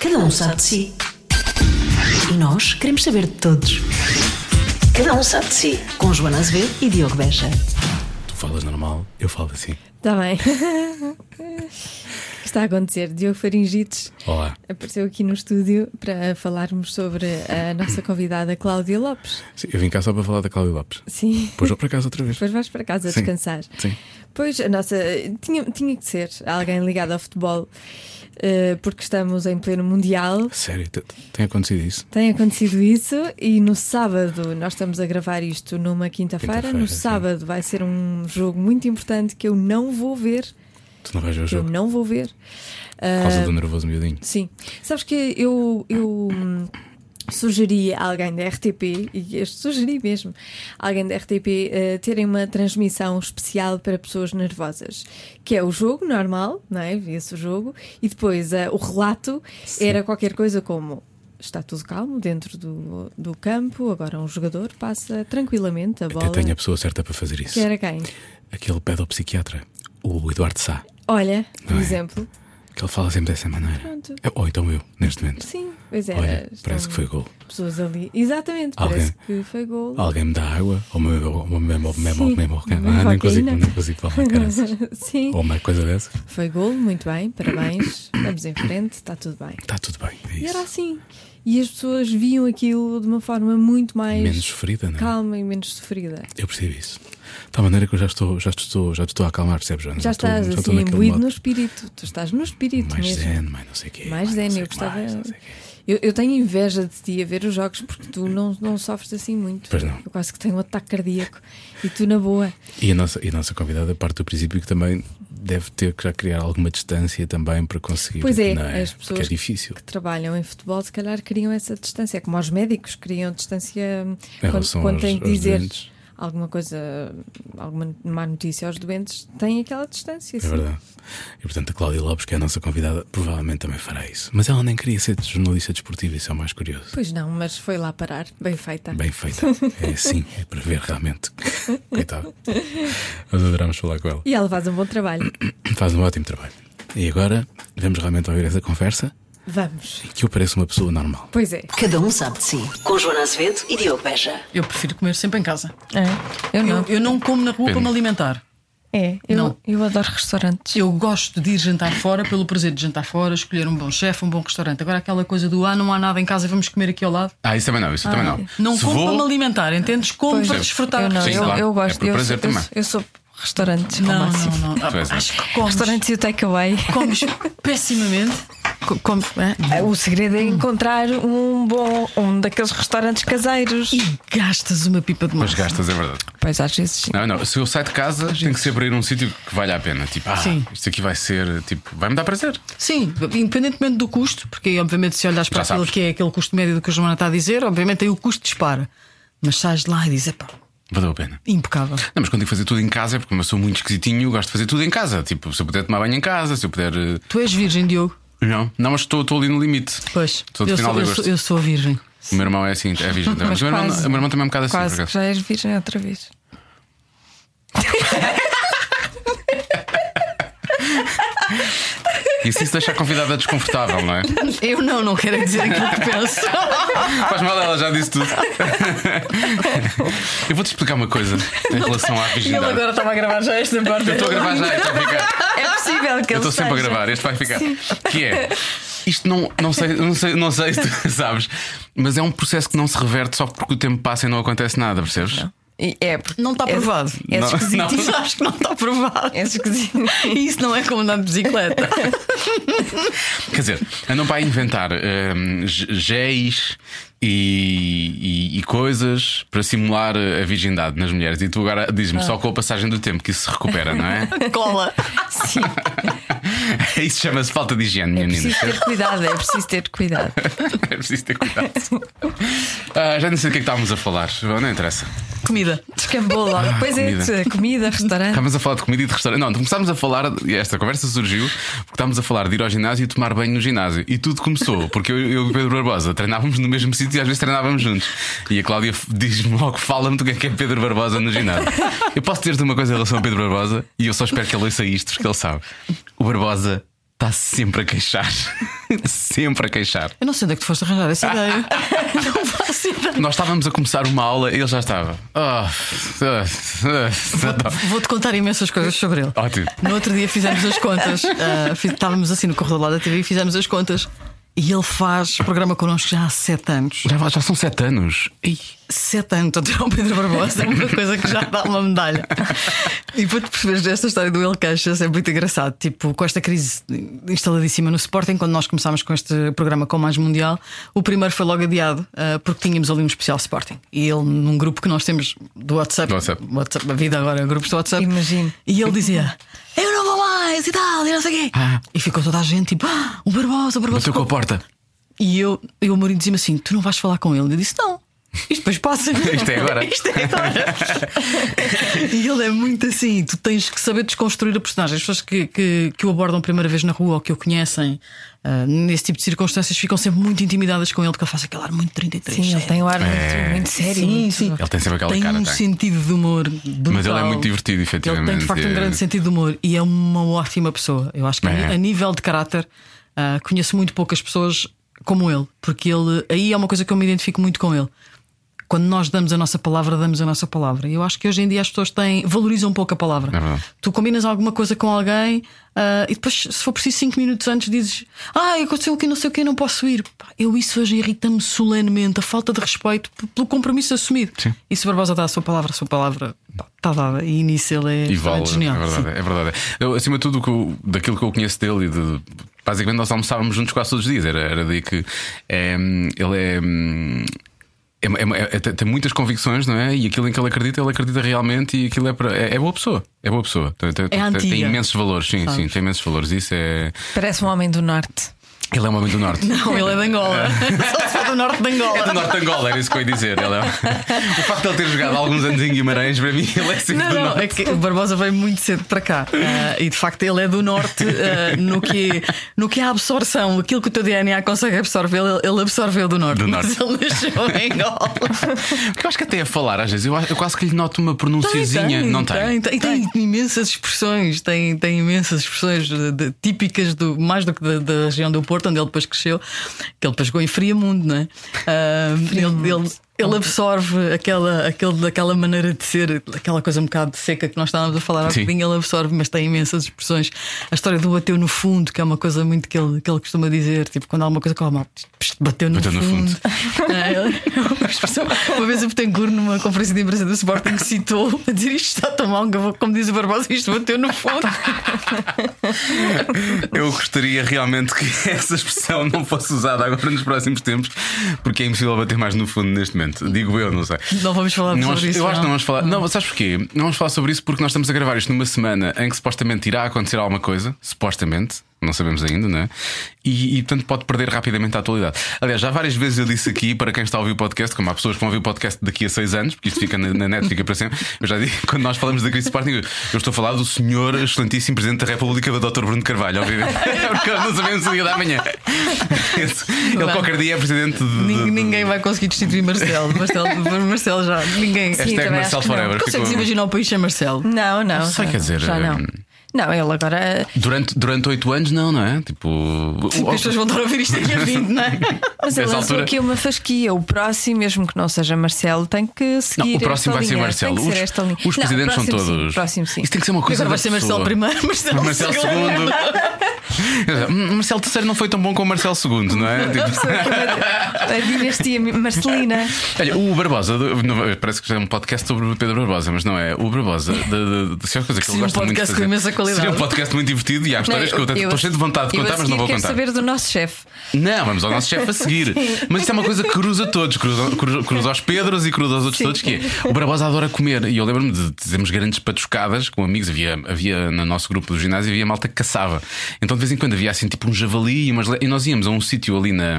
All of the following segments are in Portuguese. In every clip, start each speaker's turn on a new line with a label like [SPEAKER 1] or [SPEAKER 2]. [SPEAKER 1] Cada um sabe de si. E nós queremos saber de todos. Cada um sabe de si. Com Joana Azevedo e Diogo Beja.
[SPEAKER 2] Tu falas normal, eu falo assim.
[SPEAKER 3] Está Tá bem. O que está a acontecer? Diogo Faringites
[SPEAKER 2] Olá.
[SPEAKER 3] apareceu aqui no estúdio para falarmos sobre a nossa convidada Cláudia Lopes.
[SPEAKER 2] Sim, eu vim cá só para falar da Cláudia Lopes.
[SPEAKER 3] Sim.
[SPEAKER 2] Pôs-a para casa outra vez.
[SPEAKER 3] Depois vais para casa
[SPEAKER 2] Sim.
[SPEAKER 3] descansar.
[SPEAKER 2] Sim.
[SPEAKER 3] Pois, a nossa. Tinha, tinha que ser alguém ligado ao futebol, eh, porque estamos em pleno Mundial.
[SPEAKER 2] Sério, te- te- tem acontecido isso?
[SPEAKER 3] Tem acontecido isso e no sábado, nós estamos a gravar isto numa quinta-feira.
[SPEAKER 2] Quinta-feira,
[SPEAKER 3] no
[SPEAKER 2] sim.
[SPEAKER 3] sábado vai ser um jogo muito importante que eu não vou ver.
[SPEAKER 2] Tu não vais ver o
[SPEAKER 3] que Eu
[SPEAKER 2] jogo
[SPEAKER 3] não vou ver.
[SPEAKER 2] por
[SPEAKER 3] Ah,
[SPEAKER 2] causa do nervoso miudinho.
[SPEAKER 3] Sim. Sabes que eu, eu hum, sugeri a alguém da RTP, e eu sugeri mesmo, a alguém da RTP eh, terem uma transmissão especial para pessoas nervosas, que é o jogo normal, não é? Via-se o jogo, e depois eh, o relato era qualquer coisa como. Está tudo calmo dentro do, do campo. Agora um jogador passa tranquilamente a bola.
[SPEAKER 2] Até tenho a pessoa certa para fazer isso.
[SPEAKER 3] Que era quem?
[SPEAKER 2] Aquele pedopsiquiatra, o Eduardo Sá.
[SPEAKER 3] Olha, por
[SPEAKER 2] Não é?
[SPEAKER 3] exemplo.
[SPEAKER 2] Que ele fala sempre dessa maneira.
[SPEAKER 3] Pronto. É, um
[SPEAKER 2] É- Ou então eu, neste momento.
[SPEAKER 3] Sim, pois era.
[SPEAKER 2] Olha, parece
[SPEAKER 3] estão
[SPEAKER 2] que foi gol.
[SPEAKER 3] Pessoas ali. Exatamente, parece que foi gol.
[SPEAKER 2] Alguém me dá água, ou me bebo, ou me bebo, ou me bebo, ou me bebo.
[SPEAKER 3] Sim,
[SPEAKER 2] Ah, nem consigo,
[SPEAKER 3] cocaína.
[SPEAKER 2] nem consigo falar, Oh. caraças.
[SPEAKER 3] Sim,
[SPEAKER 2] Ou uma coisa dessa.
[SPEAKER 3] foi gol, muito bem, parabéns, vamos em frente, está tudo bem.
[SPEAKER 2] Está tudo bem, é
[SPEAKER 3] E
[SPEAKER 2] isso.
[SPEAKER 3] era assim. E as pessoas viam aquilo de uma forma muito mais
[SPEAKER 2] Menos sofrida, não é?
[SPEAKER 3] calma e menos sofrida.
[SPEAKER 2] Eu percebo isso. De tal maneira que eu já estou, já estou, já te estou a acalmar, percebes, Joana?
[SPEAKER 3] Já
[SPEAKER 2] estou-
[SPEAKER 3] estás
[SPEAKER 2] já estou
[SPEAKER 3] assim
[SPEAKER 2] naquele
[SPEAKER 3] imbuído
[SPEAKER 2] modo
[SPEAKER 3] no espírito, tu estás no espírito
[SPEAKER 2] Mais
[SPEAKER 3] mesmo.
[SPEAKER 2] zen, mais não sei o quê.
[SPEAKER 3] mais
[SPEAKER 2] não
[SPEAKER 3] zen,
[SPEAKER 2] sei
[SPEAKER 3] eu
[SPEAKER 2] o que mais,
[SPEAKER 3] gostava.
[SPEAKER 2] não sei é. o quê.
[SPEAKER 3] Eu, eu tenho inveja de ti a ver os jogos porque tu não, não sofres assim muito.
[SPEAKER 2] Pois não.
[SPEAKER 3] Eu quase que tenho um ataque cardíaco e tu na boa.
[SPEAKER 2] E a, nossa, e a nossa convidada parte do princípio que também deve ter que já criar alguma distância também para conseguir.
[SPEAKER 3] Pois é,
[SPEAKER 2] não é?
[SPEAKER 3] as
[SPEAKER 2] Porque é
[SPEAKER 3] pessoas
[SPEAKER 2] difícil.
[SPEAKER 3] que trabalham em futebol se calhar criam essa distância, É como os médicos criam distância hum,
[SPEAKER 2] relação
[SPEAKER 3] quando, quando
[SPEAKER 2] aos-
[SPEAKER 3] têm que
[SPEAKER 2] aos
[SPEAKER 3] dizer
[SPEAKER 2] doentes.
[SPEAKER 3] alguma coisa, alguma má notícia aos doentes, têm aquela distância.
[SPEAKER 2] É
[SPEAKER 3] sim.
[SPEAKER 2] verdade. E portanto, a Cláudia Lopes, que é a nossa convidada, provavelmente também fará isso. Mas ela nem queria ser jornalista desportiva, isso é o mais curioso.
[SPEAKER 3] Pois não, mas foi lá parar, bem feita.
[SPEAKER 2] Bem feita. É assim, é para ver realmente. Coitado. Nós adorámos falar com ela.
[SPEAKER 3] E ela faz um bom trabalho.
[SPEAKER 2] Faz um ótimo trabalho. E agora, vamos realmente ouvir essa conversa
[SPEAKER 3] Vamos.
[SPEAKER 2] que eu pareço uma pessoa normal.
[SPEAKER 3] Pois é.
[SPEAKER 1] Cada um sabe de si. Com Joana Azevedo e Diogo Beja.
[SPEAKER 4] Eu prefiro comer sempre em casa.
[SPEAKER 5] Eu não.
[SPEAKER 4] Eu, eu não como na rua para me alimentar.
[SPEAKER 5] É, eu,
[SPEAKER 4] Não.
[SPEAKER 5] eu adoro restaurantes.
[SPEAKER 4] Eu gosto de ir jantar fora pelo prazer de jantar fora, escolher um bom chefe, um bom restaurante. Agora aquela coisa do ah, não há nada em casa, vamos comer aqui ao lado.
[SPEAKER 6] Ah, isso também não, isso também não.
[SPEAKER 4] Não
[SPEAKER 6] Se
[SPEAKER 4] como
[SPEAKER 6] vou,
[SPEAKER 4] para me alimentar, entendes? Como
[SPEAKER 5] Pois.
[SPEAKER 4] para
[SPEAKER 5] Eu
[SPEAKER 4] desfrutar.
[SPEAKER 5] Eu não,
[SPEAKER 6] Sim,
[SPEAKER 5] eu,
[SPEAKER 6] claro.
[SPEAKER 5] eu gosto.
[SPEAKER 6] É por
[SPEAKER 5] eu, sou,
[SPEAKER 6] prazer
[SPEAKER 5] eu,
[SPEAKER 6] também.
[SPEAKER 5] sou- eu sou restaurantes ao
[SPEAKER 4] Não,
[SPEAKER 5] máximo.
[SPEAKER 4] não, não.
[SPEAKER 6] Tu és
[SPEAKER 4] acho que comes,
[SPEAKER 5] Restaurantes e o takeaway.
[SPEAKER 4] comes pessimamente.
[SPEAKER 5] Co- como- é, O segredo é encontrar um bom, um daqueles restaurantes caseiros.
[SPEAKER 4] E gastas uma pipa de
[SPEAKER 6] Mas
[SPEAKER 4] massa.
[SPEAKER 6] gastas, é verdade.
[SPEAKER 5] Pois às vezes sim.
[SPEAKER 6] Não, não. Se eu saio de casa, tem que ser para ir a um sítio que valha a pena. Tipo, ah,
[SPEAKER 4] Sim.
[SPEAKER 6] isto aqui vai ser, tipo, vai-me dar prazer.
[SPEAKER 4] Sim, independentemente do custo, porque obviamente se olhas para
[SPEAKER 6] Já
[SPEAKER 4] aquilo
[SPEAKER 6] sabes.
[SPEAKER 4] que é aquele custo médio do que a Joana está a dizer, obviamente aí o custo dispara. Mas sais de lá e dizes, epá,
[SPEAKER 6] Valeu a pena.
[SPEAKER 4] impecável.
[SPEAKER 6] Não, mas quando tenho que fazer tudo em casa, é porque como eu sou muito esquisitinho, eu gosto de fazer tudo em casa. Tipo, se eu puder tomar banho em casa, se eu puder. eh,
[SPEAKER 4] Tu és virgem, Diogo?
[SPEAKER 6] Não, não, mas estou, estou ali no limite.
[SPEAKER 4] Pois,
[SPEAKER 6] Estou de
[SPEAKER 4] eu
[SPEAKER 6] final
[SPEAKER 4] sou,
[SPEAKER 6] de
[SPEAKER 4] eu,
[SPEAKER 6] agosto.
[SPEAKER 4] sou, eu sou virgem.
[SPEAKER 6] O meu irmão é assim, é virgem também. Mas,
[SPEAKER 5] hum, Mas
[SPEAKER 6] o, meu irmão,
[SPEAKER 5] quase.
[SPEAKER 6] o meu irmão também é um bocado assim. por
[SPEAKER 5] Quase que
[SPEAKER 6] acaso.
[SPEAKER 5] já és virgem outra vez.
[SPEAKER 6] E assim se deixa a convidada desconfortável, não é?
[SPEAKER 4] Eu não, não quero é dizer aquilo que penso.
[SPEAKER 6] Faz mal, ela já disse tudo. eu vou-te explicar uma coisa em relação à
[SPEAKER 4] Ele
[SPEAKER 6] virgindade.
[SPEAKER 4] agora estava a gravar já esta parte.
[SPEAKER 6] Eu estou a gravar já, então fica.
[SPEAKER 5] É possível que ele
[SPEAKER 6] Eu estou sempre a
[SPEAKER 5] esteja.
[SPEAKER 6] gravar, este vai ficar. Que é. Isto não, não, sei, não, sei, não sei se tu sabes, mas é um processo que não se reverte só porque o tempo passa e não acontece nada, percebes?
[SPEAKER 5] E É, porque
[SPEAKER 4] Não está
[SPEAKER 5] é-
[SPEAKER 4] provado.
[SPEAKER 5] É,
[SPEAKER 6] Não,
[SPEAKER 5] esquisito.
[SPEAKER 6] não.
[SPEAKER 4] Isso acho assim. que não está provado.
[SPEAKER 5] É esquisito.
[SPEAKER 4] Isso não é como andar de bicicleta.
[SPEAKER 6] Quer dizer, andam para aí inventar hum, g- géis e, e- e coisas para simular a virgindade nas mulheres. E tu agora diz-me
[SPEAKER 5] Ah.
[SPEAKER 6] só com a passagem do tempo que isso se recupera, não é?
[SPEAKER 4] Cola.
[SPEAKER 5] Sim,
[SPEAKER 6] Isso chama-se falta de higiene, minha
[SPEAKER 5] é
[SPEAKER 6] menina.
[SPEAKER 5] preciso ter cuidado, é preciso ter cuidado.
[SPEAKER 6] É preciso ter cuidado. Ah, já não sei do que é que estávamos a falar, não interessa.
[SPEAKER 4] Comida.
[SPEAKER 5] Descambou logo. Pois é,
[SPEAKER 6] Ah, comida.
[SPEAKER 5] comida, restaurante.
[SPEAKER 6] Estávamos a falar de comida e de restaurante. Não, começámos a falar, e esta conversa surgiu, porque estávamos a falar de ir ao ginásio e tomar banho no ginásio. E tudo começou, porque eu, eu e o Pedro Barbosa treinávamos no mesmo sítio e às vezes treinávamos juntos. E a Cláudia f- diz-me logo: fala-me do que é que é Pedro Barbosa no ginásio. Eu posso dizer-te uma coisa em relação a Pedro Barbosa, e eu só espero que ele ouça isto, porque ele sabe. O Barbosa está sempre a queixar. Sempre a queixar.
[SPEAKER 4] Eu não sei onde é que tu foste arranjar essa ideia. não faço ideia.
[SPEAKER 6] Nós estávamos a começar uma aula e ele já estava. Ah, ah, ah,
[SPEAKER 4] Vou-te contar imensas coisas sobre ele.
[SPEAKER 6] ah. Ótimo.
[SPEAKER 4] No outro dia fizemos as contas. ah, fiz- estávamos assim no corredor lá da TV e fizemos as contas. E ele faz programa connosco já há sete anos.
[SPEAKER 6] Já, já são sete anos. Ih,
[SPEAKER 4] Sete anos a tirar o é Pedro Barbosa, uma coisa que já dá uma medalha. E para te perceberes desta história do Ele Queixas, é muito engraçado. Tipo, com esta crise instaladíssima no Sporting, quando nós começámos com este programa com mais Mundial, o primeiro foi logo adiado, ah, porque tínhamos ali um especial Sporting. E ele, num grupo que nós temos do WhatsApp,
[SPEAKER 6] Do WhatsApp.
[SPEAKER 4] a vida agora, é grupos do WhatsApp,
[SPEAKER 3] Imagino.
[SPEAKER 4] e ele dizia: Eu não vou mais e tal, e não sei o quê.
[SPEAKER 6] Ah.
[SPEAKER 4] E ficou toda a gente tipo: "Ah, O Barbosa, o Barbosa.
[SPEAKER 6] bateu com a porta.
[SPEAKER 4] E eu, eu o Mourinho dizia-me assim: Tu não vais falar com ele? Eu disse: Não. Isto depois passa.
[SPEAKER 6] Isto é agora.
[SPEAKER 4] Isto é agora. e ele é muito assim: Tu tens que saber desconstruir a personagem. As pessoas que, que, que o abordam a primeira vez na rua ou que o conhecem, ah, nesse tipo de circunstâncias, ficam sempre muito intimidadas com ele, porque ele faz aquele ar muito 33.
[SPEAKER 3] Sim, ele tem um ar muito,
[SPEAKER 6] É.
[SPEAKER 3] muito sério.
[SPEAKER 4] Sim,
[SPEAKER 3] muito-
[SPEAKER 4] sim.
[SPEAKER 6] Ele tem sempre aquela
[SPEAKER 4] Tem
[SPEAKER 6] cara,
[SPEAKER 4] um
[SPEAKER 6] tem.
[SPEAKER 4] sentido de humor brutal.
[SPEAKER 6] Mas ele é muito divertido,
[SPEAKER 4] Ele
[SPEAKER 6] efetivamente.
[SPEAKER 4] tem de facto um
[SPEAKER 6] É.
[SPEAKER 4] grande sentido de humor e é uma ótima pessoa. Eu acho que a ni-
[SPEAKER 6] É.
[SPEAKER 4] a nível de caráter ah, conheço muito poucas pessoas como ele, porque ele aí é uma coisa que eu me identifico muito com ele. Quando nós damos a nossa palavra, damos a nossa palavra. E eu acho que hoje em dia as pessoas têm, valorizam um pouco a palavra.
[SPEAKER 6] É verdade.
[SPEAKER 4] tu combinas alguma coisa com alguém ah, e depois, se for preciso, cinco minutos antes, dizes: Ai, aconteceu aqui, não sei o que, não posso ir. Pá, Eu isso hoje irrita-me solenemente, a falta de respeito p- pelo compromisso assumido.
[SPEAKER 6] Sim.
[SPEAKER 4] E se o Barbosa dá a sua palavra, a sua palavra pá, está dada. E nisso ele é
[SPEAKER 6] E
[SPEAKER 4] realmente
[SPEAKER 6] vale,
[SPEAKER 4] genial.
[SPEAKER 6] é verdade,
[SPEAKER 4] sim.
[SPEAKER 6] é verdade. Eu, acima de tudo, o que eu- daquilo que eu conheço dele e de. Basicamente, nós almoçávamos juntos quase todos os dias. Era, era daí que eh, ele é. hum, é- é- é- tem tem muitas convicções, não é? E aquilo em que ele acredita, ele acredita realmente e aquilo é para. É, é boa pessoa. É boa pessoa. Tem, tem- tem-
[SPEAKER 4] antiga,
[SPEAKER 6] tem imensos valores, sim, sim, tem imensos valores. Isso é.
[SPEAKER 3] Parece um homem do norte.
[SPEAKER 6] Ele é um homem do norte.
[SPEAKER 4] Não, ele é de Angola. Só se for do norte de
[SPEAKER 6] É do
[SPEAKER 4] Angola.
[SPEAKER 6] norte de Angola, era isso que eu ia dizer. Ele é- O facto de ele ter jogado alguns anos em Guimarães, para mim, ele é sempre
[SPEAKER 4] Não,
[SPEAKER 6] do
[SPEAKER 4] não,
[SPEAKER 6] norte.
[SPEAKER 4] é que o Barbosa veio muito cedo para cá. Ah, e de facto ele é do norte ah, no, que, no que é a absorção, aquilo que o teu DNA consegue absorver, ele, ele absorveu do norte.
[SPEAKER 6] Do
[SPEAKER 4] Mas ele nasceu em Angola.
[SPEAKER 6] Porque eu acho que até a falar, às vezes, eu, acho- eu quase que lhe noto uma pronunciazinha. não
[SPEAKER 4] tem, tem, tem imensas expressões, tem, tem imensas expressões de- de- típicas do, mais do que da, da região do Porto, onde ele depois cresceu, que ele depois jogou em Friamundo, não é? Ah, ele, ele, ele absorve aquela, aquele, aquela maneira de ser, aquela coisa um bocado seca que nós estávamos a falar há
[SPEAKER 6] Sim.
[SPEAKER 4] bocadinho, ele absorve, mas tem imensas expressões. A história do bateu no fundo, que é uma coisa muito que ele, que ele costuma dizer, tipo, quando há uma coisa que corre mal, "Psst, bateu no
[SPEAKER 6] Bateu no
[SPEAKER 4] fundo. Ah, ele- uma expressão- uma vez o Betancourt, numa conferência de imprensa do Sporting, citou a dizer isto está tão mal que eu vou, como diz o Barbosa, isto bateu no fundo.
[SPEAKER 6] Tá. Eu gostaria realmente que essa expressão não fosse usada agora nos próximos tempos, porque é impossível bater mais no fundo neste momento. Digo eu, não sei.
[SPEAKER 4] Não vamos falar
[SPEAKER 6] Não,
[SPEAKER 4] sobre
[SPEAKER 6] acho-
[SPEAKER 4] isso.
[SPEAKER 6] eu acho que não vamos falar. Não, sabes porquê? Não vamos falar sobre isso porque nós estamos a gravar isto numa semana em que supostamente irá acontecer alguma coisa, supostamente, não sabemos ainda, não é? E, e portanto pode perder rapidamente a atualidade. Aliás, já várias vezes eu disse aqui, para quem está a ouvir o podcast, como há pessoas que vão ouvir o podcast daqui a seis anos, porque isto fica na, na net, fica para sempre. Eu já digo, quando nós falamos da crise de Sporting, eu eu estou a falar do senhor excelentíssimo Presidente da República, do Dr. Bruno Carvalho, obviamente. É porque nós não sabemos o dia da manhã. Ele qualquer dia é Presidente de. de-
[SPEAKER 4] Ninguém, ninguém vai conseguir destituir Marcelo. Marcelo, Marcelo já. Ninguém. é
[SPEAKER 3] Sim,
[SPEAKER 6] Hashtag
[SPEAKER 3] também
[SPEAKER 6] Marcelo
[SPEAKER 3] acho que não.
[SPEAKER 6] Forever.
[SPEAKER 4] Consegues
[SPEAKER 6] ficou-
[SPEAKER 4] imaginar o país sem Marcelo?
[SPEAKER 3] Não, não.
[SPEAKER 6] sei,
[SPEAKER 3] já-
[SPEAKER 6] quer dizer,
[SPEAKER 3] Já não.
[SPEAKER 6] hum.
[SPEAKER 3] Não, ele agora.
[SPEAKER 6] Durante durante oito anos, não, não é? Tipo.
[SPEAKER 4] Tipo,
[SPEAKER 6] o-
[SPEAKER 4] as pessoas vão estar a ouvir isto aqui a 20, não é?
[SPEAKER 3] Mas ele
[SPEAKER 6] Nessa
[SPEAKER 3] lançou
[SPEAKER 6] altura-
[SPEAKER 3] aqui uma fasquia. O próximo, mesmo que não seja Marcelo, tem que seguir.
[SPEAKER 6] Não, o próximo
[SPEAKER 3] esta
[SPEAKER 6] vai ser
[SPEAKER 3] linha.
[SPEAKER 6] Marcelo.
[SPEAKER 3] Tem que
[SPEAKER 6] Os,
[SPEAKER 3] ser esta linha.
[SPEAKER 6] os
[SPEAKER 3] Não,
[SPEAKER 6] presidentes são
[SPEAKER 3] próximo
[SPEAKER 6] todos.
[SPEAKER 3] Sim, próximo sim.
[SPEAKER 6] Isso tem que ser uma coisa.
[SPEAKER 4] Agora vai
[SPEAKER 6] da
[SPEAKER 4] ser Marcelo
[SPEAKER 6] pessoa.
[SPEAKER 4] primeiro, Marcelo,
[SPEAKER 6] Marcelo
[SPEAKER 4] segundo.
[SPEAKER 6] II. Hum, Marcelo III não foi tão bom como Marcelo II, não é? Tipo,
[SPEAKER 3] A dinastia Marcelina.
[SPEAKER 6] olha, o Barbosa, do- não, parece que já é um podcast sobre o Pedro Barbosa, mas não é. O Barbosa, de, de, de, se é uma coisa que, ele
[SPEAKER 4] Seria
[SPEAKER 6] gosta
[SPEAKER 4] um
[SPEAKER 6] muito de
[SPEAKER 4] podcast com
[SPEAKER 6] fazer.
[SPEAKER 4] imensa qualidade.
[SPEAKER 6] Seria um podcast muito divertido e há histórias que eu tanto- estou cheio de vontade de
[SPEAKER 3] eu a
[SPEAKER 6] contar, mas não
[SPEAKER 3] seguir
[SPEAKER 6] vou
[SPEAKER 3] quero
[SPEAKER 6] contar.
[SPEAKER 3] saber do nosso chefe.
[SPEAKER 6] Não, vamos ao nosso chefe a seguir. Mas isto é uma coisa que cruza todos, cruza, cruza, cruza aos Pedros e cruza aos outros todos, que é. O Barbosa adora comer. E eu lembro-me de dizermos grandes patuscadas com amigos. Havia, havia no nosso grupo do ginásio havia malta que caçava. Então de vez em quando havia assim tipo um javali e, umas le- e nós íamos a um sítio ali na.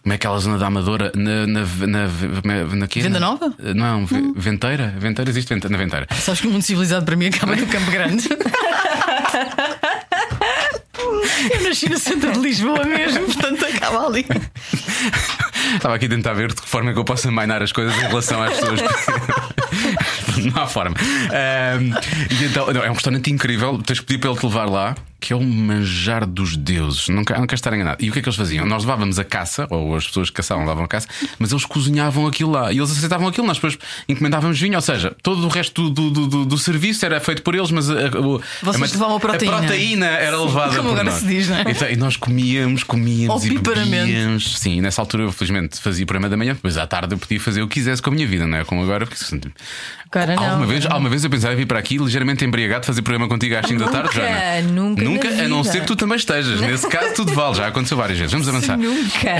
[SPEAKER 6] Como é aquela zona da Amadora? Na. na, na, na, na, quê?
[SPEAKER 4] Venda Nova? Hum.
[SPEAKER 6] Não, ve- Venteira? Venteira existe Vente- na Venteira.
[SPEAKER 4] Sabes que o mundo civilizado para mim acaba no Campo Grande. Eu nasci no centro de Lisboa mesmo, portanto acaba ali.
[SPEAKER 6] Estava aqui a tentar ver de que forma é que eu posso amainar as coisas em relação às pessoas. não há forma. Ahm, e então, não, é um restaurante incrível, tens que pedir para ele te levar lá. que é o manjar dos deuses. Não quero, não quero estar enganado. E o que é que eles faziam? Nós levávamos a caça, ou as pessoas que caçavam levavam a caça, mas eles cozinhavam aquilo lá e eles aceitavam aquilo. Nós depois encomendávamos vinho, ou seja, todo o resto do, do, do- do serviço era feito por eles, mas a, a- o-
[SPEAKER 4] Vocês
[SPEAKER 6] mate-
[SPEAKER 4] levavam a proteína.
[SPEAKER 6] proteína era levada
[SPEAKER 4] como
[SPEAKER 6] por
[SPEAKER 4] agora
[SPEAKER 6] nós.
[SPEAKER 4] se diz, não é?
[SPEAKER 6] Então, e nós comíamos, comíamos
[SPEAKER 4] Ou
[SPEAKER 6] e
[SPEAKER 4] piparamente.
[SPEAKER 6] bebíamos. Sim, nessa altura eu felizmente fazia o programa da manhã, depois à tarde eu podia fazer o que quisesse com a minha vida, não é? Como agora, porque se-
[SPEAKER 3] Agora não.
[SPEAKER 6] Alguma vez, alguma vez eu pensava em vir para aqui ligeiramente embriagado fazer programa contigo às 5 da tarde,
[SPEAKER 3] Nunca,
[SPEAKER 6] Joana?
[SPEAKER 3] nunca na
[SPEAKER 6] a não
[SPEAKER 3] vida.
[SPEAKER 6] ser que tu também estejas. Nesse caso, tudo vale, já aconteceu várias vezes. Vamos avançar.
[SPEAKER 3] Nunca.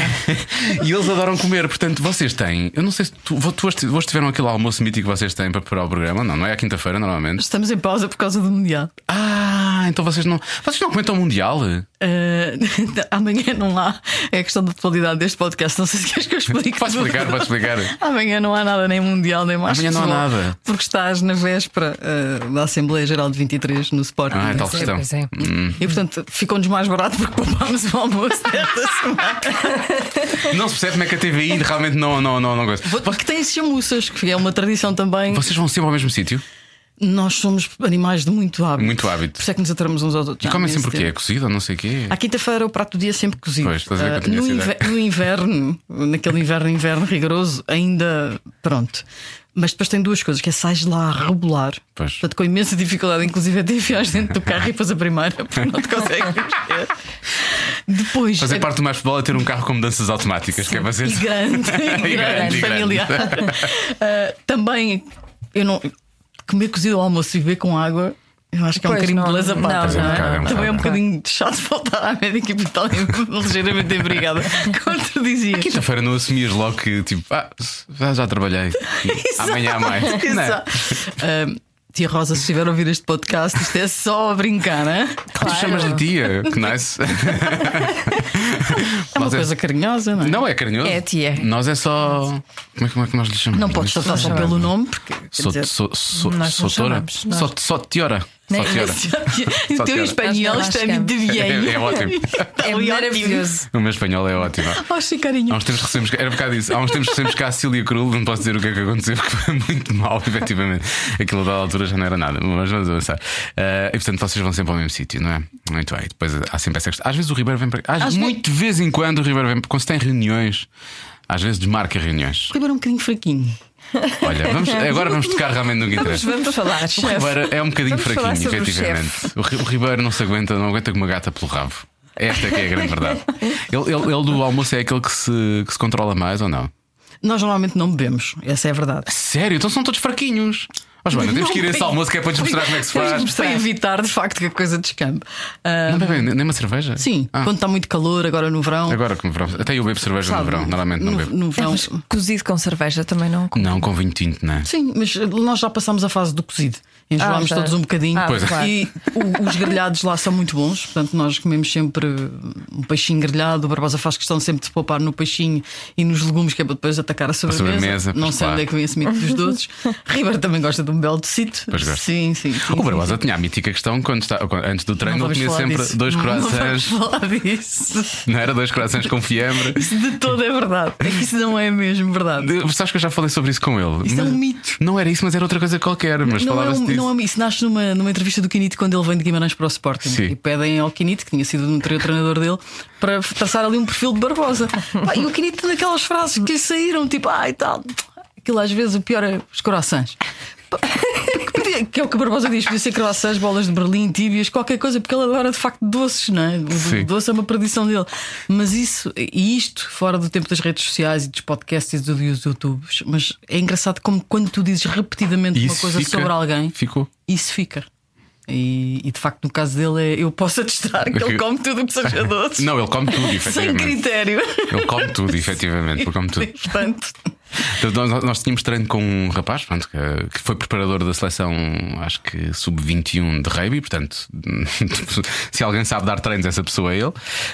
[SPEAKER 6] e eles adoram comer, portanto, vocês têm. Eu não sei se tu, tu hoje, hoje tiveram aquele almoço mítico que vocês têm para preparar o programa, não? Não é à quinta-feira, normalmente.
[SPEAKER 4] Estamos em pausa por causa do Mundial.
[SPEAKER 6] Ah, então vocês não. Vocês não comentam o Mundial?
[SPEAKER 4] Eh, amanhã não há. É a questão da atualidade deste podcast. Não sei se queres que eu explique.
[SPEAKER 6] Podes
[SPEAKER 4] tudo.
[SPEAKER 6] explicar, podes explicar.
[SPEAKER 4] Amanhã não há nada, nem mundial, nem mais.
[SPEAKER 6] Amanhã não há
[SPEAKER 4] futebol,
[SPEAKER 6] nada.
[SPEAKER 4] Porque estás na véspera eh, da Assembleia Geral de 23 no Sporting.
[SPEAKER 6] Ah, hum. é tal
[SPEAKER 3] Pois é,
[SPEAKER 6] questão.
[SPEAKER 3] pois é.
[SPEAKER 4] E portanto ficou-nos mais barato porque poupámos o almoço desta semana.
[SPEAKER 6] Não se percebe como é que a TVI realmente não, não, não, não gosta.
[SPEAKER 4] Porque tem chamuças, que é uma tradição também.
[SPEAKER 6] Vocês vão sempre ao mesmo sítio?
[SPEAKER 4] Nós somos animais de muito hábito.
[SPEAKER 6] Muito hábito.
[SPEAKER 4] Por isso é que nos atramos uns aos outros.
[SPEAKER 6] E
[SPEAKER 4] Já
[SPEAKER 6] comem
[SPEAKER 4] nesse
[SPEAKER 6] sempre o quê? É
[SPEAKER 4] tempo.
[SPEAKER 6] cozido ou não sei o quê?
[SPEAKER 4] À quinta-feira o prato do dia é sempre cozido.
[SPEAKER 6] Pois, estás a ver
[SPEAKER 4] Ah,
[SPEAKER 6] que eu tinha
[SPEAKER 4] no,
[SPEAKER 6] essa
[SPEAKER 4] inver-
[SPEAKER 6] ideia.
[SPEAKER 4] no inverno, naquele inverno, inverno rigoroso, ainda pronto. Mas depois tem duas coisas: que é sais lá a rebolar,
[SPEAKER 6] Pois.
[SPEAKER 4] portanto, com imensa dificuldade, inclusive até enfiar dentro do carro e depois a primeira, porque não te consegues ver. Depois.
[SPEAKER 6] Fazer parte do mais futebol é ter um carro com mudanças automáticas, que é fazer.
[SPEAKER 4] E grande, e
[SPEAKER 6] E grande,
[SPEAKER 4] grande,
[SPEAKER 6] e grande.
[SPEAKER 4] familiar. Ah, também, eu não. Comer cozido ao almoço e beber com água. Eu acho que é um
[SPEAKER 3] Pois,
[SPEAKER 4] bocadinho
[SPEAKER 3] não,
[SPEAKER 4] beleza
[SPEAKER 3] não,
[SPEAKER 4] pá.
[SPEAKER 3] Pois é,
[SPEAKER 6] um bocado, é um
[SPEAKER 4] Também é
[SPEAKER 6] bocado.
[SPEAKER 4] um bocadinho chato voltar à médica e tal, ligeiramente obrigada. Contradizia.
[SPEAKER 6] Quinta-feira não assumias logo que tipo, ah, já, já trabalhei. Amanhã há mais. Não é?
[SPEAKER 4] Exato. Ah, Tia Rosa, se estiver a ouvir este podcast, isto é só a brincar, né?
[SPEAKER 6] Tu chamas-lhe tia, que nice.
[SPEAKER 4] É uma
[SPEAKER 6] Mas é-
[SPEAKER 4] coisa carinhosa, não é?
[SPEAKER 6] Não é carinhoso.
[SPEAKER 3] É tia.
[SPEAKER 6] Nós é só. Como é, como é que nós lhe chamamos?
[SPEAKER 4] Não podes tratar só pelo nome, porque. quer
[SPEAKER 6] Sou,
[SPEAKER 4] dizer,
[SPEAKER 6] sou, sou,
[SPEAKER 3] Nós não
[SPEAKER 6] sou tora?
[SPEAKER 3] chamamos, nós-
[SPEAKER 6] Só, só tiora. Só
[SPEAKER 3] Nem-
[SPEAKER 6] tiora.
[SPEAKER 4] o
[SPEAKER 6] Só
[SPEAKER 4] teu
[SPEAKER 6] piora.
[SPEAKER 4] espanhol
[SPEAKER 3] Nós
[SPEAKER 4] está
[SPEAKER 3] não
[SPEAKER 4] muito vieiro.
[SPEAKER 6] É- é ótimo.
[SPEAKER 3] É maravilhoso.
[SPEAKER 6] O meu espanhol é ótimo.
[SPEAKER 4] Oh, Chicarinho.
[SPEAKER 6] Há uns tempos recebemos, era um bocado isso, há uns tempos recebemos cá a Cília Cruz, não posso dizer o que é que aconteceu, porque foi muito mal, efetivamente. Aquilo da altura já não era nada, mas vamos avançar. Eh, e portanto vocês vão sempre ao mesmo sítio, não é? Muito bem, depois há sempre essa questão. Às vezes o Ribeiro vem para cá, Às-
[SPEAKER 4] Às
[SPEAKER 6] muito de vez em quando o Ribeiro vem, quando se tem reuniões, às vezes desmarca reuniões.
[SPEAKER 4] O Ribeiro é um bocadinho fraquinho.
[SPEAKER 6] Olha, vamos- agora vamos tocar realmente no que interessa.
[SPEAKER 3] Vamos falar.
[SPEAKER 6] O Ribeiro é um bocadinho
[SPEAKER 3] Vamos falar
[SPEAKER 6] fraquinho,
[SPEAKER 3] sobre o
[SPEAKER 6] efetivamente. O, Ri- o Ribeiro não se aguenta, não aguenta com uma gata pelo rabo. Esta é que é a grande verdade. Ele, ele- ele do almoço é aquele que se, que se controla mais ou não?
[SPEAKER 4] Nós normalmente não bebemos, essa é a verdade.
[SPEAKER 6] Sério? Então são todos fraquinhos. Ó Joana, temos que ir a esse almoço que é para te mostrar como é que se
[SPEAKER 4] Temos
[SPEAKER 6] faz.
[SPEAKER 4] de Para evitar de facto que a coisa descambe. Ah,
[SPEAKER 6] Não bebem nem uma cerveja?
[SPEAKER 4] sim,
[SPEAKER 6] Ah,
[SPEAKER 4] quando está muito calor, agora no verão.
[SPEAKER 6] agora que no verão. Até eu bebo cerveja
[SPEAKER 4] sabe,
[SPEAKER 6] no verão, normalmente não
[SPEAKER 4] no-
[SPEAKER 6] bebo.
[SPEAKER 4] no
[SPEAKER 3] É,
[SPEAKER 4] verão-
[SPEAKER 3] mas cozido com cerveja também não.
[SPEAKER 6] Não, com vinho tinto, não é?
[SPEAKER 4] Sim, mas nós já passámos a fase do cozido. Enjoámos
[SPEAKER 3] já.
[SPEAKER 4] todos um bocadinho.
[SPEAKER 3] Ah,
[SPEAKER 6] Pois é.
[SPEAKER 3] claro.
[SPEAKER 4] E o- os grelhados lá são muito bons. Portanto, nós comemos sempre um peixinho grelhado. O Barbosa faz questão sempre de poupar no peixinho e nos legumes, que é para depois atacar a sobremesa.
[SPEAKER 6] sobremesa,
[SPEAKER 4] não
[SPEAKER 6] pois
[SPEAKER 4] sei
[SPEAKER 6] claro.
[SPEAKER 4] onde é que vem esse mito dos doces. Ribeiro também gosta de um belo tecito.
[SPEAKER 6] Pois gosta.
[SPEAKER 4] Sim, sim. sim,
[SPEAKER 6] O
[SPEAKER 4] sim,
[SPEAKER 6] Barbosa tinha a mítica questão quando está, quando- antes do treino,
[SPEAKER 4] Não
[SPEAKER 6] ele
[SPEAKER 4] vamos
[SPEAKER 6] comia sempre
[SPEAKER 4] falar disso.
[SPEAKER 6] dois
[SPEAKER 4] Não
[SPEAKER 6] croissants.
[SPEAKER 4] Vamos falar disso.
[SPEAKER 6] Não era dois croissants com fiambre.
[SPEAKER 4] Isso de todo é verdade. É que isso não é mesmo verdade.
[SPEAKER 6] De- Sabes que eu já falei sobre isso com ele?
[SPEAKER 4] Isso é um
[SPEAKER 6] Mas-
[SPEAKER 4] mito.
[SPEAKER 6] Não era isso, mas era outra coisa qualquer. Mas
[SPEAKER 4] Não é,
[SPEAKER 6] falava-se
[SPEAKER 4] um-
[SPEAKER 6] disso.
[SPEAKER 4] não é um- isso nasce numa, numa entrevista do Quinito quando ele vem de Guimarães para o Sporting
[SPEAKER 6] Sim.
[SPEAKER 4] e pedem ao Quinito, que tinha sido um tre- treinador dele, para traçar ali um perfil de Barbosa. Pá, e o Quinito tem aquelas frases que lhe saíram, tipo, ai e tal, aquilo às vezes o pior é os corações. Que é o que Barbosa diz, podia ser croissants, bolas de Berlim, tíbias, qualquer coisa, porque ele adora de facto doces, não é? O do-
[SPEAKER 6] Sim.
[SPEAKER 4] doce é uma perdição dele. Mas isso, e isto, fora do tempo das redes sociais e dos podcasts e dos YouTubes, mas é engraçado como quando tu dizes repetidamente
[SPEAKER 6] E
[SPEAKER 4] uma
[SPEAKER 6] isso
[SPEAKER 4] coisa
[SPEAKER 6] fica-
[SPEAKER 4] sobre alguém,
[SPEAKER 6] Ficou.
[SPEAKER 4] isso fica. E, e, de facto, no caso dele, é, eu posso atestar que ele come tudo o que seja doce.
[SPEAKER 6] Não, ele come tudo,
[SPEAKER 4] Sem
[SPEAKER 6] efetivamente.
[SPEAKER 4] critério.
[SPEAKER 6] Ele come tudo, efetivamente. Ele come tudo.
[SPEAKER 4] Portanto,
[SPEAKER 6] Então, Nós, nós tínhamos treino com um rapaz pronto, que, que foi preparador da seleção, acho que sub-21 de rugby, portanto, se alguém sabe dar treinos, essa pessoa é ele.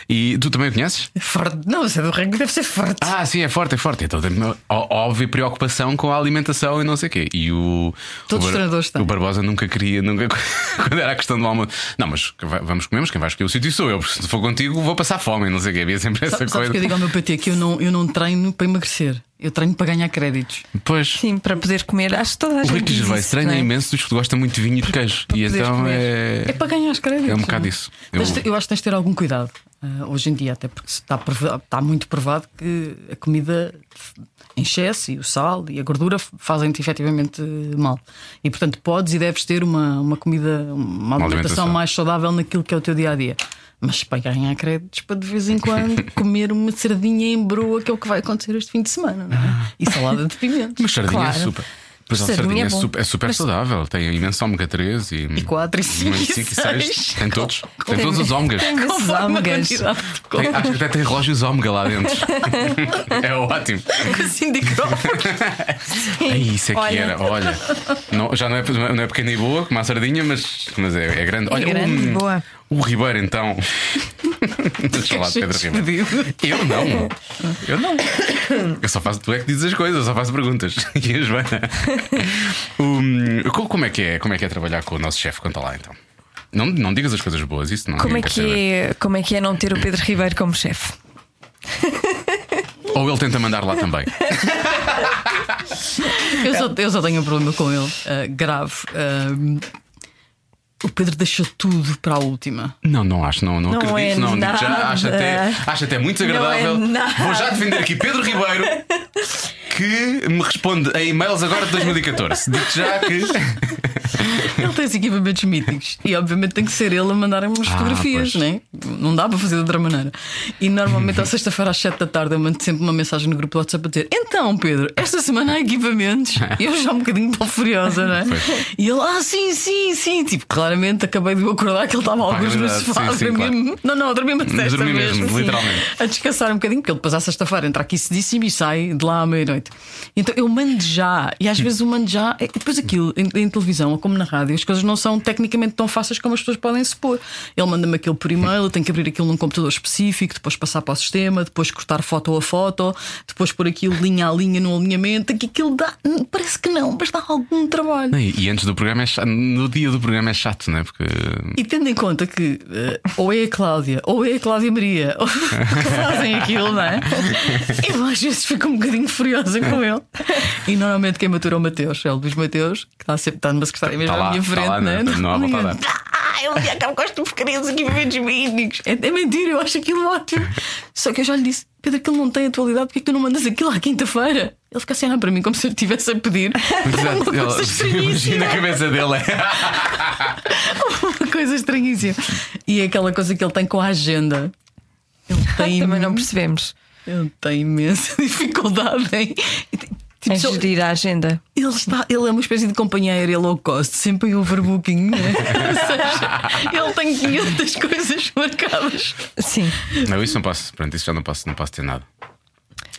[SPEAKER 6] E tu também o conheces?
[SPEAKER 4] forte. Não, isso é do ranking, deve ser forte.
[SPEAKER 6] Ah, sim, é forte, é forte. Então, tem uma ó- óbvia preocupação com a alimentação e não sei o quê. E o.
[SPEAKER 4] Todos
[SPEAKER 6] o
[SPEAKER 4] os treinadores têm.
[SPEAKER 6] O Barbosa nunca queria, nunca. quando era a questão do almoço. Não, mas vai- vamos comermos, quem vai escolher o sítio sou eu, porque se for contigo vou passar fome, e não sei o quê. Havia sempre essa
[SPEAKER 4] Sabe- Sabes
[SPEAKER 6] coisa.
[SPEAKER 4] que eu digo ao meu PT que eu não, eu não treino para emagrecer. Eu treino para ganhar créditos.
[SPEAKER 6] Pois.
[SPEAKER 3] Sim, para poder comer. Acho que toda a
[SPEAKER 6] O
[SPEAKER 3] gente.
[SPEAKER 6] Ricky
[SPEAKER 3] diz
[SPEAKER 6] Gervais
[SPEAKER 3] isso,
[SPEAKER 6] treina
[SPEAKER 3] não é?
[SPEAKER 6] imenso dos que gostam muito de vinho e de queijo. E
[SPEAKER 3] poderes
[SPEAKER 6] então
[SPEAKER 3] comer.
[SPEAKER 4] É
[SPEAKER 6] é.
[SPEAKER 4] para ganhar os créditos.
[SPEAKER 6] É um bocado
[SPEAKER 4] não
[SPEAKER 6] isso. Eu-
[SPEAKER 4] Uhum. Mas te- Eu... acho que tens de ter algum cuidado ah, hoje em dia, até porque se está, prova- está muito provado que a comida em excesso e o sal e a gordura f- fazem-te efetivamente eh, mal. E portanto podes e deves ter uma, uma comida, uma alimentação,
[SPEAKER 6] alimentação.
[SPEAKER 4] mais saudável naquilo que é o teu dia a dia. Mas para ganhar créditos, para de vez em quando comer uma sardinha em broa, que é o que vai acontecer este fim de semana, não é? E salada de pimenta.
[SPEAKER 6] Ah. Mas sardinha é
[SPEAKER 3] Claro.
[SPEAKER 6] super. Pois a
[SPEAKER 3] Sardinha
[SPEAKER 6] sardinha
[SPEAKER 3] é
[SPEAKER 6] é
[SPEAKER 3] bom.
[SPEAKER 6] super, é super saudável. Tem imenso ômega 3 e.
[SPEAKER 4] E quatro, e cinco, e
[SPEAKER 6] cinco e
[SPEAKER 4] seis.
[SPEAKER 6] seis. Tem todos. Tem é todos os ômegas.
[SPEAKER 3] Tem esses
[SPEAKER 4] Conforme a
[SPEAKER 3] ômegas.
[SPEAKER 4] quantidade de
[SPEAKER 6] Tem- acho que até tem relógios ômega lá dentro. é ótimo.
[SPEAKER 4] Cindy Crawford.
[SPEAKER 6] Ei, isso é que
[SPEAKER 3] Olha.
[SPEAKER 6] era, olha. Não, já não é, não é pequena e boa, como a sardinha, mas, mas é, é grande. Olha,
[SPEAKER 3] grande e
[SPEAKER 6] o,
[SPEAKER 3] boa.
[SPEAKER 6] o Ribeiro, então.
[SPEAKER 4] é
[SPEAKER 6] Deixa lá, de Pedro Ribeiro. Eu
[SPEAKER 3] É.
[SPEAKER 6] não. Eu não. Eu só faço. Tu é que dizes as coisas, eu só faço perguntas. E a Joana. Hum, co- como, é que é, como é que é trabalhar com o nosso chefe? Conta lá então. Não, não digas as coisas boas, isso não
[SPEAKER 3] Como é,
[SPEAKER 6] ninguém quer
[SPEAKER 3] que
[SPEAKER 6] saber.
[SPEAKER 3] é, como é que é não ter o Pedro Ribeiro como chefe? é?
[SPEAKER 6] Ou ele tenta mandar lá também.
[SPEAKER 4] Eu só, eu só tenho um problema com ele, ah, grave. Ah, o Pedro deixou tudo para a última.
[SPEAKER 6] Não, não acho, não, não,
[SPEAKER 3] Não
[SPEAKER 6] acredito.
[SPEAKER 3] é
[SPEAKER 6] não, digo já
[SPEAKER 3] nada.
[SPEAKER 6] acho até, acho até muito desagradável.
[SPEAKER 3] Não é nada.
[SPEAKER 6] Vou já defender aqui Pedro Ribeiro que me responde a e-mails agora de 2014. Digo já que.
[SPEAKER 4] Ele tem equipamentos míticos e, obviamente, tem que ser ele a mandar umas fotografias,
[SPEAKER 6] Ah, pois. Uhum.
[SPEAKER 4] né? não dá para fazer de outra maneira. E normalmente, à sexta-feira, às 7 da tarde, eu mando sempre uma mensagem no grupo do WhatsApp a dizer: Então, Pedro, esta semana há equipamentos. E Eu já um bocadinho tão furiosa, não é? E ele: Ah, sim, sim, sim. Tipo, claramente, acabei de me acordar que ele estava alguns no
[SPEAKER 6] é verdade.
[SPEAKER 4] sofá.
[SPEAKER 6] Sim, sim,
[SPEAKER 4] dormi- Não, não, dormi-me
[SPEAKER 6] Mas dormi mesmo, literalmente.
[SPEAKER 4] a descansar um bocadinho, porque ele depois à sexta-feira entra aqui cedíssimo e sai de lá à meia-noite. Então eu mando já, e às vezes o mando já, e depois aquilo em, em televisão ou como na rádio, as coisas não são tecnicamente tão fáceis como as pessoas podem supor. Ele manda-me aquilo por e-mail, eu tenho que abrir aquilo num computador específico, depois passar para o sistema, depois cortar foto a foto, depois pôr aquilo linha a linha no alinhamento, que aquilo dá, hum, parece que não, mas dá algum trabalho.
[SPEAKER 6] E, e antes do programa é chato, no dia do programa é chato, não é? Porque.
[SPEAKER 4] E tendo em conta que eh, ou é a Cláudia ou é a Cláudia Maria ou que fazem aquilo, não é? Eu às vezes fico um bocadinho furiosa com ele. E normalmente quem matura é o Mateus, é o Luís Mateus, que está sempre está numa secretária mesmo
[SPEAKER 6] lá,
[SPEAKER 4] à minha
[SPEAKER 6] tá
[SPEAKER 4] frente,
[SPEAKER 6] lá,
[SPEAKER 4] não é?
[SPEAKER 6] não- não há volta a dar.
[SPEAKER 4] Ah, eu um dia acabo com estas porcarias aqui equipamentos mínimos. É, é mentira, eu acho aquilo ótimo. Só que eu já lhe disse, Pedro, aquilo não tem atualidade, porque é que tu não mandas aquilo à quinta-feira? Ele fica assim a olhar para mim como se eu lhe estivesse a pedir. Uma
[SPEAKER 6] Exato,
[SPEAKER 4] coisa
[SPEAKER 6] ela-
[SPEAKER 4] estranhíssima.
[SPEAKER 6] imagina a cabeça dele. é.
[SPEAKER 4] Uma coisa estranhíssima. E é aquela coisa que ele tem com a agenda. Ele tem,
[SPEAKER 3] Também não percebemos.
[SPEAKER 4] ele tem imensa dificuldade em. Tipo,
[SPEAKER 3] Em
[SPEAKER 4] só-
[SPEAKER 3] gerir a agenda.
[SPEAKER 4] ele, está, ele é uma espécie de companheiro, ele é low cost, sempre em overbooking. né? Ou seja, ele tem 500 coisas marcadas.
[SPEAKER 3] Sim.
[SPEAKER 6] Não, isso não posso. Pronto, isso já não posso, não posso ter nada.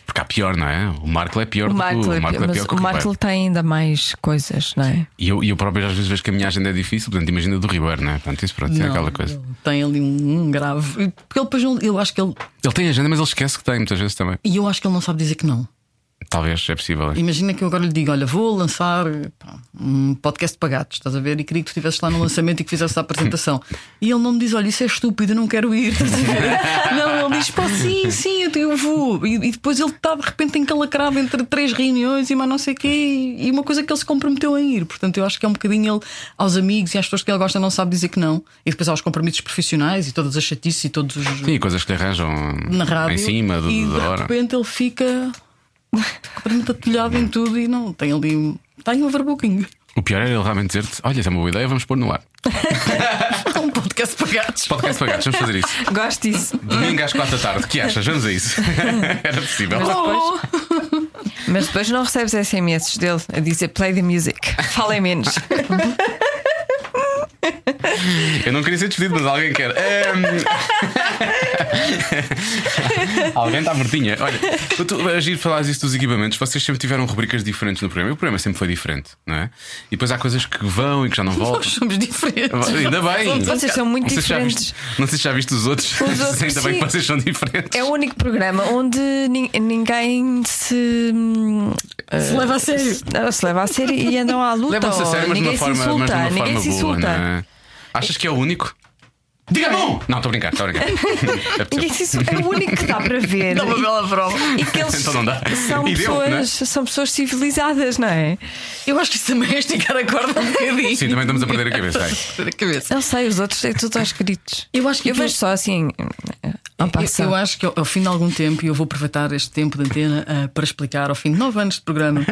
[SPEAKER 6] Porque há pior, não é? O Marco é pior
[SPEAKER 3] O
[SPEAKER 6] do que
[SPEAKER 3] Marco,
[SPEAKER 6] o Marco é
[SPEAKER 3] mas
[SPEAKER 6] pior que o
[SPEAKER 3] o Marco
[SPEAKER 6] Ribeiro.
[SPEAKER 3] tem ainda mais coisas, não é?
[SPEAKER 6] E eu, e eu próprio às vezes vejo que a minha agenda é difícil, portanto, imagina do Ribeiro, não é? Portanto, isso pronto, é
[SPEAKER 4] Não,
[SPEAKER 6] aquela coisa.
[SPEAKER 4] ele Tem ali um, um grave. Porque ele depois não. Eu acho que ele.
[SPEAKER 6] Ele tem agenda, mas ele esquece que tem, muitas vezes também.
[SPEAKER 4] E eu acho que ele não sabe dizer que não.
[SPEAKER 6] Talvez, é possível. é.
[SPEAKER 4] Imagina que eu agora lhe digo: Olha, vou lançar pá, um podcast para gatos, estás a ver? E queria que tu estivesse lá no lançamento e que fizesse a apresentação. E ele não me diz: Olha, isso é estúpido, eu não quero ir. estás a ver? não, ele diz: Pá, sim, sim, eu, te- eu vou. E, e depois ele está de repente encalacrado entre três reuniões e mais não sei o quê, e, e uma coisa que ele se comprometeu em ir. Portanto, eu acho que é um bocadinho ele aos amigos e às pessoas que ele gosta não sabe dizer que não. E depois há os compromissos profissionais e todas as chatices e todos os.
[SPEAKER 6] Sim, coisas que lhe arranjam
[SPEAKER 4] Na rádio
[SPEAKER 6] em cima do,
[SPEAKER 4] e
[SPEAKER 6] da
[SPEAKER 4] de
[SPEAKER 6] hora.
[SPEAKER 4] repente ele fica completamente atolhado em tudo e não tem ali um- tem um overbooking.
[SPEAKER 6] O pior era ele realmente dizer-te: Olha, isso é uma boa ideia, vamos pôr no ar.
[SPEAKER 4] um podcast para gatos.
[SPEAKER 6] Podcast para gatos, vamos fazer isso.
[SPEAKER 3] Gosto disso.
[SPEAKER 6] Domingo às quatro da tarde, que achas? Vamos a isso. era possível.
[SPEAKER 4] Oh,
[SPEAKER 3] Mas depois não recebes SMS dele a dizer play the music. Falem menos.
[SPEAKER 6] Eu não queria ser despedido, mas alguém quer. Ahm. alguém está mortinha. Olha, tu, a Giro falares isso dos equipamentos, vocês sempre tiveram rubricas diferentes no programa. E o programa sempre foi diferente, não é? E depois há coisas que vão e que já não
[SPEAKER 4] Nós
[SPEAKER 6] voltam.
[SPEAKER 4] somos diferentes.
[SPEAKER 6] Ainda bem.
[SPEAKER 3] Vocês são muito
[SPEAKER 6] não sei, se já
[SPEAKER 3] diferentes.
[SPEAKER 6] viste, não sei se já viste os outros.
[SPEAKER 3] Os outros,
[SPEAKER 6] Ainda bem que
[SPEAKER 3] sim.
[SPEAKER 6] vocês são diferentes.
[SPEAKER 3] É o único programa onde nin- ninguém se, hum,
[SPEAKER 4] Se leva a sério.
[SPEAKER 3] não, se leva a sério e andam à luta.
[SPEAKER 6] Levam-se a
[SPEAKER 3] ou
[SPEAKER 6] sério, mas de
[SPEAKER 3] ninguém
[SPEAKER 6] uma forma, é? mas
[SPEAKER 3] se insulta.
[SPEAKER 6] de uma
[SPEAKER 3] ninguém
[SPEAKER 6] forma
[SPEAKER 3] se
[SPEAKER 6] boa,
[SPEAKER 3] insulta.
[SPEAKER 6] não é? Achas que é o único? Diga não! Não, estou a brincar, estou a brincar. É
[SPEAKER 3] E
[SPEAKER 6] possível.
[SPEAKER 3] isso, isso é o único que dá para ver.
[SPEAKER 4] Dá uma
[SPEAKER 3] E-
[SPEAKER 4] bela prova.
[SPEAKER 3] E que eles
[SPEAKER 6] Então não dá.
[SPEAKER 3] são,
[SPEAKER 6] E deu,
[SPEAKER 3] pessoas,
[SPEAKER 6] não é?
[SPEAKER 3] são pessoas civilizadas, não é?
[SPEAKER 4] Eu acho que isso também é esticar a corda um bocadinho.
[SPEAKER 6] Sim, também estamos a perder a cabeça. aí.
[SPEAKER 4] Perder a cabeça.
[SPEAKER 3] Eu sei, os outros é tudo aos gritos.
[SPEAKER 4] Eu acho que
[SPEAKER 3] eu
[SPEAKER 4] aquilo-
[SPEAKER 3] vejo só assim. Ao
[SPEAKER 4] Eu,
[SPEAKER 3] passar.
[SPEAKER 4] eu acho que ao, ao fim de algum tempo, e eu vou aproveitar este tempo de antena ah, para explicar, ao fim de nove anos de programa,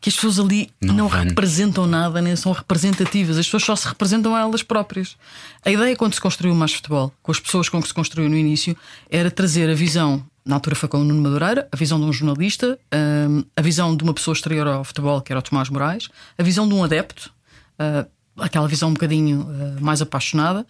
[SPEAKER 4] que as pessoas ali
[SPEAKER 6] Nove
[SPEAKER 4] não
[SPEAKER 6] anos.
[SPEAKER 4] representam nada, nem são representativas, as pessoas só se representam a elas próprias. A ideia quando se construiu o mais futebol, com as pessoas com que se construiu no início, era trazer a visão. Na altura foi com o Nuno Madureira, a visão de um jornalista, ah, a visão de uma pessoa exterior ao futebol, que era o Tomás Moraes, a visão de um adepto, ah, aquela visão um bocadinho ah, mais apaixonada,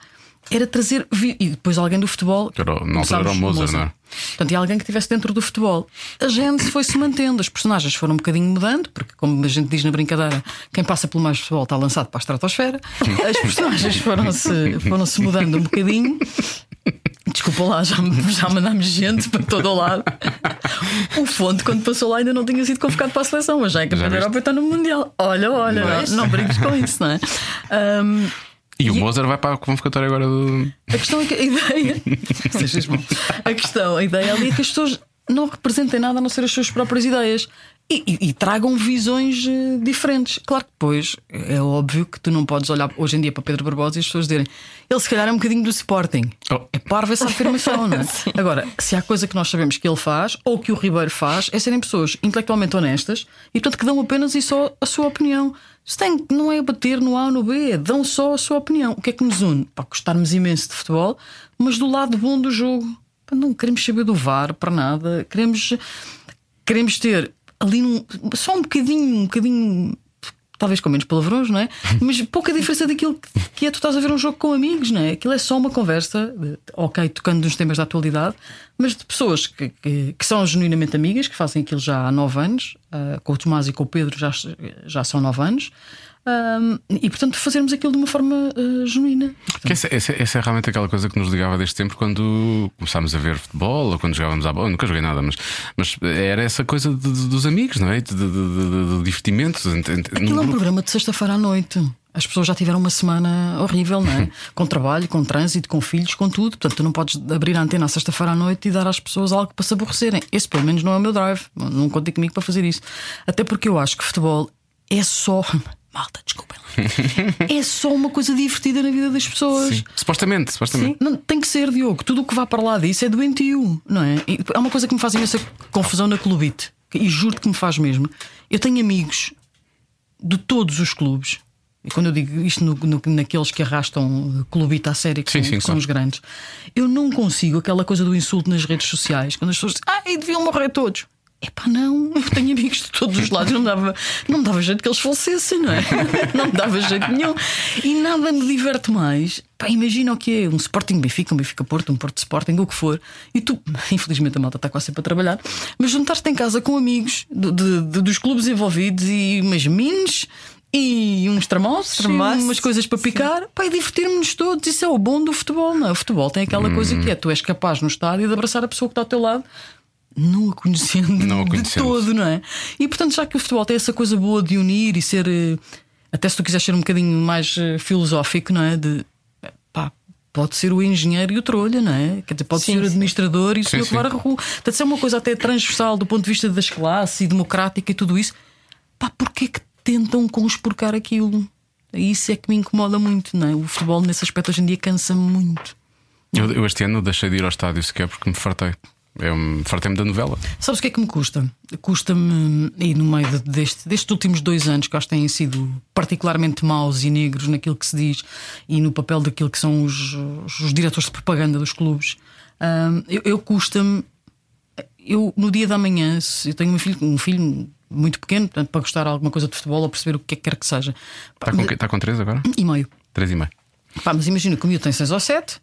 [SPEAKER 4] era trazer. vi- E depois alguém do futebol
[SPEAKER 6] Que era o- na altura
[SPEAKER 4] Começámos
[SPEAKER 6] era o Mozart, não é?
[SPEAKER 4] Portanto, e alguém que estivesse dentro do futebol. A gente foi-se mantendo, os personagens foram um bocadinho mudando, porque, como a gente diz na brincadeira, quem passa pelo mais futebol está lançado para a estratosfera. As personagens foram-se foram -se mudando um bocadinho. Desculpa lá, já, já mandámos gente para todo o lado. O Fonte, quando passou lá, ainda não tinha sido convocado para a seleção, mas já é campeão da
[SPEAKER 6] viste?
[SPEAKER 4] Europa e está no Mundial. Olha, olha,
[SPEAKER 6] Não é?
[SPEAKER 4] não, não brinques com isso, não é? Ahm,
[SPEAKER 6] E o Mozart vai para a convocatória agora do.
[SPEAKER 4] a questão é que a ideia. Sejas bom. A questão, a ideia ali é que as pessoas não representem nada a não ser as suas próprias ideias. E, e- e tragam visões eh, diferentes. Claro que depois é óbvio que tu não podes olhar hoje em dia para Pedro Barbosa e as pessoas dizerem ele se calhar é um bocadinho do Sporting.
[SPEAKER 6] Oh.
[SPEAKER 4] É parva essa afirmação, não é? Agora, se há coisa que nós sabemos que ele faz ou que o Ribeiro faz é serem pessoas intelectualmente honestas e portanto que dão apenas e só a sua opinião. Se tem, não é bater no A ou no B, é dão só a sua opinião. O que é que nos une? Para gostarmos imenso de futebol, mas do lado bom do jogo. Pá, Não queremos saber do VAR para nada, queremos queremos ter ali num- só um bocadinho, um bocadinho, talvez com menos palavrões, não é? Mas pouca diferença daquilo que- que é tu estás a ver um jogo com amigos, não é? Aquilo é só uma conversa, de- ok, tocando nos temas da atualidade, mas de pessoas que, que- que são genuinamente amigas, que fazem aquilo já há nove anos, ah, com o Tomás e com o Pedro já, já são nove anos. ah, e portanto fazermos aquilo de uma forma ah, genuína.
[SPEAKER 6] Que essa, essa- essa é realmente aquela coisa que nos ligava deste tempo quando começámos a ver futebol ou quando jogávamos à bola. Eu Nunca joguei nada, mas, mas era essa coisa de- de- dos amigos, não é? De, de, de, de- de divertimentos. ent- ent- num
[SPEAKER 4] Aquilo é um
[SPEAKER 6] grupo.
[SPEAKER 4] programa de sexta-feira à noite. As pessoas já tiveram uma semana horrível, não é? com trabalho, com trânsito, com filhos, com tudo. Portanto, tu não podes abrir a antena à sexta-feira à noite e dar às pessoas algo para se aborrecerem. Esse, pelo menos, não é o meu drive. Não contem comigo para fazer isso. Até porque eu acho que futebol é só. Malta, desculpem lá. É só uma coisa divertida na vida das pessoas.
[SPEAKER 6] Sim. Supostamente, supostamente.
[SPEAKER 4] Não, tem que ser, Diogo. Tudo o que vá para lá disso é doentio, não é? E é uma coisa que me faz imensa confusão na clubite. E juro que me faz mesmo. Eu tenho amigos de todos os clubes. E quando eu digo isto no- no- naqueles que arrastam eh, clubite à série, que,
[SPEAKER 6] Sim,
[SPEAKER 4] são,
[SPEAKER 6] sim,
[SPEAKER 4] que são
[SPEAKER 6] claro.
[SPEAKER 4] os grandes, eu não consigo aquela coisa do insulto nas redes sociais, quando as pessoas dizem, ai, deviam morrer todos. Epá, não, eu tenho amigos de todos os lados, não me dava, não me dava jeito que eles falecessem, não é? Não me dava jeito nenhum. E nada me diverte mais. Pá, imagina o que é um Sporting Benfica, um Benfica Porto, um Porto Sporting, o que for, e tu, infelizmente a malta está quase sempre a trabalhar, mas juntar-te em casa com amigos do- de- de- dos clubes envolvidos e umas minis e uns tramoços, e
[SPEAKER 3] Tramoços.
[SPEAKER 4] umas coisas para picar, pá, e divertirmos-nos todos. Isso é o bom do futebol, não é? O futebol tem aquela
[SPEAKER 6] Hum.
[SPEAKER 4] coisa que é: tu és capaz no estádio de abraçar a pessoa que está ao teu lado. Não a conhecendo,
[SPEAKER 6] Não a
[SPEAKER 4] de
[SPEAKER 6] conhecendo.
[SPEAKER 4] todo, não é? E portanto, já que o futebol tem essa coisa boa de unir e ser, eh, até se tu quiseres ser um bocadinho mais eh, filosófico, não é? De pá, pode ser o engenheiro e o trolha, não é? Quer dizer, pode ser o administrador e
[SPEAKER 6] Sim,
[SPEAKER 4] o
[SPEAKER 6] sim.
[SPEAKER 4] senhor a rua. Portanto, se é uma coisa até transversal do ponto de vista das classes e democrática e tudo isso, pá, porquê que tentam conspurcar aquilo? Isso é que me incomoda muito, não é? O futebol nesse aspecto hoje em dia cansa-me muito.
[SPEAKER 6] Eu, eu este ano deixei de ir ao estádio sequer porque me fartei. Eu me fartei-me da novela.
[SPEAKER 4] Sabes o que é que me custa? Custa-me, e no meio de- deste, destes últimos dois anos que acho que têm sido particularmente maus e negros naquilo que se diz e no papel daquilo que são os, os, os diretores de propaganda dos clubes, hum, eu, eu custa-me. Eu, no dia da manhã, se eu tenho um filho, um filho muito pequeno, portanto, para gostar de alguma coisa de futebol ou perceber o que é que quer que seja.
[SPEAKER 6] Está
[SPEAKER 4] Pá,
[SPEAKER 6] Tá com, que- está com 3 agora?
[SPEAKER 4] E meio.
[SPEAKER 6] 3 e meio.
[SPEAKER 4] Pá, mas imagina que o miúdo tem 6 ou 7,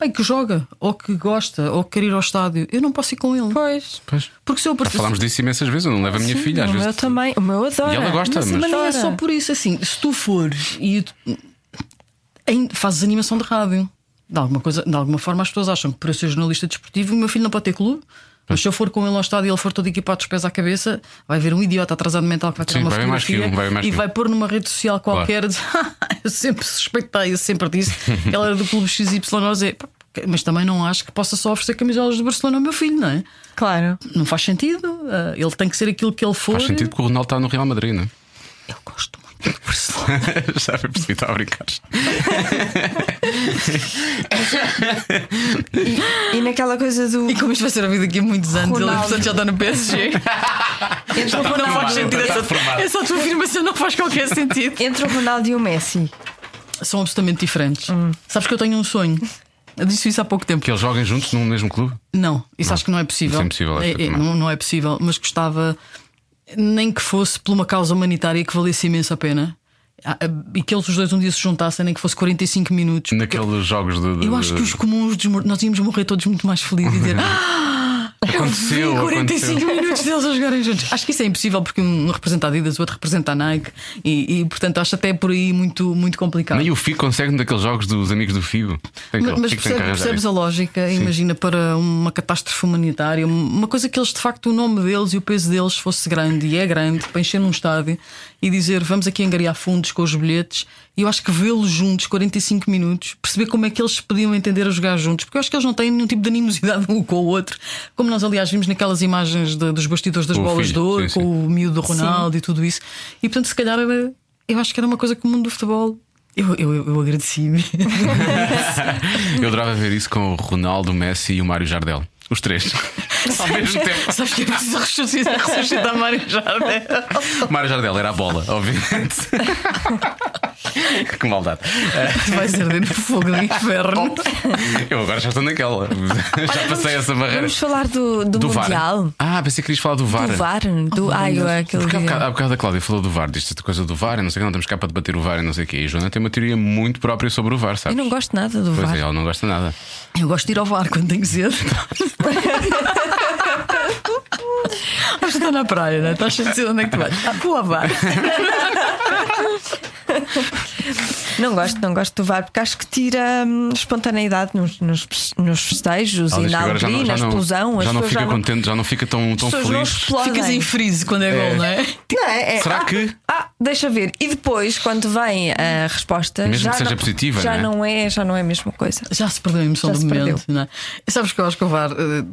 [SPEAKER 4] bem que joga, ou que gosta, ou que quer ir ao estádio. Eu não posso ir com ele.
[SPEAKER 3] Pois.
[SPEAKER 6] Pois.
[SPEAKER 4] Porque se eu
[SPEAKER 6] Já falámos disso imensas vezes. Eu não levo a minha
[SPEAKER 3] Sim,
[SPEAKER 6] filha às
[SPEAKER 3] o meu
[SPEAKER 6] vezes.
[SPEAKER 3] também. O meu adora.
[SPEAKER 6] E ela gosta,
[SPEAKER 3] Mas,
[SPEAKER 6] mas-
[SPEAKER 3] mas
[SPEAKER 4] Mas não é
[SPEAKER 3] adora.
[SPEAKER 4] só por isso, assim, se tu fores e em- fazes animação de rádio, de alguma, coisa, de alguma forma as pessoas acham que por eu ser jornalista desportivo o meu filho não pode ter clube. Mas se eu for com ele ao estádio e ele for todo equipado dos pés à cabeça, vai ver um idiota atrasado mental que vai tirar
[SPEAKER 6] Sim,
[SPEAKER 4] uma
[SPEAKER 6] vai ver mais que
[SPEAKER 4] fotografia
[SPEAKER 6] um, vai ver mais
[SPEAKER 4] e
[SPEAKER 6] que um.
[SPEAKER 4] vai pôr numa rede social qualquer a dizer, "Ah, eu sempre suspeitei, eu sempre disse que ela era do clube XYZ. Pá, Mas também não acho que possa só oferecer camisolas do Barcelona ao meu filho, não é?
[SPEAKER 3] Claro.
[SPEAKER 4] Não faz sentido. Ah, Ele tem que ser aquilo que ele for.
[SPEAKER 6] Faz sentido que o Ronaldo está no Real Madrid, não é?
[SPEAKER 4] Eu gosto muito do Barcelona.
[SPEAKER 6] Já foi percebido, está a brincar.
[SPEAKER 3] E naquela coisa do.
[SPEAKER 4] E como isto vai ser ouvido aqui a muitos anos, ele
[SPEAKER 3] Ronaldo.
[SPEAKER 4] portanto já está no PSG.
[SPEAKER 3] Entre o
[SPEAKER 4] é não
[SPEAKER 3] Ronaldo,
[SPEAKER 4] faz sentido.
[SPEAKER 6] está
[SPEAKER 4] Essa,
[SPEAKER 6] tá formado.
[SPEAKER 4] essa tua afirmação não faz qualquer sentido.
[SPEAKER 3] entre o Ronaldo e o Messi.
[SPEAKER 4] São absolutamente diferentes. Sabes que eu tenho um sonho. Eu disse isso há pouco tempo.
[SPEAKER 6] Que eles joguem juntos num mesmo clube?
[SPEAKER 4] Não, isso acho que não é possível.
[SPEAKER 6] Isso é impossível, acho que também.
[SPEAKER 4] não, não é possível, mas gostava, nem que fosse por uma causa humanitária que valesse imenso a pena. Ah, ah, E que eles os dois um dia se juntassem, nem que fosse 45 minutos.
[SPEAKER 6] Naqueles jogos de. de-
[SPEAKER 4] Eu acho que os
[SPEAKER 6] de-
[SPEAKER 4] comuns, dos mor- nós íamos morrer todos muito mais felizes e dizer. "Ah,
[SPEAKER 6] Aconteceu,
[SPEAKER 4] vi 45
[SPEAKER 6] aconteceu.
[SPEAKER 4] minutos deles a jogarem juntos. Acho que isso é impossível porque um representa a Adidas, o outro representa a Nike e, e, portanto acho até por aí muito, muito complicado.
[SPEAKER 6] Nem o Figo consegue um daqueles jogos dos amigos do Figo. Tem que-
[SPEAKER 4] Mas,
[SPEAKER 6] Figo tem que
[SPEAKER 4] mas percebe-
[SPEAKER 6] arranjar
[SPEAKER 4] percebes
[SPEAKER 6] isso.
[SPEAKER 4] a lógica? Imagina para uma catástrofe humanitária, uma coisa que eles de facto o nome deles e o peso deles fosse grande e é grande para encher num estádio e dizer vamos aqui angariar fundos com os bilhetes. E eu acho que vê-los juntos 45 minutos, perceber como é que eles se podiam entender a jogar juntos, porque eu acho que eles não têm nenhum tipo de animosidade um com o outro, como nós aliás vimos naquelas imagens de- dos bastidores das
[SPEAKER 6] Com o
[SPEAKER 4] bolas
[SPEAKER 6] filho,
[SPEAKER 4] de ouro,
[SPEAKER 6] sim,
[SPEAKER 4] com
[SPEAKER 6] sim.
[SPEAKER 4] o miúdo do Ronaldo e tudo isso. E portanto, se calhar era- eu acho que era uma coisa que o mundo do futebol. Eu, eu, eu agradeci-me. um-
[SPEAKER 6] Eu adorava ver isso com o Ronaldo, o Messi e o Mário Jardel. Os três. Ao mesmo tempo.
[SPEAKER 4] Sabes que é preciso ressuscitar, ressuscitar Mário Jardel.
[SPEAKER 6] O Mário Jardel era a bola, obviamente. que maldade.
[SPEAKER 4] Tu vais arder no fogo do inferno.
[SPEAKER 3] Oh.
[SPEAKER 6] Eu agora já estou naquela. já passei essa barreira.
[SPEAKER 3] Vamos falar do, do,
[SPEAKER 6] do VAR.
[SPEAKER 3] Mundial.
[SPEAKER 6] Ah, pensei que querias falar do VAR. Oh,
[SPEAKER 3] Do VAR. Do ai, eu- aquele
[SPEAKER 6] Porque há
[SPEAKER 3] dia.
[SPEAKER 6] bocado, há bocado a Cláudia falou do VAR, disse esta coisa do VAR, e não sei o que, não estamos cá para debater o VAR e não sei o que. E a Joana tem uma teoria muito própria sobre o VAR,
[SPEAKER 3] Eu
[SPEAKER 6] sabes?
[SPEAKER 3] não gosto nada do
[SPEAKER 6] Pois
[SPEAKER 3] VAR.
[SPEAKER 6] é, ela não gosta nada.
[SPEAKER 4] Eu gosto de ir ao VAR quando tenho sede. Mas está na praia, não é? Estás sem sede, onde é que tu vais? Ah, vou ao VAR.
[SPEAKER 3] Não gosto, não gosto do VAR, porque acho que tira hum, espontaneidade nos, nos, nos festejos
[SPEAKER 6] Ela
[SPEAKER 3] e
[SPEAKER 6] diz
[SPEAKER 3] na
[SPEAKER 6] que agora já
[SPEAKER 3] alegria,
[SPEAKER 6] não- já
[SPEAKER 3] na
[SPEAKER 6] não-
[SPEAKER 3] explosão. as
[SPEAKER 6] Já não
[SPEAKER 3] pessoas
[SPEAKER 6] fica
[SPEAKER 3] já não-
[SPEAKER 6] contente, já não fica tão,
[SPEAKER 3] as
[SPEAKER 6] tão
[SPEAKER 3] pessoas não
[SPEAKER 6] feliz.
[SPEAKER 3] explodem.
[SPEAKER 4] Ficas em freeze quando é gol, não é?
[SPEAKER 3] Não, é, é,
[SPEAKER 6] Será
[SPEAKER 3] ah,
[SPEAKER 6] que-
[SPEAKER 3] Ah, deixa ver. E depois, quando vem a resposta.
[SPEAKER 6] Mesmo
[SPEAKER 3] já
[SPEAKER 6] que seja
[SPEAKER 3] não,
[SPEAKER 6] positiva,
[SPEAKER 3] já
[SPEAKER 6] não é?
[SPEAKER 3] não é? Já não é a mesma coisa.
[SPEAKER 4] Já se perdeu a emoção
[SPEAKER 3] Já
[SPEAKER 4] do
[SPEAKER 3] se
[SPEAKER 4] momento,
[SPEAKER 3] perdeu.
[SPEAKER 4] não é? E sabes que eu acho que o VAR eh,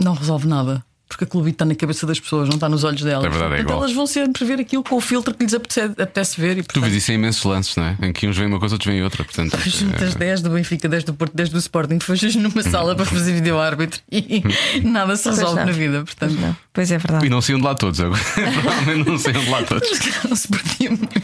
[SPEAKER 4] não resolve nada. Porque a clube está na cabeça das pessoas, não está nos olhos delas.
[SPEAKER 6] É verdade, é
[SPEAKER 4] então
[SPEAKER 6] igual.
[SPEAKER 4] elas vão sempre ver aquilo com o filtro que lhes apetece, apetece ver. E,
[SPEAKER 6] Tu
[SPEAKER 4] portanto,
[SPEAKER 6] vês isso em imensos lances, não é? Em que uns veem uma coisa, outros veem outra. Portanto,
[SPEAKER 4] Juntas
[SPEAKER 3] então.
[SPEAKER 6] eh,
[SPEAKER 4] 10 do Benfica, 10 do Porto, 10 do Sporting, fechas numa sala para fazer vídeo árbitro e nada se resolve
[SPEAKER 3] não.
[SPEAKER 4] na vida, portanto.
[SPEAKER 3] Não, pois é
[SPEAKER 6] E
[SPEAKER 3] verdade.
[SPEAKER 6] não saiam de lá todos agora. Provavelmente não saiam de lá todos.
[SPEAKER 4] Não se perdia muito.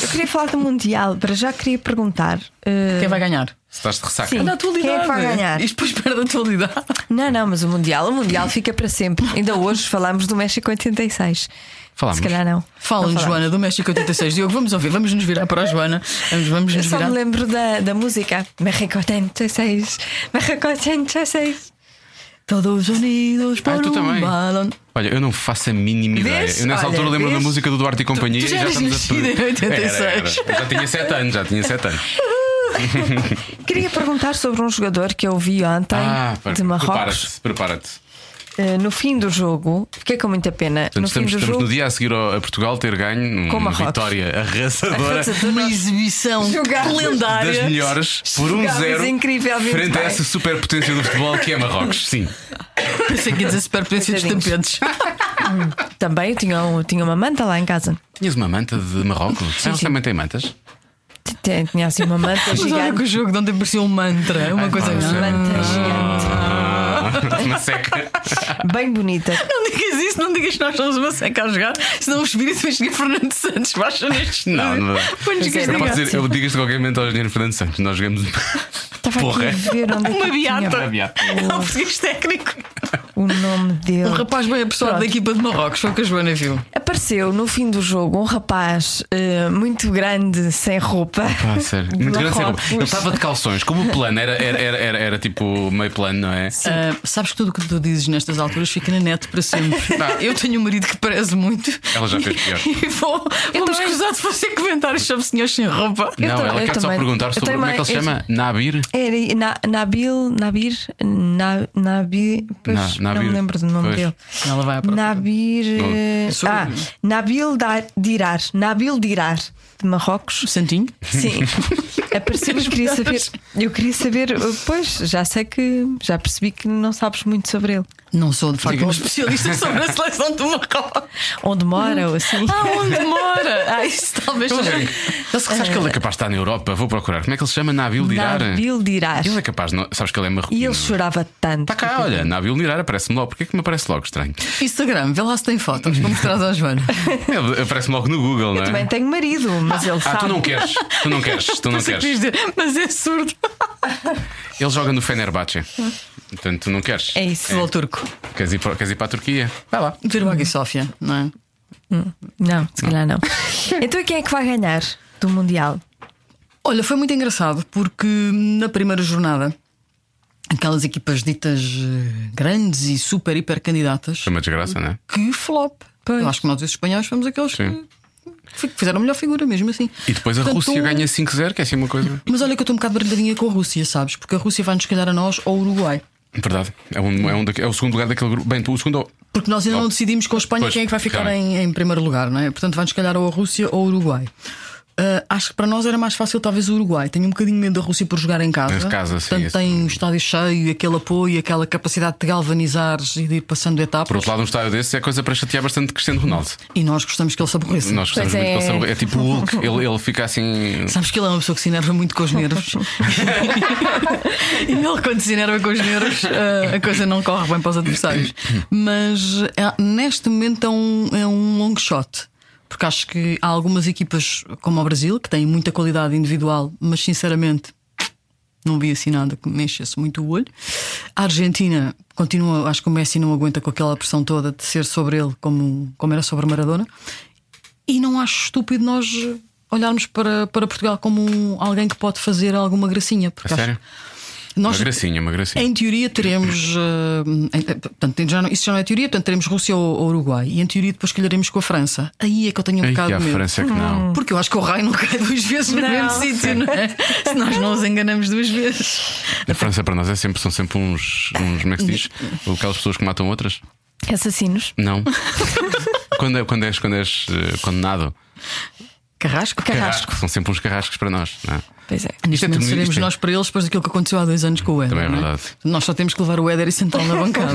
[SPEAKER 3] Eu queria falar do Mundial, para já queria perguntar. eh,
[SPEAKER 4] Quem vai ganhar?
[SPEAKER 6] Se estás de ressaca.
[SPEAKER 3] Sim.
[SPEAKER 4] Na atualidade.
[SPEAKER 3] Quem é que vai ganhar?
[SPEAKER 4] Isto depois perde a atualidade.
[SPEAKER 3] Não, não, mas o Mundial, o Mundial fica para sempre. Ainda hoje falámos do México 86.
[SPEAKER 6] Falámos.
[SPEAKER 3] Se calhar não. Não
[SPEAKER 4] Fala-nos,
[SPEAKER 3] falámos.
[SPEAKER 4] Joana, do México 86. Diogo, vamos ouvir, vamos nos virar para a Joana. Vamos, vamos
[SPEAKER 3] Eu
[SPEAKER 4] nos
[SPEAKER 3] só
[SPEAKER 4] virar.
[SPEAKER 3] me lembro da, da música México 86. México 86.
[SPEAKER 4] Todos unidos por
[SPEAKER 6] Ah, tu
[SPEAKER 4] um
[SPEAKER 6] também.
[SPEAKER 4] balão.
[SPEAKER 6] Olha, eu não faço a mínima ideia.
[SPEAKER 3] Vês?
[SPEAKER 6] Eu nessa
[SPEAKER 3] Olha,
[SPEAKER 6] altura lembro-me da
[SPEAKER 3] vês?
[SPEAKER 6] música do Duarte e Companhia
[SPEAKER 4] tu já
[SPEAKER 6] e já
[SPEAKER 4] eras
[SPEAKER 6] estamos a
[SPEAKER 4] nascida em 86.
[SPEAKER 6] Era, era. Eu já tinha 7 anos, já tinha 7 anos.
[SPEAKER 3] Queria perguntar sobre um jogador que eu vi ontem
[SPEAKER 6] Ah, pera,
[SPEAKER 3] de Marrocos.
[SPEAKER 6] prepara-te, prepara-te.
[SPEAKER 3] Eh, no fim do jogo, fiquei com muita pena.
[SPEAKER 6] Portanto,
[SPEAKER 3] no fim
[SPEAKER 6] estamos,
[SPEAKER 3] do
[SPEAKER 6] estamos
[SPEAKER 3] jogo,
[SPEAKER 6] no dia a seguir ao- a Portugal ter ganho
[SPEAKER 3] Com
[SPEAKER 6] uma
[SPEAKER 3] Marrocos.
[SPEAKER 6] vitória arrasadora
[SPEAKER 4] Uma exibição
[SPEAKER 3] Jogámos.
[SPEAKER 4] lendária.
[SPEAKER 6] das melhores por um
[SPEAKER 3] Jogámos
[SPEAKER 6] zero
[SPEAKER 3] incrivelmente
[SPEAKER 6] frente a
[SPEAKER 3] bem.
[SPEAKER 6] essa superpotência do futebol que é Marrocos. Sim.
[SPEAKER 4] Pensei que ia dizer superpotência dos
[SPEAKER 3] Coitadinhos.
[SPEAKER 4] tapetes.
[SPEAKER 3] também eu tinha, um- tinha uma manta lá em casa.
[SPEAKER 6] Tinhas uma manta de Marrocos? Sim,
[SPEAKER 3] sim.
[SPEAKER 6] também tem mantas?
[SPEAKER 3] Tinha, tinha assim uma manta
[SPEAKER 4] Mas olha que
[SPEAKER 3] gigante.
[SPEAKER 4] o jogo de ontem parecia um mantra. Uma coisa assim.
[SPEAKER 6] pá, sério.
[SPEAKER 4] não.
[SPEAKER 3] Manta gigante.
[SPEAKER 6] Ah, uma seca.
[SPEAKER 3] Bem bonita.
[SPEAKER 4] Não digas isso, não digas que nós somos uma seca a jogar, senão o espírito vai chegar Fernando Santos, baixa neste.
[SPEAKER 6] Não, não dá.
[SPEAKER 4] Põe-nos
[SPEAKER 3] Pois é,
[SPEAKER 6] Eu
[SPEAKER 3] não
[SPEAKER 6] posso
[SPEAKER 4] castigar.
[SPEAKER 6] dizer, eu digo isto qualquer ao engenheiro Fernando Santos. Nós jogamos um
[SPEAKER 3] Estava aqui
[SPEAKER 6] Porra.
[SPEAKER 3] a ver onde é que
[SPEAKER 4] Uma
[SPEAKER 3] eu tinha
[SPEAKER 4] beata.
[SPEAKER 6] Beata.
[SPEAKER 4] É um português técnico.
[SPEAKER 3] o nome dele.
[SPEAKER 4] Um rapaz bem apessoado da
[SPEAKER 3] Pronto.
[SPEAKER 4] equipa de Marrocos, foi o que a Joana viu.
[SPEAKER 3] Epá, apareceu no fim do jogo um rapaz eh, muito grande, sem roupa.
[SPEAKER 6] Ah, Pá, sério. Muito grande sem roupa.
[SPEAKER 3] Marrocos.
[SPEAKER 6] Ele estava de calções. Como o plano era, era, era, era, era tipo meio plano, não é?
[SPEAKER 4] Ah, sabes que tudo o que tu dizes nestas alturas fica na net para sempre. Eu tenho um marido que parece muito.
[SPEAKER 6] Tá. Ela já fez pior.
[SPEAKER 4] E vou, vou me escusar de fazer comentários sobre senhores sem roupa.
[SPEAKER 6] Não,
[SPEAKER 3] ta-
[SPEAKER 6] ela
[SPEAKER 3] eu
[SPEAKER 6] quer só
[SPEAKER 3] também-
[SPEAKER 6] perguntar
[SPEAKER 3] eu
[SPEAKER 6] sobre como é que ele se
[SPEAKER 3] também-
[SPEAKER 6] chama? Nabir?
[SPEAKER 3] Era Na- Nabil, Nabir, Na- Nabi, pois,
[SPEAKER 6] Na-
[SPEAKER 3] não
[SPEAKER 6] Nabir,
[SPEAKER 3] me lembro do nome
[SPEAKER 6] pois.
[SPEAKER 3] dele.
[SPEAKER 4] Ela vai à é- procura.
[SPEAKER 3] Nabir. eh,
[SPEAKER 4] Sou-
[SPEAKER 3] ah, Nabil Dar- Dirar. Nabil Dirar, de Marrocos.
[SPEAKER 4] Santinho?
[SPEAKER 3] Sim, apareceu-nos. Queria saber, eu queria saber, eh, pois, já sei que já percebi que não sabes muito sobre ele.
[SPEAKER 4] Não sou de facto um
[SPEAKER 6] Diga-me.
[SPEAKER 4] especialista sobre a seleção do
[SPEAKER 6] Então,
[SPEAKER 4] Marrocos.
[SPEAKER 3] Onde mora ou assim. tá
[SPEAKER 4] Ah, onde mora? Ah, isso talvez
[SPEAKER 6] Ele
[SPEAKER 4] seja.
[SPEAKER 6] é- ele- Sabes que ele é capaz de estar na Europa? Vou procurar. Como é que ele se chama? Nabil Dirar? Ele
[SPEAKER 3] Nabil Dirar.
[SPEAKER 6] é capaz, não... sabes que ele é
[SPEAKER 3] E
[SPEAKER 4] Hum.
[SPEAKER 6] marroquino.
[SPEAKER 3] ele chorava tanto.
[SPEAKER 6] Está cá, olha, Nabil Dirar aparece-me logo. Porquê que me aparece logo? Estranho.
[SPEAKER 4] Instagram, vê lá se tem fotos para mostrar à Joana.
[SPEAKER 6] Ele aparece-me logo no Google, não é?
[SPEAKER 3] Também tenho marido, mas ele
[SPEAKER 6] Ah,
[SPEAKER 3] sabe.
[SPEAKER 6] tu não queres, tu não queres, tu não
[SPEAKER 4] Pensei que
[SPEAKER 6] queres.
[SPEAKER 4] quis dizer, Mas é surdo.
[SPEAKER 6] Ele joga no Fenerbahçe. Portanto, tu não queres.
[SPEAKER 3] É isso.
[SPEAKER 4] Futebol turco.
[SPEAKER 6] Queres ir para, queres ir para a Turquia? Vai lá.
[SPEAKER 4] Ver o Águia Sófia, não é?
[SPEAKER 3] Não, se calhar não. Então quem é que vai ganhar do Mundial?
[SPEAKER 4] Olha, foi muito engraçado porque na primeira jornada, aquelas equipas ditas eh, grandes e super, hiper candidatas,
[SPEAKER 6] Foi uma desgraça, não é?
[SPEAKER 4] que flop. Eu acho que nós, os espanhóis, fomos aqueles
[SPEAKER 6] Sim.
[SPEAKER 4] que fi- fizeram a melhor figura mesmo assim.
[SPEAKER 6] E depois a
[SPEAKER 4] Portanto,
[SPEAKER 6] Rússia
[SPEAKER 4] tô-
[SPEAKER 6] ganha 5-0, que é assim uma coisa.
[SPEAKER 4] Mas olha que eu estou um bocado baralhadinha com a Rússia, sabes? Porque a Rússia vai nos calhar a nós ou o Uruguai.
[SPEAKER 6] Verdade. É, um, é, um daque- é o segundo lugar daquele grupo. Bem, o segundo.
[SPEAKER 4] Porque nós ainda
[SPEAKER 6] Oh.
[SPEAKER 4] não decidimos com a Espanha
[SPEAKER 6] Pois,
[SPEAKER 4] quem é que vai ficar
[SPEAKER 6] realmente.
[SPEAKER 4] em, em primeiro lugar, não é? Portanto, vai-nos calhar ou a Rússia ou o Uruguai. Ah, acho que para nós era mais fácil, talvez, o Uruguai. Tenho um bocadinho medo da Rússia por jogar em casa.
[SPEAKER 6] Em casa, sim,
[SPEAKER 4] Portanto,
[SPEAKER 6] isso.
[SPEAKER 4] tem o estádio cheio, aquele apoio, aquela capacidade de galvanizares e de ir passando etapas.
[SPEAKER 6] Por outro lado, um estádio desse é coisa para chatear bastante Cristiano Ronaldo.
[SPEAKER 4] E nós gostamos que ele se aborreça.
[SPEAKER 6] Nós gostamos
[SPEAKER 3] Pois
[SPEAKER 6] muito
[SPEAKER 3] é.
[SPEAKER 6] que ele sabe- É tipo o Hulk, ele, ele fica assim.
[SPEAKER 4] Sabes que ele é uma pessoa que se enerva muito com os nervos. e ele, quando se enerva com os nervos, eh, a coisa não corre bem para os adversários. Mas eh, neste momento é um, é um long shot. Porque acho que há algumas equipas, como o Brasil, que têm muita qualidade individual, mas sinceramente não vi assim nada que mexesse muito o olho. A Argentina continua, acho que o Messi não aguenta com aquela pressão toda de ser sobre ele, como, como era sobre Maradona. E não acho estúpido nós olharmos para, para Portugal como um- alguém que pode fazer alguma gracinha.
[SPEAKER 6] A
[SPEAKER 4] Porque acho-
[SPEAKER 6] sério? Uma
[SPEAKER 4] nós,
[SPEAKER 6] gracinha, uma gracinha.
[SPEAKER 4] em teoria, teremos. eh, em- eh, portanto, já não- isso já não é teoria, portanto, teremos Rússia ou, ou Uruguai. E em teoria, depois calharemos com a França. Aí é que eu tenho um
[SPEAKER 6] Ai, que
[SPEAKER 4] bocado
[SPEAKER 6] a
[SPEAKER 4] de medo.
[SPEAKER 6] França é que não.
[SPEAKER 4] Porque eu acho que o raio não cai duas vezes no mesmo sítio, não é? Se nós não os enganamos duas vezes.
[SPEAKER 6] A França para nós é sempre, são sempre uns. uns como é que se diz? Aquelas pessoas que matam outras?
[SPEAKER 3] Assassinos?
[SPEAKER 6] Não. quando, é- quando és, quando és eh, condenado.
[SPEAKER 4] Carrasco?
[SPEAKER 6] Carrasco. São sempre uns carrascos para nós. Não é?
[SPEAKER 3] Pois é.
[SPEAKER 4] Nisto
[SPEAKER 6] Isto é
[SPEAKER 4] momento
[SPEAKER 6] tudo-
[SPEAKER 4] seremos
[SPEAKER 6] isto é-
[SPEAKER 4] nós para eles depois daquilo que aconteceu há dois anos com o Éder.
[SPEAKER 6] Também é
[SPEAKER 4] não
[SPEAKER 6] verdade.
[SPEAKER 4] Nós só temos que levar o Éder e sentá-lo na bancada.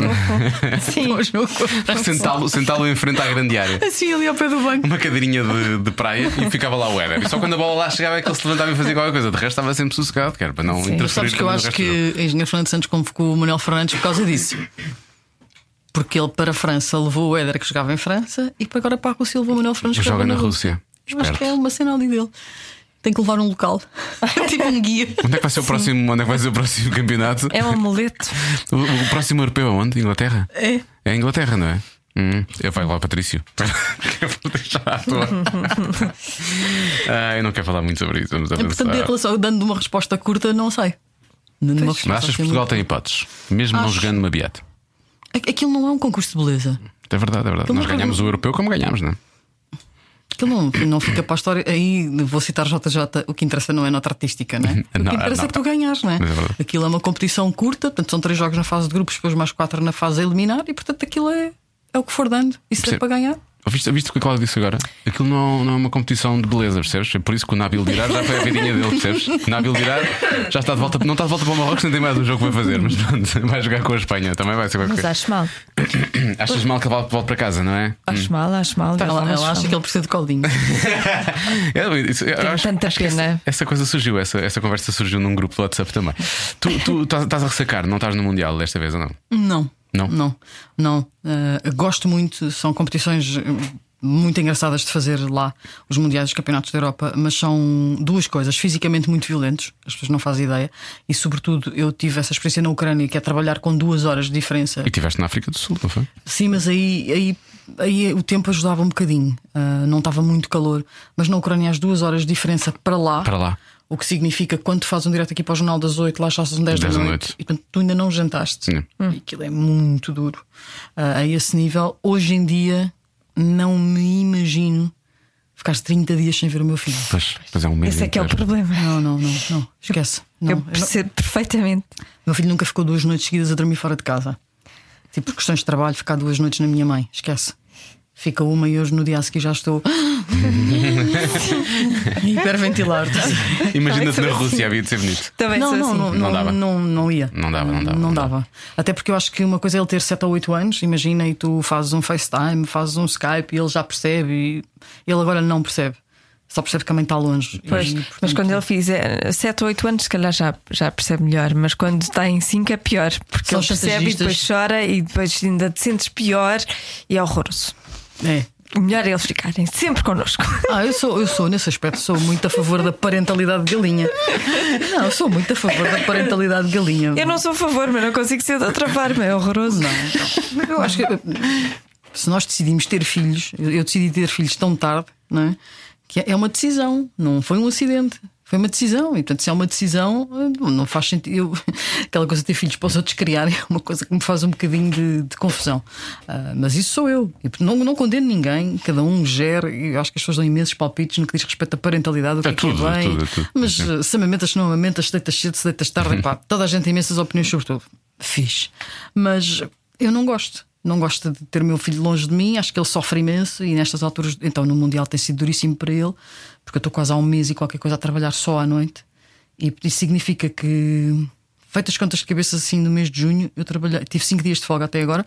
[SPEAKER 4] Então, Sim.
[SPEAKER 6] Sentá-lo sentá-lo em frente à grande área.
[SPEAKER 4] Assim ali ao pé do banco.
[SPEAKER 6] Uma cadeirinha de, de praia e ficava lá o Éder. E só quando a bola lá chegava é que ele se levantava e fazia qualquer coisa. De resto estava sempre sossegado, quer para não interferir
[SPEAKER 4] Mas sabes que
[SPEAKER 6] com
[SPEAKER 4] eu
[SPEAKER 6] o
[SPEAKER 4] acho
[SPEAKER 6] resto
[SPEAKER 4] que
[SPEAKER 6] do jogo.
[SPEAKER 4] o engenheiro Fernando Santos convocou o Manuel Fernandes por causa disso. Porque ele para a França levou o Éder que jogava em França e para agora para a Rússia levou o Manuel Fernandes que
[SPEAKER 6] Joga
[SPEAKER 4] jogava
[SPEAKER 6] na Rússia.
[SPEAKER 4] Eu Acho
[SPEAKER 6] Esperto.
[SPEAKER 4] que é uma cena ali dele. Tem que levar um local, tipo um guia.
[SPEAKER 6] Onde é que vai ser o próximo, onde é que vai ser o próximo campeonato?
[SPEAKER 3] É um amuleto.
[SPEAKER 6] O, o próximo europeu é onde? Inglaterra?
[SPEAKER 4] É.
[SPEAKER 6] É a Inglaterra, não é? Hum, eu vai lá, Patrício. eu vou deixar à toa. ah, eu não quero falar muito sobre isso. Vamos avançar.
[SPEAKER 4] Portanto, em É relação, dando uma resposta curta, não sei. Dando uma resposta
[SPEAKER 6] Mas achas que
[SPEAKER 4] assim
[SPEAKER 6] Portugal
[SPEAKER 4] muito-
[SPEAKER 6] tem hipóteses? Mesmo não
[SPEAKER 4] Acho.
[SPEAKER 6] jogando uma biata.
[SPEAKER 4] Aqu- Aquilo não é um concurso de beleza.
[SPEAKER 6] É verdade, é verdade.
[SPEAKER 4] Como
[SPEAKER 6] Nós
[SPEAKER 4] é que-
[SPEAKER 6] ganhamos o europeu como ganhámos, não é?
[SPEAKER 4] Aquilo não, não fica para a história. Aí vou citar JJ, o que interessa não é nota artística, não é? O que
[SPEAKER 6] Não,
[SPEAKER 4] interessa
[SPEAKER 6] não.
[SPEAKER 4] é que tu ganhas, não é?
[SPEAKER 6] Mas é verdade.
[SPEAKER 4] Aquilo é uma competição curta, portanto são três jogos na fase de grupos, depois mais quatro na fase a eliminar e portanto aquilo é, é o que for dando. E se der
[SPEAKER 6] Percebo.
[SPEAKER 4] para ganhar,
[SPEAKER 6] Viste, viste o que a Cláudia disse agora? Aquilo não, não é uma competição de beleza, percebes? É por isso que o Nabil Dirar já foi a vidinha dele, percebes? O Nabil Dirar já está de volta, não está de volta para o Marrocos, nem tem mais um jogo para fazer, mas pronto, vai jogar com a Espanha, também vai ser qualquer
[SPEAKER 3] Mas
[SPEAKER 6] coisa.
[SPEAKER 3] acho mal.
[SPEAKER 6] Achas mal que ele volte volte para casa, não é?
[SPEAKER 3] Acho mal, acho mal.
[SPEAKER 4] Hum. Tá, ela, ela acha que ele precisa de colinho.
[SPEAKER 6] É, isso- eu
[SPEAKER 3] Tenho
[SPEAKER 6] acho-
[SPEAKER 3] tanta
[SPEAKER 6] acho que essa-
[SPEAKER 3] pena.
[SPEAKER 6] Essa, coisa surgiu, essa, essa conversa surgiu num grupo do WhatsApp também. Tu, tu estás estás a ressacar, não estás no Mundial desta vez ou não?
[SPEAKER 4] Não.
[SPEAKER 6] Não?
[SPEAKER 4] Não. não. Ah, gosto muito, são competições. eh, muito engraçadas de fazer lá os Mundiais dos Campeonatos da Europa, mas são duas coisas: fisicamente muito violentos, as pessoas não fazem ideia, e sobretudo eu tive essa experiência na Ucrânia, que é trabalhar com duas horas de diferença.
[SPEAKER 6] E estiveste na África do Sul, não foi?
[SPEAKER 4] Sim, mas aí, aí, aí o tempo ajudava um bocadinho, Ah, não estava muito calor, mas na Ucrânia as duas horas de diferença para lá.
[SPEAKER 3] Ah.
[SPEAKER 6] Para lá.
[SPEAKER 4] O que significa que quando tu fazes um direto aqui para o Jornal das 8, lá já são 10 da
[SPEAKER 6] 10 da
[SPEAKER 4] noite.
[SPEAKER 6] noite.
[SPEAKER 4] E portanto, tu ainda não jantaste.
[SPEAKER 6] Sim.
[SPEAKER 4] E aquilo é muito duro. Ah, a esse nível, hoje em dia, não me imagino ficar 30 dias sem ver o meu filho.
[SPEAKER 6] Pois, pois é um mês.
[SPEAKER 3] Esse é que é o
[SPEAKER 6] inteiro.
[SPEAKER 3] problema.
[SPEAKER 4] Não, não, não, não. Esquece. Não, eu
[SPEAKER 3] Eu
[SPEAKER 4] não-
[SPEAKER 3] percebo perfeitamente.
[SPEAKER 4] Meu filho nunca ficou duas noites seguidas a dormir fora de casa. Tipo, por questões de trabalho, ficar duas noites na minha mãe. Esquece. Fica uma e hoje no dia a seguir já estou. hiperventilar. tá?
[SPEAKER 6] Imagina-te
[SPEAKER 3] é
[SPEAKER 6] na Rússia, havia de ser bonito.
[SPEAKER 3] Também
[SPEAKER 4] Não,
[SPEAKER 3] sou
[SPEAKER 4] não,
[SPEAKER 3] assim.
[SPEAKER 4] não,
[SPEAKER 6] Não
[SPEAKER 4] não,
[SPEAKER 6] dava.
[SPEAKER 4] não, não, ia.
[SPEAKER 6] Não dava, não dava, não
[SPEAKER 4] Não dava. Até porque eu acho que uma coisa é ele ter 7 ou 8 anos, imagina, e tu fazes um FaceTime, fazes um Skype e ele já percebe e ele agora não percebe. Só percebe que a mãe está longe.
[SPEAKER 3] Pois,
[SPEAKER 4] E,
[SPEAKER 3] mas
[SPEAKER 4] portanto,
[SPEAKER 3] quando ele fizer 7 ou 8 anos, se calhar já, já percebe melhor. Mas quando está em 5 é pior, porque
[SPEAKER 4] São
[SPEAKER 3] ele percebe e
[SPEAKER 4] chantagistas.
[SPEAKER 3] depois chora e depois ainda te sentes pior e é horroroso.
[SPEAKER 4] É.
[SPEAKER 3] Melhor é eles ficarem sempre connosco.
[SPEAKER 4] Ah, eu sou, eu sou, nesse aspecto, sou muito a favor da parentalidade de galinha. Não, eu sou muito a favor da parentalidade de galinha.
[SPEAKER 3] Eu não sou a favor, mas não consigo ser de outra forma, é horroroso.
[SPEAKER 4] Não, então. eu acho que eh, se nós decidimos ter filhos, eu, eu decidi ter filhos tão tarde, não é? Que é uma decisão, não foi um acidente. Foi uma decisão, e portanto, se é uma decisão, eh, não faz sentido. Eu, aquela coisa de ter filhos para os outros criarem é uma coisa que me faz um bocadinho de, de confusão. Ah, mas isso sou eu. E, portanto, não, não condeno ninguém, cada um gera, e eu acho que as pessoas dão imensos palpites no que diz respeito à parentalidade, o que
[SPEAKER 6] É
[SPEAKER 4] é, que é
[SPEAKER 6] tudo, é
[SPEAKER 4] bem.
[SPEAKER 6] tudo, é tudo.
[SPEAKER 4] Mas eh, se amamentas, se não amamentas, se deitas cedo, se deitas tarde, pá, toda a gente tem imensas opiniões sobre tudo. Fiz. Mas eu não gosto. Não gosto de ter o meu filho longe de mim, acho que ele sofre imenso e nestas alturas, então no Mundial tem sido duríssimo para ele, porque eu estou quase há um mês e qualquer coisa a trabalhar só à noite. E isso significa que, feitas contas de cabeça assim no mês de junho, eu trabalhei, tive cinco dias de folga até agora,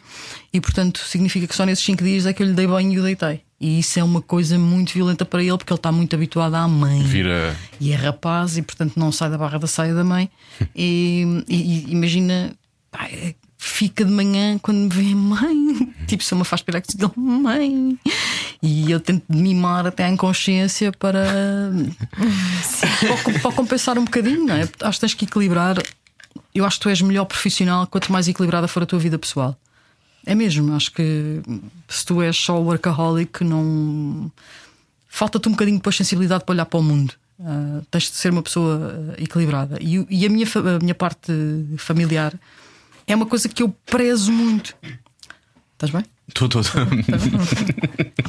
[SPEAKER 4] e portanto significa que só nesses cinco dias é que eu lhe dei banho e o deitei. E isso é uma coisa muito violenta para ele, porque ele está muito habituado à mãe
[SPEAKER 6] Vira.
[SPEAKER 4] e é rapaz e portanto não sai da barra da saia da mãe e, e- e imagina pá, é- fica de manhã quando me vê mãe tipo se eu me faz pirar que diz mãe e eu tento mimar até à inconsciência para para, co- para compensar um bocadinho não é? acho que tens que equilibrar eu acho que tu és melhor profissional quanto mais equilibrada for a tua vida pessoal é mesmo, acho que se tu és só workaholic, não. Falta-te um bocadinho depois sensibilidade para olhar para o mundo. Ah, tens de ser uma pessoa ah, equilibrada. E, o- e a, minha, fa- a minha parte familiar é uma coisa que eu prezo muito. Estás bem?
[SPEAKER 6] Estou, estou, estou.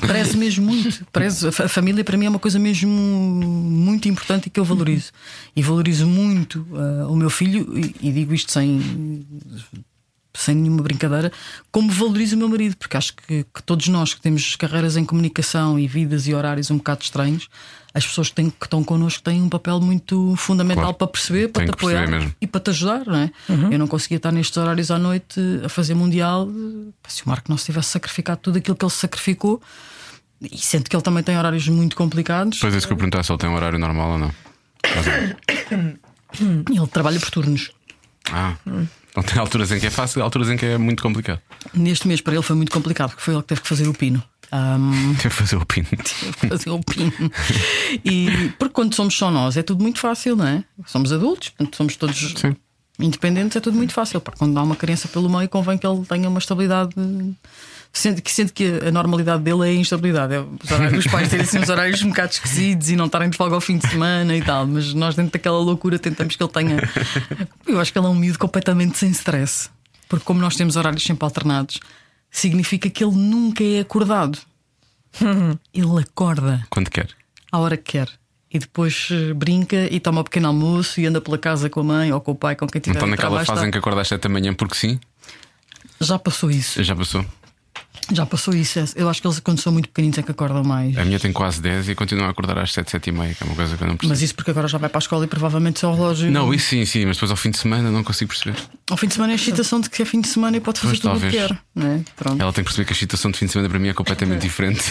[SPEAKER 4] Prezo mesmo muito. Prezo. A fa- a família para mim é uma coisa mesmo muito importante e que eu valorizo. E valorizo muito ah, o meu filho, e- e digo isto sem, sem nenhuma brincadeira, como valorizo o meu marido, porque acho que, que todos nós que temos carreiras em comunicação e vidas e horários um bocado estranhos, as pessoas que, têm- que estão connosco têm um papel muito fundamental
[SPEAKER 6] Claro.
[SPEAKER 4] para perceber, para
[SPEAKER 6] Têm
[SPEAKER 4] te
[SPEAKER 6] que perceber
[SPEAKER 4] apoiar
[SPEAKER 6] mesmo.
[SPEAKER 4] e para te ajudar, não é? Eu não conseguia estar nestes horários à noite a fazer mundial eh, se o Marco não se tivesse sacrificado tudo aquilo que ele sacrificou. E sente que ele também tem horários muito complicados.
[SPEAKER 6] Depois é isso que eu perguntar se ele tem um horário normal ou não. Mas é.
[SPEAKER 4] E ele trabalha por turnos.
[SPEAKER 6] Ah.
[SPEAKER 3] Hum.
[SPEAKER 6] Então tem alturas em que é fácil, alturas em que é muito complicado.
[SPEAKER 4] Neste mês para ele foi muito complicado, porque foi ele que teve que fazer o pino. Ahm,
[SPEAKER 6] Teve que fazer o pino.
[SPEAKER 4] fazer o pino. E porque quando somos só nós é tudo muito fácil, não é? Somos adultos, portanto somos todos
[SPEAKER 6] Sim.
[SPEAKER 4] independentes, é tudo muito fácil. Pá, Quando há uma criança pelo meio, convém que ele tenha uma estabilidade. Sente que, sente que a normalidade dele é a instabilidade. É os, horários, os pais terem assim, uns horários um bocado esquisitos e não estarem de folga ao fim de semana e tal. Mas nós, dentro daquela loucura, tentamos que ele tenha. Eu acho que ele é um miúdo completamente sem stress. Porque, como nós temos horários sempre alternados, significa que ele nunca é acordado. Ele acorda
[SPEAKER 6] Quando quer.
[SPEAKER 4] à hora que quer. E depois eh, brinca e toma um pequeno almoço e anda pela casa com a mãe ou com o pai, com quem
[SPEAKER 6] Não
[SPEAKER 4] tiver.
[SPEAKER 6] está
[SPEAKER 3] Então,
[SPEAKER 4] a
[SPEAKER 6] Então, naquela
[SPEAKER 4] trabalho,
[SPEAKER 6] fase
[SPEAKER 4] está-
[SPEAKER 6] em que acorda às 7 da manhã porque sim?
[SPEAKER 4] Já passou isso.
[SPEAKER 6] Já passou.
[SPEAKER 4] Já passou isso. É, Eu acho que eles, quando são muito pequeninos, é que acordam mais.
[SPEAKER 6] A minha tem quase 10 e continua a acordar às 7, 7 e meia, que é uma coisa que eu não percebo.
[SPEAKER 4] Mas isso porque agora já vai para a escola e provavelmente só o relógio.
[SPEAKER 6] Não, isso sim, sim, mas depois ao fim de semana não consigo perceber.
[SPEAKER 4] Ao fim de semana é a excitação de que é fim de semana e pode fazer
[SPEAKER 6] Pois,
[SPEAKER 4] tudo o que
[SPEAKER 6] talvez.
[SPEAKER 4] quer. não é? Pronto.
[SPEAKER 6] Ela tem que perceber que a excitação de fim de semana para mim é completamente diferente.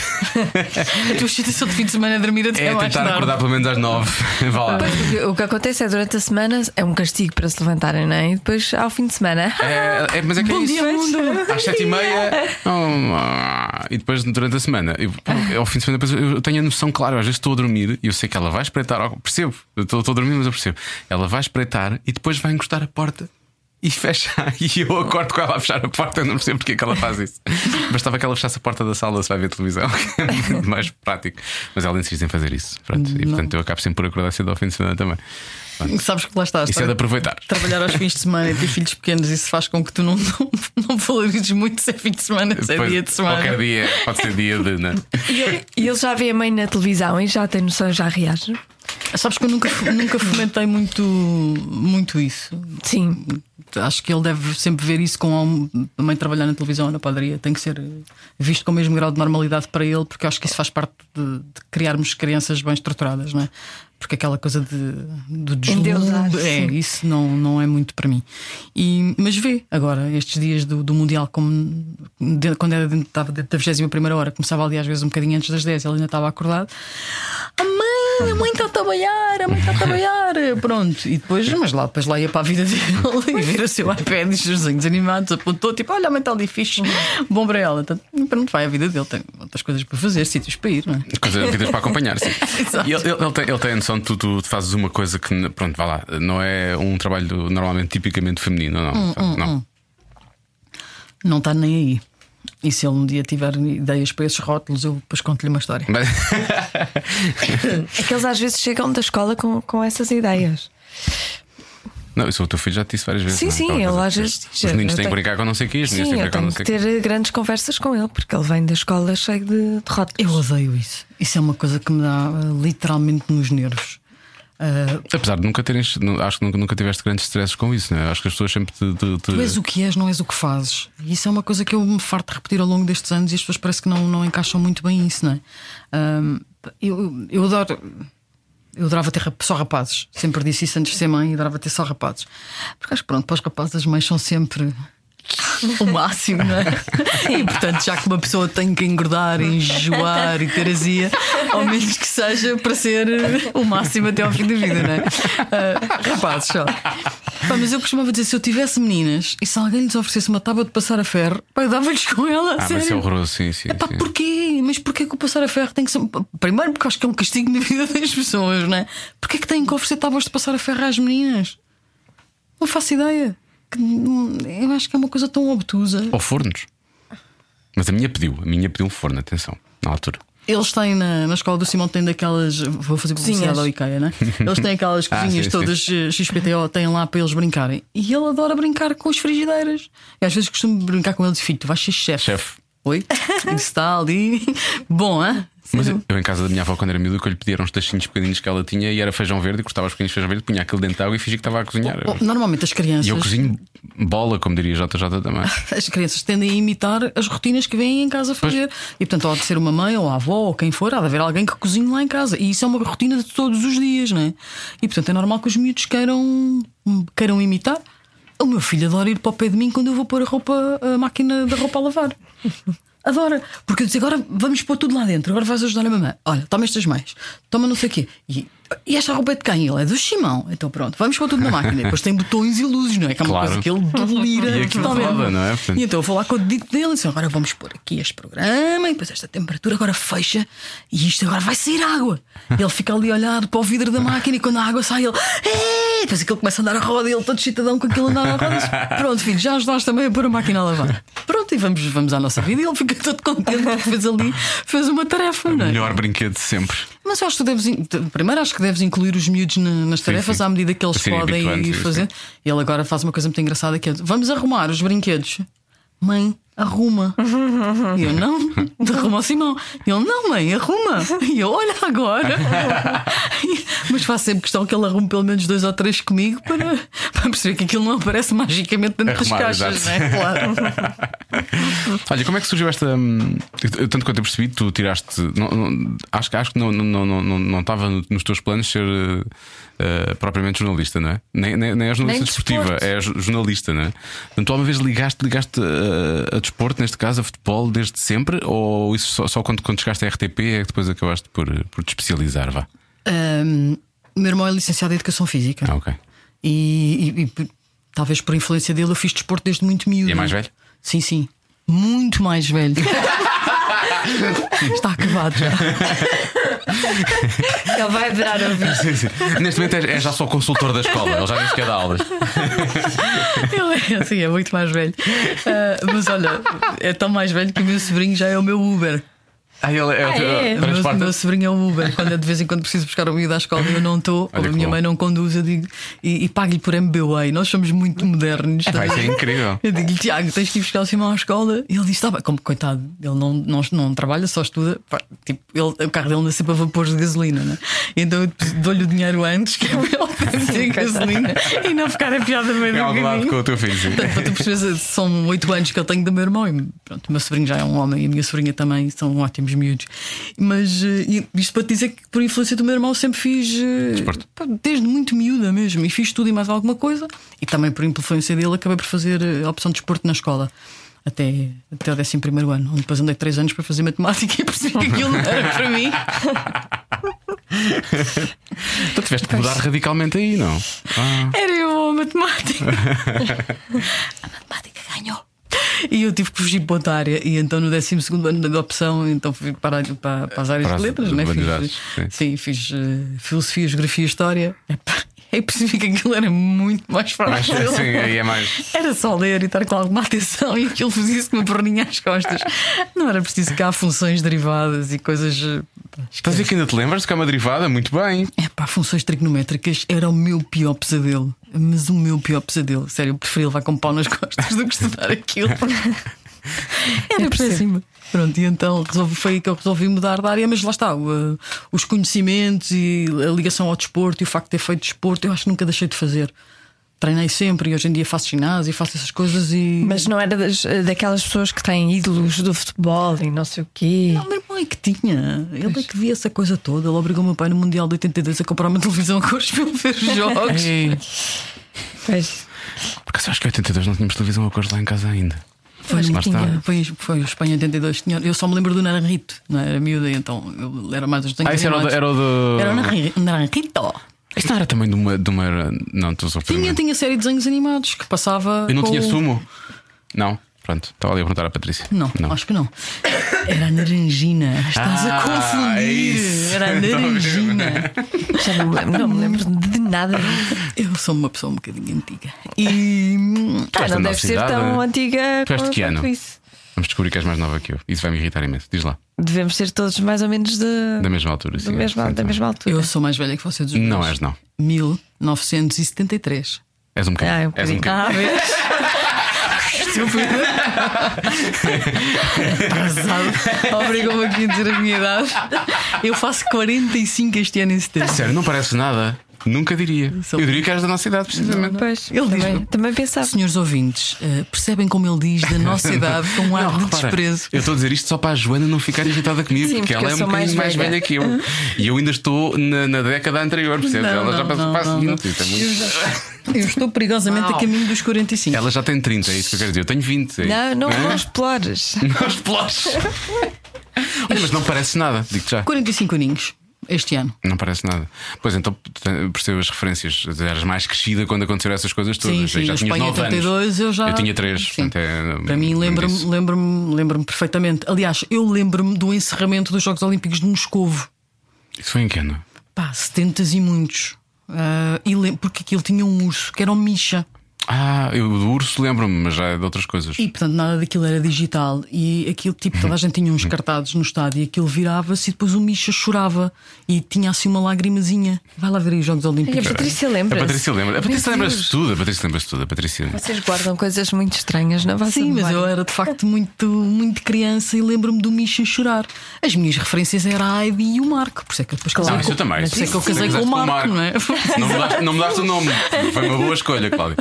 [SPEAKER 4] A tua excitação de fim de semana é dormir até
[SPEAKER 6] É
[SPEAKER 4] mais
[SPEAKER 6] tentar
[SPEAKER 4] tarde.
[SPEAKER 6] acordar pelo menos às 9. Vá lá.
[SPEAKER 3] Porque o que acontece é durante a semana é um castigo para se levantarem, não é? E depois ao fim de semana.
[SPEAKER 6] É, é, mas é que é
[SPEAKER 4] Bom
[SPEAKER 6] isso.
[SPEAKER 4] dia, mundo!
[SPEAKER 6] Às sete e meia, um, "Ah", E depois, durante a semana, eu, pá, ao fim de semana, depois eu tenho a noção clara. Às vezes estou a dormir e eu sei que ela vai espreitar. algo, Percebo, eu estou, estou a dormir, mas eu percebo. Ela vai espreitar e depois vai encostar a porta. E fecha, e eu acordo com ela a fechar a porta, eu não percebo porque é que ela faz isso. Bastava que ela fechasse a porta da sala se vai ver televisão, que é muito mais prático. Mas ela insiste em fazer isso. Pronto. E portanto eu acabo sempre por acordar cedo ao fim de semana também.
[SPEAKER 4] Sabes que lá estás. tá?
[SPEAKER 6] Isso é de aproveitar.
[SPEAKER 4] Trabalhar aos fins de semana e ter filhos pequenos, isso faz com que tu não, não, não valorizes muito se é fim de semana, se é
[SPEAKER 6] Depois,
[SPEAKER 4] dia de semana.
[SPEAKER 6] Qualquer dia, pode ser dia de. Né?
[SPEAKER 7] E ele, e ele já vê a mãe na televisão e já tem noção, já reage.
[SPEAKER 4] Sabes que eu nunca, nunca fomentei muito, muito isso.
[SPEAKER 7] Sim.
[SPEAKER 4] Acho que ele deve sempre ver isso com a mãe trabalhar na televisão ou na padaria. Tem que ser visto com o mesmo grau de normalidade para ele, porque eu acho que isso faz parte de, de criarmos crianças bem estruturadas, não é? Porque aquela coisa de, do
[SPEAKER 7] Endeusar,
[SPEAKER 4] deslumbre, é,
[SPEAKER 7] sim.
[SPEAKER 4] isso não, não é muito para mim. E, mas vê agora, estes dias do, do Mundial, como de- quando era dentro, estava dentro da 21 hora, começava ali às vezes um bocadinho antes das 10, ele ainda estava acordado. A mãe, a mãe está a trabalhar, a mãe está a trabalhar. Pronto, e depois, mas lá, depois lá ia para a vida dele e ver o seu iPad e os desenhos animados, apontou, tipo, olha, a mãe está ali fixe, bom para ela. Então, pronto, vai a vida dele, tem outras coisas para fazer, sítios para ir, não é?
[SPEAKER 6] Coisas vidas para acompanhar, sim.
[SPEAKER 4] Exato.
[SPEAKER 6] E Ele, ele, ele tem, ele tem a noção de tu, tu fazes uma coisa que, n- pronto, vá lá, não é um trabalho normalmente tipicamente feminino, não.
[SPEAKER 3] Hum,
[SPEAKER 6] não.
[SPEAKER 4] Não está nem aí. E se ele um dia tiver ideias para esses rótulos, eu depois conto-lhe uma história.
[SPEAKER 6] Mas-
[SPEAKER 3] É que eles às vezes chegam da escola com, com essas ideias.
[SPEAKER 6] Não, isso o teu filho já te disse várias vezes.
[SPEAKER 3] Sim,
[SPEAKER 6] não é?
[SPEAKER 3] sim,
[SPEAKER 6] Aquela
[SPEAKER 3] ele
[SPEAKER 6] coisa
[SPEAKER 3] às
[SPEAKER 6] que
[SPEAKER 3] vezes diz,
[SPEAKER 6] Os meninos
[SPEAKER 3] eu
[SPEAKER 6] têm que
[SPEAKER 3] tenho-
[SPEAKER 6] brincar com não sei o que, os meninas
[SPEAKER 3] Sim,
[SPEAKER 6] têm que brincar
[SPEAKER 3] eu
[SPEAKER 6] com não
[SPEAKER 3] tenho
[SPEAKER 6] sei
[SPEAKER 3] que
[SPEAKER 6] o quê.
[SPEAKER 3] ter grandes conversas com ele, porque ele vem da escola cheio de, de rótulos.
[SPEAKER 4] Eu odeio isso. Isso é uma coisa que me dá eh, literalmente nos nervos. Ah,
[SPEAKER 6] Apesar de nunca terem, nu- acho que nunca, nunca tiveste grandes stresses com isso, não é? Acho que as pessoas sempre te. te- Ah, te-
[SPEAKER 4] tu és o que és, não és o que fazes. E isso é uma coisa que eu me farto de repetir ao longo destes anos e as pessoas parece que não, não encaixam muito bem isso, não é? Ah, eu, eu adoro. Eu adorava ter rap- só rapazes. Sempre disse isso antes de ser mãe, adorava ter só rapazes. Porque acho que pronto, para os rapazes as mães são sempre o máximo, não é? E portanto, já que uma pessoa tem que engordar, enjoar e ter azia, ao menos que seja para ser eh, o máximo até ao fim da vida, não é? Ah, rapazes só. Pá, mas eu costumava dizer: se eu tivesse meninas e se alguém lhes oferecesse uma tábua de passar a ferro, pá, eu dava-lhes com ela.
[SPEAKER 6] Ah,
[SPEAKER 4] sério.
[SPEAKER 6] mas isso é horroroso, sim, sim.
[SPEAKER 4] Epá,
[SPEAKER 6] sim.
[SPEAKER 4] porquê? Mas porquê que o passar a ferro tem que ser. Primeiro, porque acho que é um castigo na vida das pessoas, não é? Porquê que têm que oferecer tábuas de passar a ferro às meninas? Não faço ideia. Que- Eu acho que é uma coisa tão obtusa.
[SPEAKER 6] Ou fornos. Mas a minha pediu, a minha pediu um forno, atenção, na altura.
[SPEAKER 4] Eles têm na, na escola do Simão têm daquelas. Vou fazer publicidade
[SPEAKER 7] Cozinhas.
[SPEAKER 4] ao IKEA, né? Eles têm aquelas
[SPEAKER 6] Ah,
[SPEAKER 4] cozinhas
[SPEAKER 6] sim,
[SPEAKER 4] todas eh, XPTO, têm lá para eles brincarem. E ele adora brincar com as frigideiras. Eu às vezes costumo brincar com ele e digo, filho, tu vais ser chefe.
[SPEAKER 6] Chefe.
[SPEAKER 4] Oi? Isso está ali. Bom, hã?
[SPEAKER 6] Mas eu, eu em casa da minha avó, quando era miúdo, o que eu lhe pediram uns tachinhos pequeninos que ela tinha e era feijão verde, e cortava os pequeninos de feijão verde, punha aquilo dentro de água e fingia que estava a cozinhar.
[SPEAKER 4] Oh, Normalmente as crianças.
[SPEAKER 6] E eu cozinho bola, como diria JJ também.
[SPEAKER 4] as crianças tendem a imitar as rotinas que vêm em casa fazer. E portanto, há de ser uma mãe ou a avó ou quem for, há de haver alguém que cozinhe lá em casa. E isso é uma rotina de todos os dias, não é? E portanto, é normal que os miúdos queiram, queiram imitar. O meu filho adora ir para o pé de mim quando eu vou pôr a roupa, a máquina da roupa a lavar. Adora, porque eu disse agora vamos pôr tudo lá dentro, agora vais ajudar a mamãe. Olha, toma estas mais, toma não sei o quê. E, e esta roupa é de quem? Ele é do Simão. Então pronto, vamos pôr tudo na máquina. Depois tem botões e luzes, não é? Que é uma
[SPEAKER 6] Claro.
[SPEAKER 4] coisa que ele delira
[SPEAKER 6] E aquilo
[SPEAKER 4] totalmente.
[SPEAKER 6] roda, não é? Portanto-
[SPEAKER 4] E então eu vou lá com o dito dele e disse: agora vamos pôr aqui este programa e depois esta temperatura agora fecha e isto agora vai sair água. E ele fica ali a olhar para o vidro da máquina e quando a água sai, ele. "Eh!" Depois aquilo começa a andar a roda e ele todo chitadão com aquilo andar a roda. Eu disse, Pronto, filho, já ajudaste também a pôr a máquina a lavar. Pronto, e vamos, vamos à nossa vida. E ele fica todo contente porque fez ali, fez uma tarefa, não é?
[SPEAKER 6] Melhor brinquedo de sempre.
[SPEAKER 4] Mas eu acho que tu deves. in- te- Primeiro, acho que deves incluir os miúdos na- nas tarefas
[SPEAKER 6] sim.
[SPEAKER 4] à medida que eles
[SPEAKER 6] Para serem
[SPEAKER 4] podem
[SPEAKER 6] habituantes,
[SPEAKER 4] ir
[SPEAKER 6] sim,
[SPEAKER 4] fazer. Ele agora faz uma coisa muito engraçada que é: vamos arrumar os brinquedos. Mãe, arruma. E eu não, arruma ao Simão. E ele, não, mãe, arruma. E eu, olha agora. E- Mas faço sempre questão que ele arrume pelo menos dois ou três comigo para, para perceber que aquilo não aparece magicamente dentro
[SPEAKER 6] Arrumar,
[SPEAKER 4] das caixas, não
[SPEAKER 6] exato.
[SPEAKER 4] é? Claro.
[SPEAKER 6] Olha, como é que surgiu esta. hum, eu- Tanto quanto eu percebi, tu tiraste. não- não- acho, que- acho que não estava não, não, não, não estava no- nos teus planos ser eh, eh, propriamente jornalista, não é? Nem, nem, nem é jornalista
[SPEAKER 4] Nem
[SPEAKER 6] desportiva,
[SPEAKER 4] desporto.
[SPEAKER 6] é jo- jornalista, não é? Portanto, tu alguma vez ligaste, ligaste eh, a desporto, neste caso a futebol, desde sempre? Ou isso só, só quando, quando chegaste à RTP é que depois acabaste por, por te especializar? Vá.
[SPEAKER 4] Ahm, o meu irmão é licenciado em Educação Física.
[SPEAKER 6] Ah, ok.
[SPEAKER 4] E, e- e por- talvez por influência dele eu fiz desporto desde muito miúdo.
[SPEAKER 6] E é mais velho?
[SPEAKER 4] Sim, sim. muito mais velho. Está acabado já.
[SPEAKER 3] Ele vai adorar ouvir.
[SPEAKER 6] Neste momento é, é já só consultor da escola, ele já nem sequer dá aulas.
[SPEAKER 4] Ele é assim, é muito mais velho. Ah, mas olha, é tão mais velho que o meu sobrinho já é o meu Uber.
[SPEAKER 6] Ah, ele é, o teu-
[SPEAKER 7] é?
[SPEAKER 4] O meu, o
[SPEAKER 6] transporta-
[SPEAKER 4] meu sobrinho é um Uber. Quando eu de vez em quando preciso buscar o miúdo à escola e eu não estou, ou
[SPEAKER 6] Olha
[SPEAKER 4] a
[SPEAKER 6] que
[SPEAKER 4] minha
[SPEAKER 6] bom.
[SPEAKER 4] mãe não conduz, eu digo e, e pago-lhe por MBWay. Nós somos muito modernos. tá
[SPEAKER 6] Pá, isso é incrível.
[SPEAKER 4] Eu digo-lhe, Tiago, tens que ir buscar o Simão à escola. E ele diz: Tá bem, como coitado, ele não, não, não trabalha, só estuda. Pá, tipo, ele- o carro dele anda sempre a vapor de gasolina, né? Então eu dou-lhe o dinheiro antes, que é para ele ter gasolina e não ficar a piada no meio
[SPEAKER 6] É
[SPEAKER 4] do
[SPEAKER 6] ao lado
[SPEAKER 4] caminho.
[SPEAKER 6] com o teu filho. sim.
[SPEAKER 4] Portanto, para tu perceberes, são oito anos que eu tenho do meu irmão e pronto, o meu sobrinho já é um homem e a minha sobrinha também são ótimos miúdos. Mas eh, e isto para te dizer que, por influência do meu irmão, sempre fiz eh,
[SPEAKER 6] Desporto.
[SPEAKER 4] pá, desde muito miúda mesmo e fiz tudo e mais alguma coisa. E também por influência dele, acabei por fazer eh, a opção de desporto na escola. Até, até o 11 primeiro ano, onde depois andei três anos para fazer matemática e percebi que aquilo não era para mim.
[SPEAKER 6] Tu tiveste que mudar radicalmente aí, não?
[SPEAKER 4] Era eu ou a matemática. a matemática ganhou. E eu tive que fugir para outra área. E então, no 12 ano da opção, então fui para, a- para, para as áreas
[SPEAKER 6] Para as
[SPEAKER 4] de letras, né?
[SPEAKER 6] humanidades,
[SPEAKER 4] Fiz,
[SPEAKER 6] sim.
[SPEAKER 4] sim, fiz eh, filosofia, geografia, história. Epá, Aí percebi que aquilo era muito mais
[SPEAKER 6] Mas
[SPEAKER 4] fácil.
[SPEAKER 6] sim, aí é mais.
[SPEAKER 4] Era só ler e estar com alguma atenção e aquilo fazia-se com uma perninha às costas. Não era preciso que há funções derivadas e coisas. eh, pá,
[SPEAKER 6] Estás a
[SPEAKER 4] esquece.
[SPEAKER 6] dizer que ainda te lembras de que é uma derivada? Muito bem.
[SPEAKER 4] É pá, funções trigonométricas era o meu pior pesadelo. Mas o meu pior pesadelo. Sério, eu preferi levar com pau nas costas do que estudar aquilo. Era péssimo. Pronto, e então resolvi, foi aí que eu resolvi mudar de área, mas lá está, o, uh, os conhecimentos e a ligação ao desporto e o facto de ter feito desporto, eu acho que nunca deixei de fazer. Treinei sempre e hoje em dia faço ginásio e faço essas coisas e.
[SPEAKER 3] Mas não era das- daquelas pessoas que têm ídolos do futebol e não sei o quê.
[SPEAKER 4] Não, o meu irmão é que tinha. Ele é que via essa coisa toda. Ele obrigou o meu pai no Mundial de 82 a comprar uma televisão com os filmes ver os jogos.
[SPEAKER 3] Pois.
[SPEAKER 6] Por acaso eu acho que em 82 não tínhamos televisão a cores lá em casa ainda.
[SPEAKER 4] Foi,
[SPEAKER 6] Acho que
[SPEAKER 4] tinha.
[SPEAKER 6] tinha.
[SPEAKER 4] Tá. foi, foi o Espanha 82. Tinha, eu só me lembro do Naranjito, não era miúda, então eu era mais dos
[SPEAKER 6] Ah, isso era o, do- era o do.
[SPEAKER 4] Era o Naran- Naranjito.
[SPEAKER 6] Isto não era também de uma. De uma... Não, estou só a
[SPEAKER 4] Tinha, tinha série de desenhos animados que passava.
[SPEAKER 6] Eu não
[SPEAKER 4] com
[SPEAKER 6] tinha
[SPEAKER 4] o-
[SPEAKER 6] sumo? Não. Pronto, estava ali a perguntar à Patrícia.
[SPEAKER 4] Não, acho que não. Era a Naranjina. Estás
[SPEAKER 6] Ah,
[SPEAKER 4] a
[SPEAKER 6] é
[SPEAKER 4] confundir.
[SPEAKER 6] isso. Então,
[SPEAKER 4] Era a Naranjina.
[SPEAKER 3] Já não me lembro, não me lembro de nada.
[SPEAKER 4] Eu sou uma pessoa um bocadinho antiga. E. hum,
[SPEAKER 6] Tu
[SPEAKER 3] Ah,
[SPEAKER 6] és da
[SPEAKER 3] não
[SPEAKER 6] nossa
[SPEAKER 3] deve ser
[SPEAKER 6] idade. é?
[SPEAKER 3] tão antiga
[SPEAKER 6] Tu és de
[SPEAKER 3] quanto
[SPEAKER 6] que ano?
[SPEAKER 3] isso.
[SPEAKER 6] Vamos descobrir que és mais nova que eu. Isso vai me irritar imenso. Diz lá.
[SPEAKER 3] Devemos ser todos mais ou menos de,
[SPEAKER 6] Da mesma altura.
[SPEAKER 3] do
[SPEAKER 6] sim.
[SPEAKER 3] mesma,
[SPEAKER 6] Sim,
[SPEAKER 3] da
[SPEAKER 6] sim.
[SPEAKER 3] mesma altura.
[SPEAKER 4] Eu sou mais velha que você dos
[SPEAKER 6] Não
[SPEAKER 4] dois.
[SPEAKER 6] és, não.
[SPEAKER 4] 1973.
[SPEAKER 6] És um bocadinho.
[SPEAKER 3] Ah, é um
[SPEAKER 6] és um
[SPEAKER 3] bocadinho.
[SPEAKER 6] bocadinho.
[SPEAKER 4] Ah, vês? Estúpido. Atrasado. Obrigou-me aqui a dizer a minha idade. Eu faço 45 este ano em setembro.
[SPEAKER 6] Sério, não parece nada. Nunca diria.
[SPEAKER 4] Ah. Sou-
[SPEAKER 6] Eu diria que eras da nossa idade, precisamente.
[SPEAKER 3] Ah, Pois,
[SPEAKER 4] Ele diz-
[SPEAKER 3] também, também pensava.
[SPEAKER 4] Senhores ouvintes, eh, percebem como ele diz da nossa idade com um ar
[SPEAKER 6] Não,
[SPEAKER 4] de
[SPEAKER 6] repara,
[SPEAKER 4] desprezo?
[SPEAKER 6] Eu estou a dizer isto só para a Joana não ficar irritada comigo,
[SPEAKER 3] Sim,
[SPEAKER 6] porque
[SPEAKER 3] porque
[SPEAKER 6] ela
[SPEAKER 3] eu
[SPEAKER 6] é um
[SPEAKER 3] sou mais
[SPEAKER 6] bocadinho mais
[SPEAKER 3] velha.
[SPEAKER 6] velha que eu. E eu ainda estou na, na década anterior, percebes?
[SPEAKER 4] Não,
[SPEAKER 6] ela já
[SPEAKER 4] não,
[SPEAKER 6] passou
[SPEAKER 4] não,
[SPEAKER 6] para a
[SPEAKER 4] não,
[SPEAKER 6] seguinte.
[SPEAKER 4] não.
[SPEAKER 6] isto é muito-
[SPEAKER 4] Eu estou perigosamente a caminho dos 45.
[SPEAKER 6] Ela já tem 30, é isso que eu quero dizer. Eu tenho 20. é isso.
[SPEAKER 3] Não, não,
[SPEAKER 6] Hã?
[SPEAKER 3] não explores.
[SPEAKER 4] É,
[SPEAKER 6] Não explores. Olha, mas não parece nada, digo-te já.
[SPEAKER 4] 45 aninhos este ano.
[SPEAKER 6] Não parece nada. Pois então te- percebo as referências. Eras mais crescida quando aconteceram essas coisas todas.
[SPEAKER 4] Sim,
[SPEAKER 6] Aí
[SPEAKER 4] sim,
[SPEAKER 6] já
[SPEAKER 4] o
[SPEAKER 6] tinhas
[SPEAKER 4] Espanha
[SPEAKER 6] 9
[SPEAKER 4] 82,
[SPEAKER 6] anos.
[SPEAKER 4] eu já.
[SPEAKER 6] tinha é, 3.
[SPEAKER 4] Sim. Para mim, lembro-me lembro lembro perfeitamente. Aliás, eu lembro-me do encerramento dos Jogos Olímpicos de Moscovo.
[SPEAKER 6] Isso foi em que ano?
[SPEAKER 4] Pá, 70 e muitos. Ah, e lem- porque aquilo tinha um urso que era um Misha.
[SPEAKER 6] Ah, eu do urso lembro-me, mas já é de outras coisas.
[SPEAKER 4] E portanto nada daquilo era digital. E aquilo, tipo, toda a gente tinha uns
[SPEAKER 6] Uhum.
[SPEAKER 4] cartazes no estádio e aquilo virava-se e depois o Misha chorava e tinha assim uma lagrimazinha. Vai lá ver aí os Jogos
[SPEAKER 3] E a
[SPEAKER 4] Olímpicos.
[SPEAKER 3] Patrícia
[SPEAKER 6] A
[SPEAKER 3] lembra.
[SPEAKER 6] Patrícia lembra. A Patrícia
[SPEAKER 3] Meu
[SPEAKER 6] lembra-se
[SPEAKER 3] Deus.
[SPEAKER 6] de tudo. A Patrícia lembra-se de tudo. A Patrícia.
[SPEAKER 3] Vocês guardam coisas muito estranhas na vossa
[SPEAKER 4] Sim, mas
[SPEAKER 3] memória.
[SPEAKER 4] eu era de facto muito, muito criança e lembro-me do Misha chorar. As minhas referências eram a Heidi e o Marco, por isso é que eu depois
[SPEAKER 6] Não,
[SPEAKER 4] casei
[SPEAKER 6] isso
[SPEAKER 4] com-
[SPEAKER 6] eu também.
[SPEAKER 4] Por isso é que eu
[SPEAKER 6] Sim,
[SPEAKER 4] casei
[SPEAKER 6] sim,
[SPEAKER 4] com o
[SPEAKER 6] casaste
[SPEAKER 4] Marco,
[SPEAKER 6] com o
[SPEAKER 4] não é?
[SPEAKER 6] Não mudaste, não mudaste o nome. Foi uma boa escolha, Cláudio.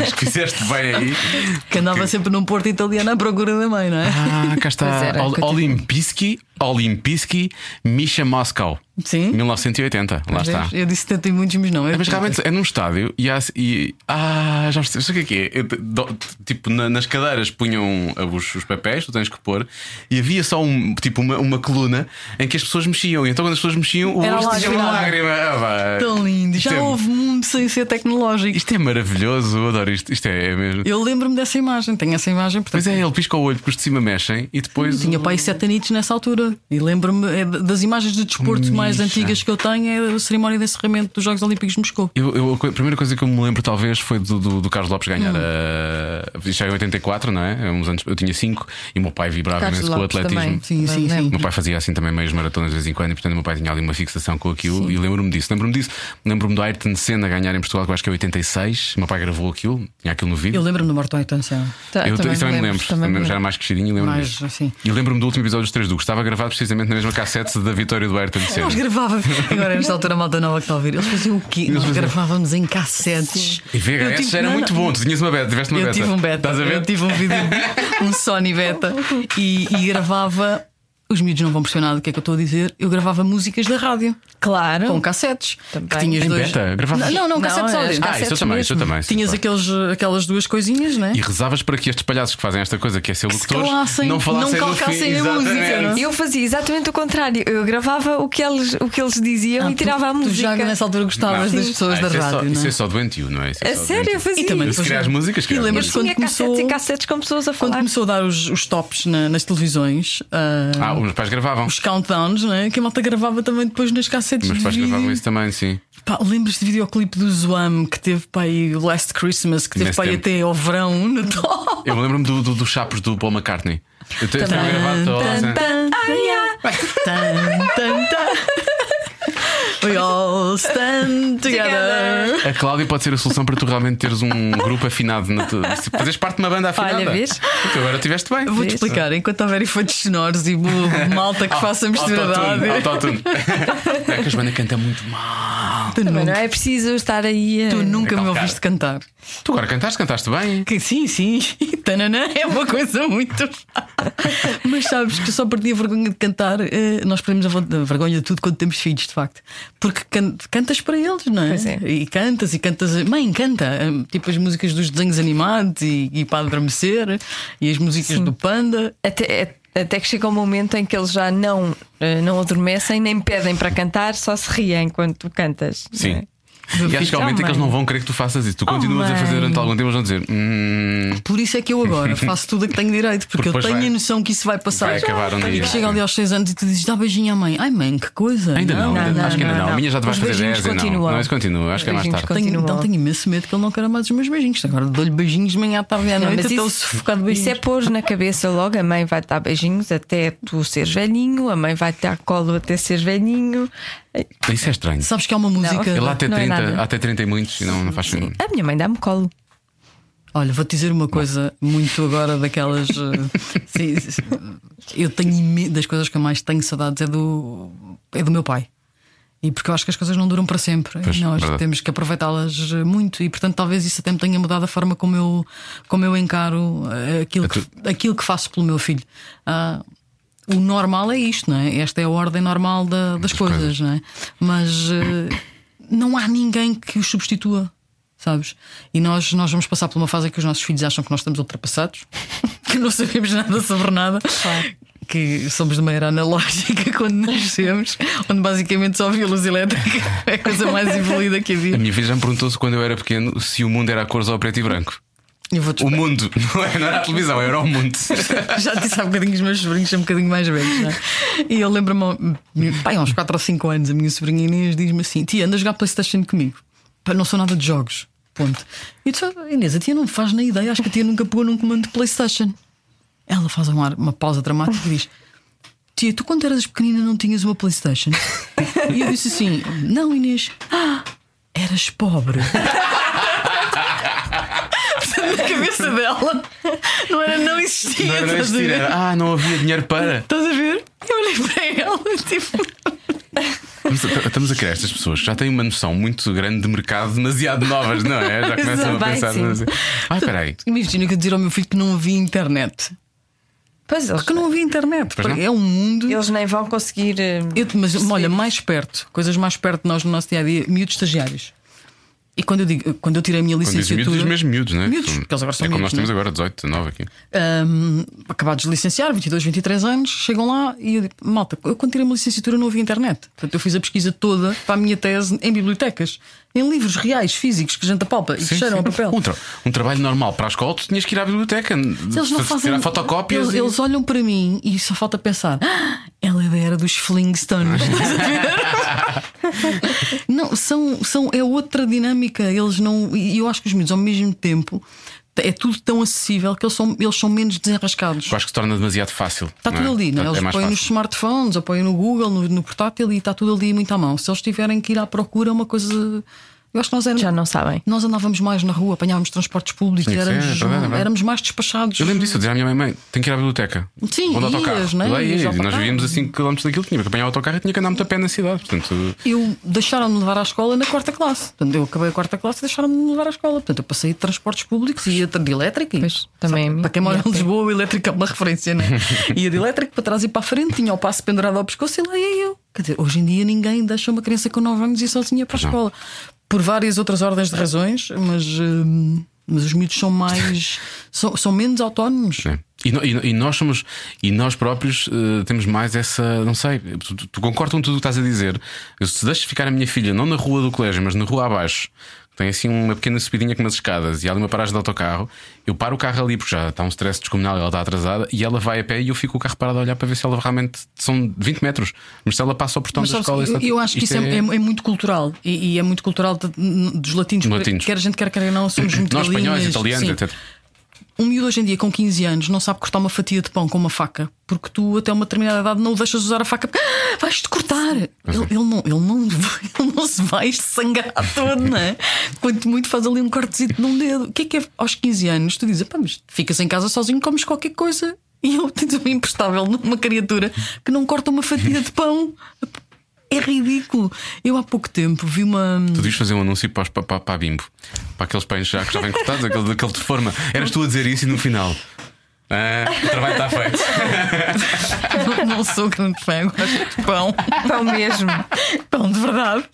[SPEAKER 6] Acho que fizeste bem aí.
[SPEAKER 4] Que andava sempre num porto italiano à procura da mãe, não é?
[SPEAKER 6] Ah, cá está.
[SPEAKER 3] Pois era,
[SPEAKER 6] Ol-
[SPEAKER 3] continua.
[SPEAKER 6] Olimpiski, Olimpiski, Misha Moscow.
[SPEAKER 4] Sim. é,
[SPEAKER 6] 1980, lá
[SPEAKER 4] Às
[SPEAKER 6] está.
[SPEAKER 4] vezes. Eu disse 70 e muitos, mas não.
[SPEAKER 6] É,
[SPEAKER 4] É
[SPEAKER 6] mas
[SPEAKER 4] 30.
[SPEAKER 6] realmente é num estádio e, há, e ah, já percebi, sabe o que é que é? Eu te- do- tipo, na- nas cadeiras punham ah, os, os papéis, tu tens que pôr, e havia só um, tipo, uma, uma coluna em que as pessoas mexiam. E então, quando as pessoas mexiam, o
[SPEAKER 4] Era
[SPEAKER 6] rosto tinha uma
[SPEAKER 4] lágrima.
[SPEAKER 6] lágrima. Ah, vá.
[SPEAKER 4] Tão lindo. Já
[SPEAKER 6] Isto é-
[SPEAKER 4] houve mundo sem ser tecnológico.
[SPEAKER 6] Isto é maravilhoso, eu adoro isto. Isto é, é mesmo.
[SPEAKER 4] Eu lembro-me dessa imagem, tenho essa imagem, portanto.
[SPEAKER 6] Pois é, ele pisca o olho porque os de cima mexem e depois.
[SPEAKER 4] Tinha pai sete anitos nessa altura e lembro-me é, d- das imagens de desporto mais
[SPEAKER 6] Micha.
[SPEAKER 4] antigas que eu tenho é a cerimónia de encerramento dos Jogos Olímpicos de Moscou.
[SPEAKER 6] Eu, eu- a co- a primeira coisa que eu me lembro, talvez, foi do, do- do Carlos Lopes
[SPEAKER 4] Hum.
[SPEAKER 6] ganhar. a- Isto já em 84, não é? Uns anos, eu tinha 5 e o meu pai vibrava
[SPEAKER 3] Carlos
[SPEAKER 6] imenso com o
[SPEAKER 3] Lopes
[SPEAKER 6] atletismo.
[SPEAKER 3] também.
[SPEAKER 4] Sim, sim, sim.
[SPEAKER 6] O meu pai fazia assim também meias maratonas de vez em quando, e portanto o meu pai tinha ali uma fixação com aquilo. E lembro-me disso. Lembro-me disso. Lembro-me do Ayrton Senna ganhar em Portugal, que eu acho que é 86. O meu pai gravou aquilo, tinha aquilo no vídeo.
[SPEAKER 4] Eu lembro-me do Martin Atenção.
[SPEAKER 3] Tá,
[SPEAKER 6] Eu- isso também me lembro,
[SPEAKER 3] também
[SPEAKER 6] também
[SPEAKER 3] me
[SPEAKER 6] já era
[SPEAKER 3] lembro.
[SPEAKER 6] mais crescidinho e lembro-me
[SPEAKER 4] Mais,
[SPEAKER 6] disso.
[SPEAKER 4] assim.
[SPEAKER 6] E lembro-me do último episódio dos Três Duques, estava gravado precisamente na mesma cassete da vitória do Ayrton Senna.
[SPEAKER 4] Nós gravávamos, agora nesta altura a malta nova que está a ouvir, eles faziam o quê? Nós gravávamos em cassetes.
[SPEAKER 6] E
[SPEAKER 4] Eu
[SPEAKER 6] VHS
[SPEAKER 4] tive-
[SPEAKER 6] era
[SPEAKER 4] não,
[SPEAKER 6] muito
[SPEAKER 4] não.
[SPEAKER 6] bom, tu tinhas uma beta, tiveste uma
[SPEAKER 4] Eu
[SPEAKER 6] beta.
[SPEAKER 4] tive um beta,
[SPEAKER 6] Estás a ver?
[SPEAKER 4] eu tive um vídeo, um Sony beta e, e gravava. Os miúdos não vão perceber nada do que é que eu estou a dizer. Eu gravava músicas da rádio
[SPEAKER 3] Claro.
[SPEAKER 4] com cassetes.
[SPEAKER 3] Também.
[SPEAKER 4] Que tinhas
[SPEAKER 6] Em
[SPEAKER 4] dois.
[SPEAKER 6] beta? Gravavas-
[SPEAKER 4] Não, não, não,
[SPEAKER 3] Não,
[SPEAKER 4] cassetes
[SPEAKER 3] é,
[SPEAKER 4] áudio.
[SPEAKER 3] as
[SPEAKER 6] Ah, isso eu também, isso eu também. sim,
[SPEAKER 4] Tinhas
[SPEAKER 6] claro.
[SPEAKER 4] aqueles, aquelas duas coisinhas, né?
[SPEAKER 6] E rezavas para que estes palhaços que fazem esta coisa, que é ser
[SPEAKER 4] se
[SPEAKER 6] locutores,
[SPEAKER 4] calassem,
[SPEAKER 6] não falassem
[SPEAKER 4] não
[SPEAKER 6] no fim.
[SPEAKER 4] calcassem a música,
[SPEAKER 6] Exatamente.
[SPEAKER 4] não é?
[SPEAKER 3] Eu fazia exatamente o contrário. Eu gravava o que eles, o que eles diziam
[SPEAKER 4] Ah,
[SPEAKER 3] e tirava
[SPEAKER 4] tu,
[SPEAKER 3] a música.
[SPEAKER 4] Tu já nessa altura gostavas
[SPEAKER 6] Não.
[SPEAKER 4] das pessoas
[SPEAKER 6] Ah,
[SPEAKER 4] da
[SPEAKER 6] isso é só-
[SPEAKER 4] rádio, não
[SPEAKER 6] Isso
[SPEAKER 4] é?
[SPEAKER 6] é só doentio, não é? Isso é
[SPEAKER 3] A
[SPEAKER 6] só
[SPEAKER 3] sério,
[SPEAKER 6] doentio.
[SPEAKER 3] eu fazia.
[SPEAKER 4] E também
[SPEAKER 6] Se criar as músicas,
[SPEAKER 4] E
[SPEAKER 6] criar as
[SPEAKER 3] Eu
[SPEAKER 4] lembras
[SPEAKER 6] músicas.
[SPEAKER 4] quando
[SPEAKER 3] tinha cassetes
[SPEAKER 4] começou,
[SPEAKER 3] e cassetes com pessoas a
[SPEAKER 4] quando
[SPEAKER 3] falar.
[SPEAKER 4] começou a dar os, os tops na- nas televisões,
[SPEAKER 6] Ah,
[SPEAKER 4] ah,
[SPEAKER 6] os meus pais gravavam.
[SPEAKER 4] os countdowns, né? que a malta gravava também depois nas cassetes
[SPEAKER 6] Os meus
[SPEAKER 4] de
[SPEAKER 6] pais gravavam
[SPEAKER 4] vídeo.
[SPEAKER 6] isso também, sim.
[SPEAKER 4] Pá, lembras do videoclipe do Zoam que teve para aí o Last Christmas, que teve
[SPEAKER 6] Nesse
[SPEAKER 4] para aí
[SPEAKER 6] tempo.
[SPEAKER 4] até ao verão, no top.
[SPEAKER 6] Eu lembro-me do, do- dos chapos do Paul McCartney. Eu tenho tenho gravado toda a cena.
[SPEAKER 4] Tan, tan, tan. We all stand together.
[SPEAKER 6] A Cláudia pode ser a solução para tu realmente teres um grupo afinado. Na tu... se Fazeres parte de uma banda afinada.
[SPEAKER 3] Olha, vês?
[SPEAKER 6] Tu agora estiveste bem.
[SPEAKER 4] Vou-te explicar, enquanto houver efeitos sonoros e burro, malta
[SPEAKER 6] Ah,
[SPEAKER 4] que faça
[SPEAKER 6] Autotune,
[SPEAKER 4] misturada.
[SPEAKER 6] autotune. É que a Joana canta muito mal.
[SPEAKER 4] Tu
[SPEAKER 3] Também não
[SPEAKER 4] nunca,
[SPEAKER 3] é preciso estar aí eh, a.
[SPEAKER 4] tu nunca
[SPEAKER 6] É
[SPEAKER 4] me
[SPEAKER 6] calcar.
[SPEAKER 4] ouviste cantar.
[SPEAKER 6] Tu agora cantaste, cantaste bem.
[SPEAKER 4] Que sim, sim, tananã, é uma coisa muito. Mas sabes que eu só perdi a vergonha de cantar. eh, Nós perdemos a vo- a vergonha de tudo quando temos filhos, de facto. Porque can- cantas para eles, não é?
[SPEAKER 3] Pois é.
[SPEAKER 4] E cantas e cantas. Mãe, canta! eh, Tipo as músicas dos desenhos animados e, e para adormecer e as músicas do Panda.
[SPEAKER 3] Até, até que chega um momento em que eles já não, eh, não adormecem, nem pedem para cantar, só se riem quando tu cantas. não
[SPEAKER 6] Sim.
[SPEAKER 3] é?
[SPEAKER 6] E acho que ao momento é que eles não vão querer que tu faças isso. Tu continuas a fazer
[SPEAKER 3] mãe.
[SPEAKER 6] durante algum tempo, eles vão dizer. Hum,
[SPEAKER 4] Por isso é que eu agora faço tudo a que tenho direito, porque,
[SPEAKER 6] Porque
[SPEAKER 4] eu
[SPEAKER 6] depois
[SPEAKER 4] tenho
[SPEAKER 6] vai-
[SPEAKER 4] a noção que isso vai passar.
[SPEAKER 6] vai acabar um
[SPEAKER 4] e
[SPEAKER 6] dia.
[SPEAKER 4] que chega ali aos 6 anos e tu dizes: dá beijinho à mãe. Ai, mãe, que coisa!
[SPEAKER 6] Ainda não,
[SPEAKER 3] Não,
[SPEAKER 6] ainda-
[SPEAKER 3] Ah, não,
[SPEAKER 6] acho que ainda
[SPEAKER 3] não,
[SPEAKER 6] não. A
[SPEAKER 3] não.
[SPEAKER 6] minha já te vais
[SPEAKER 3] Os
[SPEAKER 6] fazer
[SPEAKER 3] beijinhos
[SPEAKER 6] 10 e não.
[SPEAKER 3] continuam.
[SPEAKER 6] Não, isso continua, acho que é mais
[SPEAKER 3] Beijinhos
[SPEAKER 6] tarde.
[SPEAKER 4] Tenho,
[SPEAKER 3] Continua.
[SPEAKER 4] não tenho imenso medo que ele não queira mais os meus beijinhos. Agora dou-lhe beijinhos de manhã à tarde e à
[SPEAKER 3] Não,
[SPEAKER 4] noite
[SPEAKER 3] mas
[SPEAKER 4] até ele
[SPEAKER 3] isso-
[SPEAKER 4] sufocar de
[SPEAKER 3] Isso é
[SPEAKER 4] beijinhos.
[SPEAKER 3] pôr na cabeça logo, a mãe vai dar beijinhos até tu seres velhinho, a mãe vai te dar colo até seres velhinho.
[SPEAKER 6] Isso é estranho.
[SPEAKER 4] Sabes que há uma música.
[SPEAKER 6] Ele até
[SPEAKER 3] Não é
[SPEAKER 6] 30,
[SPEAKER 3] nada.
[SPEAKER 6] até 30 e muitos, e não, não faz sentido.
[SPEAKER 3] A minha mãe dá-me colo.
[SPEAKER 4] Olha, vou-te dizer uma coisa muito agora daquelas. eh, sim, sim. eu tenho imen- das coisas que eu mais tenho saudades é do, é do meu pai. E porque eu acho que as coisas não duram para sempre.
[SPEAKER 6] Pois,
[SPEAKER 4] e nós
[SPEAKER 6] verdade.
[SPEAKER 4] temos que aproveitá-las eh, muito. E portanto, talvez isso até me tenha mudado a forma como eu, como eu encaro eh, aquilo
[SPEAKER 6] A
[SPEAKER 4] que,
[SPEAKER 6] tu-
[SPEAKER 4] aquilo que faço pelo meu filho. Ah, o normal é isto, não é? Esta é a ordem normal da- das coisas,
[SPEAKER 6] coisas.
[SPEAKER 4] não é? Mas eh, não há ninguém que os substitua, sabes? E nós, nós vamos passar por uma fase em que os nossos filhos acham que nós estamos ultrapassados, que não sabemos nada sobre nada. Que somos de uma era analógica quando nascemos, onde basicamente só havia luz elétrica, é a coisa mais evoluída que
[SPEAKER 6] A
[SPEAKER 4] havia.
[SPEAKER 6] minha filha já me perguntou se quando eu era pequeno se o mundo era a cores ou preto e branco.
[SPEAKER 4] Eu vou-te
[SPEAKER 6] O mundo, não é- não era a televisão, era o mundo.
[SPEAKER 4] Já disse há bocadinho que os meus sobrinhos são um bocadinho mais velhos, não é? E eu lembro-me, pai, há uns 4 ou 5 anos, a minha sobrinha Inês diz-me assim: Tia, anda a jogar PlayStation comigo. Pá, não sou nada de jogos. Ponto. E eu disse: "Ah, Inês, a tia não faz nem ideia, acho que a tia nunca pegou num comando de PlayStation. Ela faz uma, uma pausa dramática e diz: Tia, tu quando eras pequenina não tinhas uma PlayStation? E eu disse assim: Não, Inês, "Ah, eras pobre. Na cabeça dela não era não existia.
[SPEAKER 6] Não era
[SPEAKER 4] estás a
[SPEAKER 6] existir,
[SPEAKER 4] ver?
[SPEAKER 6] era, Ah, não havia dinheiro para.
[SPEAKER 4] Estás a ver? Eu olhei para ela, tipo.
[SPEAKER 6] Estamos a, estamos a criar estas pessoas que já têm uma noção muito grande de mercado, demasiado novas, não é? Já começam a
[SPEAKER 3] Vai,
[SPEAKER 6] pensar. Ah,
[SPEAKER 3] sim.
[SPEAKER 6] Ai, peraí.
[SPEAKER 4] Imagina que eu dizer ao meu filho que não havia internet.
[SPEAKER 3] Pois eles,
[SPEAKER 4] Que não havia internet.
[SPEAKER 6] Pois não.
[SPEAKER 4] É um mundo.
[SPEAKER 3] eles nem vão conseguir. eh,
[SPEAKER 4] Eu- mas olha, mais perto, coisas mais perto de nós no nosso dia a dia, miúdos estagiários. E quando eu, digo, quando eu tirei a minha
[SPEAKER 6] Quando diz
[SPEAKER 4] licenciatura.
[SPEAKER 6] miúdos, diz mesmo miúdos, não é?
[SPEAKER 4] Miúdos, porque eles agora são
[SPEAKER 6] É como nós
[SPEAKER 4] miúdos,
[SPEAKER 6] temos
[SPEAKER 4] não
[SPEAKER 6] agora, 18, 19 aqui.
[SPEAKER 4] Ahm, acabados de licenciar, 22, 23 anos, chegam lá e eu digo: Malta, eu quando tirei a minha licenciatura não havia internet. Portanto, eu fiz a pesquisa toda para a minha tese em bibliotecas, em livros reais, físicos, que a gente apalpa e que cheiram a papel.
[SPEAKER 6] Um, tra- um trabalho normal para a escola, tu tinhas que ir à biblioteca.
[SPEAKER 4] Eles não fazem.
[SPEAKER 6] Tirar fotocópias.
[SPEAKER 4] Eles,
[SPEAKER 6] e-
[SPEAKER 4] eles olham para mim e só falta pensar. "Ah, Ela é da era dos Flintstones. Estás a ver? não, são, são, é outra dinâmica. Eles não. E eu acho que os miúdos, ao mesmo tempo, é tudo tão acessível que eles são, eles são menos desenrascados.
[SPEAKER 6] Eu acho que se torna demasiado fácil.
[SPEAKER 4] Está tudo ali, não é?
[SPEAKER 6] Portanto,
[SPEAKER 4] Eles
[SPEAKER 6] é mais
[SPEAKER 4] põem nos
[SPEAKER 6] fácil.
[SPEAKER 4] smartphones, ou põem no Google, no, no portátil e está tudo ali muito à mão. Se eles tiverem que ir à procura, é uma coisa. Eu acho que nós éramos.
[SPEAKER 3] Já não sabem.
[SPEAKER 4] Nós andávamos mais na rua, apanhávamos transportes públicos,
[SPEAKER 6] Tinha que ser,
[SPEAKER 4] éramos,
[SPEAKER 6] é verdade, é verdade.
[SPEAKER 4] éramos mais despachados.
[SPEAKER 6] Eu lembro disso, eu dizia à minha mãe, mãe, tenho que ir à biblioteca.
[SPEAKER 4] Sim,
[SPEAKER 6] Vou de
[SPEAKER 4] ias,
[SPEAKER 6] autocarro.
[SPEAKER 4] né?
[SPEAKER 6] Lá ia,
[SPEAKER 4] Ias ao
[SPEAKER 6] e nós
[SPEAKER 4] autocarro.
[SPEAKER 6] vivíamos a 5km daquilo, tinha que apanhar o autocarro e tinha que andar muito a pé na cidade. Portanto,
[SPEAKER 4] eu deixaram-me levar à escola na quarta classe. Portanto, eu acabei a quarta classe e deixaram-me levar à escola. Portanto, eu passei de transportes públicos e ia de elétrica.
[SPEAKER 3] Pois, também
[SPEAKER 4] Sabe,
[SPEAKER 3] é
[SPEAKER 4] para quem mora
[SPEAKER 3] minha
[SPEAKER 4] em Lisboa, o elétrico é uma referência, né? Ia de elétrico para trás e para a frente, tinha o passo pendurado ao pescoço e lá ia eu. Quer dizer, hoje em dia ninguém deixa uma criança com 9 anos e sozinha para a
[SPEAKER 6] não.
[SPEAKER 4] escola. Por várias outras ordens de razões, mas. hum, mas os miúdos são mais. são, são menos autónomos.
[SPEAKER 6] É. E, no- e no- e nós somos, e nós próprios eh, temos mais essa, não sei, tu, tu- tu concordas com tudo o que estás a dizer. Eu, se deixo ficar a minha filha, não na rua do colégio, mas na rua abaixo, que tem assim uma pequena subidinha com umas escadas e há ali uma paragem de autocarro, eu paro o carro ali porque já está um stress descomunal, ela está atrasada, e ela vai a pé e eu fico com o carro parado a olhar para ver se ela realmente são 20 metros, mas se ela passa o portão
[SPEAKER 4] Mas
[SPEAKER 6] da
[SPEAKER 4] sabes,
[SPEAKER 6] escola.
[SPEAKER 4] eu,
[SPEAKER 6] isso-
[SPEAKER 4] eu acho que
[SPEAKER 6] isto
[SPEAKER 4] isso é, é- é muito cultural e, e é muito cultural de- dos latinos, porque
[SPEAKER 6] Latinos.
[SPEAKER 4] quer a gente quer quer não, somos muito
[SPEAKER 6] Nós, espanhóis,
[SPEAKER 4] galinhas,
[SPEAKER 6] italianos,
[SPEAKER 4] sim.
[SPEAKER 6] etc.
[SPEAKER 4] Um miúdo hoje em dia com 15 anos não sabe cortar uma fatia de pão com uma faca porque tu, até uma determinada idade, não o deixas usar a faca porque "Ah, vais-te cortar. Ele, ele não, ele, não, ele não se vai sangrar todo, não é? Quanto muito faz ali um cortezito num dedo. O que é que é aos 15 anos? Tu dizes, pá, mas ficas em casa sozinho, comes qualquer coisa. E eu tento-me imprestável numa criatura que não corta uma fatia de pão. É ridículo. Eu há pouco tempo vi uma.
[SPEAKER 6] Tu devias fazer um anúncio para, os- para, para, para a Bimbo Para aqueles pães já que já vêm cortados aquele, Daquele de forma Eras tu a dizer isso e no final ah, O trabalho está feito
[SPEAKER 4] Eu não sou grande fã, eu gosto de pão.
[SPEAKER 3] Pão mesmo.
[SPEAKER 4] Pão de verdade.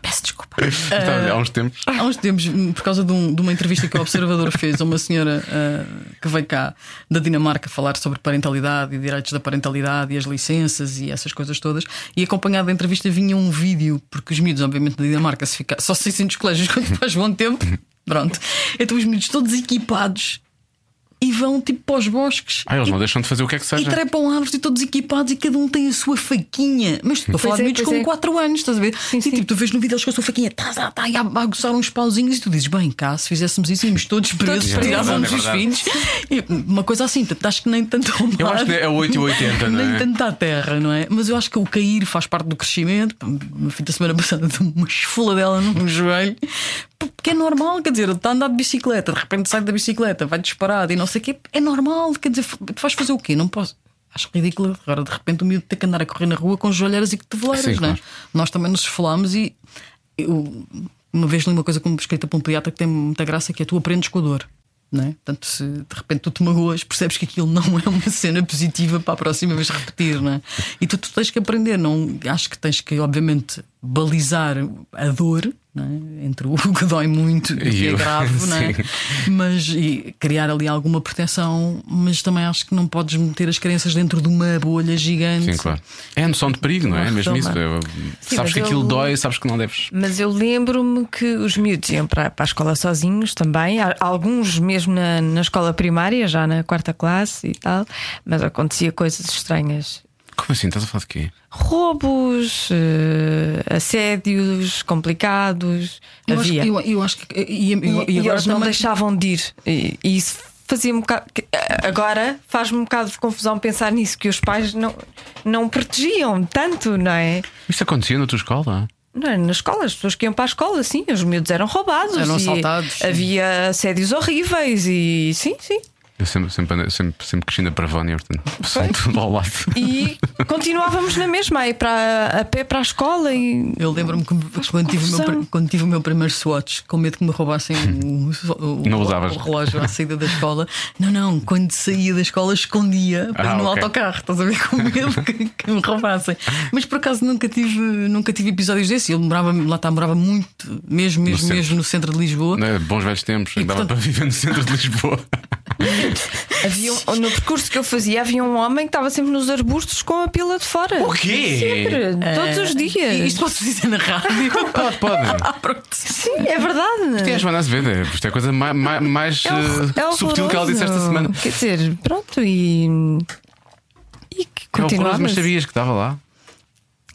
[SPEAKER 4] Peço desculpa.
[SPEAKER 6] Então, Há uns tempos
[SPEAKER 4] Há uns tempos, hum, por causa de, um- de uma entrevista que o Observador fez a uma senhora ah, que veio cá da Dinamarca falar sobre parentalidade e direitos da parentalidade e as licenças e essas coisas todas, e acompanhado da entrevista vinha um vídeo, porque os miúdos, obviamente, da Dinamarca se fica, só se dos colégios quando faz bom tempo. Pronto. Então os miúdos todos equipados e vão tipo para os bosques.
[SPEAKER 6] ah, Eles
[SPEAKER 4] E
[SPEAKER 6] não deixam de fazer o que é que
[SPEAKER 4] e
[SPEAKER 6] seja
[SPEAKER 4] trepam árvores e todos equipados e cada um tem a sua faquinha. Mas estou a falar de
[SPEAKER 3] é,
[SPEAKER 4] miúdos
[SPEAKER 3] pois
[SPEAKER 4] com
[SPEAKER 3] é.
[SPEAKER 4] 4 anos, estás a ver? e
[SPEAKER 3] sim.
[SPEAKER 4] tipo, tu vês no vídeo eles com a sua faquinha, tá, tá, tá, e a bagunçar uns pauzinhos e tu dizes, bem, cá, se fizéssemos isso, íamos todos presos,
[SPEAKER 6] presos.
[SPEAKER 4] tirávamos
[SPEAKER 6] É
[SPEAKER 4] os
[SPEAKER 6] verdade.
[SPEAKER 4] filhos. E uma coisa assim, portanto, acho que nem tanto ao
[SPEAKER 6] Eu acho que
[SPEAKER 4] mar,
[SPEAKER 6] é 8 e 80, não
[SPEAKER 4] Nem
[SPEAKER 6] é?
[SPEAKER 4] tanto à terra, não é? Mas eu acho que o cair faz parte do crescimento. Pá, Uma fita semana passada de uma esfula dela num joelho. Pá, Porque é normal, quer dizer, ele está a andar de bicicleta, de repente sai da bicicleta, vai disparado e não sei o quê. É normal, quer dizer, tu vais fazer o quê? Não posso. Acho ridículo agora de repente o miúdo ter que andar a correr na rua com joelheiras e cotoveleiras,
[SPEAKER 6] Sim,
[SPEAKER 4] não é?
[SPEAKER 6] claro.
[SPEAKER 4] Nós também nos esfolámos e eu uma vez li uma coisa como escrita por um pediatra que tem muita graça que é tu aprendes com a dor. Não é? Portanto, se de repente tu te magoas, percebes que aquilo não é uma cena positiva para a próxima vez repetir, não é? E tu, tu tens que aprender, não acho que tens que, obviamente, balizar a dor não é? entre o que dói muito e o que
[SPEAKER 6] E
[SPEAKER 4] é
[SPEAKER 6] o-
[SPEAKER 4] grave, não é?
[SPEAKER 6] Sim.
[SPEAKER 4] mas e criar ali alguma proteção, mas também acho que não podes meter as crianças dentro de uma bolha gigante.
[SPEAKER 6] Sim, claro É a noção de perigo, não é? É mesmo isso É, Sabes
[SPEAKER 3] mas
[SPEAKER 6] que aquilo
[SPEAKER 3] eu-
[SPEAKER 6] dói, sabes que não deves
[SPEAKER 3] Mas eu lembro-me que os miúdos iam para, para a escola sozinhos também, há- alguns mesmo na, na escola primária, já na quarta classe e tal, mas acontecia coisas estranhas.
[SPEAKER 6] Como assim? Estás a falar de quê?
[SPEAKER 3] Roubos, eh, assédios complicados,
[SPEAKER 4] Eu acho,
[SPEAKER 3] havia.
[SPEAKER 4] eu, eu acho que.
[SPEAKER 3] E,
[SPEAKER 4] E, e- e
[SPEAKER 3] e
[SPEAKER 4] agora
[SPEAKER 3] eles não
[SPEAKER 4] também-
[SPEAKER 3] deixavam de ir. E, e isso fazia-me um bocado. que- Agora faz-me um bocado de confusão pensar nisso, que os pais não, não protegiam tanto, não é?
[SPEAKER 6] Isto acontecia na tua escola?
[SPEAKER 3] Não, na escola, as pessoas que iam para a escola, sim, os miúdos eram roubados.
[SPEAKER 4] Eram
[SPEAKER 3] e
[SPEAKER 4] assaltados, sim.
[SPEAKER 3] Havia assédios horríveis e sim, sim.
[SPEAKER 6] Eu sempre, sempre, andei- sempre, sempre cresci na Pravónia, portanto, são tudo ao lado.
[SPEAKER 3] E continuávamos na mesma, aí para, a pé para a escola e.
[SPEAKER 4] Eu lembro-me que quando tive, o meu,
[SPEAKER 3] confusão.
[SPEAKER 4] pr- quando tive o meu primeiro Swatch, com medo que me roubassem o, o-
[SPEAKER 6] Não
[SPEAKER 4] o-
[SPEAKER 6] usavas.
[SPEAKER 4] o relógio à saída da escola. Não, não, quando saía da escola escondia
[SPEAKER 6] Ah,
[SPEAKER 4] no
[SPEAKER 6] ok.
[SPEAKER 4] autocarro, estás a ver com medo que, que me roubassem. Mas por acaso nunca tive, nunca tive episódios desses. Eu morava, lá está, morava muito, mesmo, mesmo,
[SPEAKER 6] centro.
[SPEAKER 4] mesmo no centro de Lisboa.
[SPEAKER 6] Não é? Bons velhos tempos,
[SPEAKER 4] E,
[SPEAKER 6] ainda dava para
[SPEAKER 4] portanto-
[SPEAKER 6] viver no centro de Lisboa.
[SPEAKER 3] Havia, um- no percurso que eu fazia, havia um homem que estava sempre nos arbustos com a pila de fora. O
[SPEAKER 6] quê?
[SPEAKER 3] Sempre, todos os
[SPEAKER 4] Eh, Ah, E
[SPEAKER 3] dias.
[SPEAKER 4] isto posso dizer na rádio?
[SPEAKER 6] Pode, pode.
[SPEAKER 4] ah, pronto.
[SPEAKER 3] Sim, é verdade.
[SPEAKER 6] Isto é a Joana Azevedo, é- isto é a coisa mais, mais
[SPEAKER 3] É hor-
[SPEAKER 6] eh,
[SPEAKER 3] é
[SPEAKER 6] subtil que ela disse esta
[SPEAKER 3] horroroso.
[SPEAKER 6] semana. É
[SPEAKER 3] Quer dizer, pronto, e.
[SPEAKER 6] É
[SPEAKER 3] E que
[SPEAKER 6] horroroso,
[SPEAKER 3] continuávamos.
[SPEAKER 6] mas sabias que estava lá.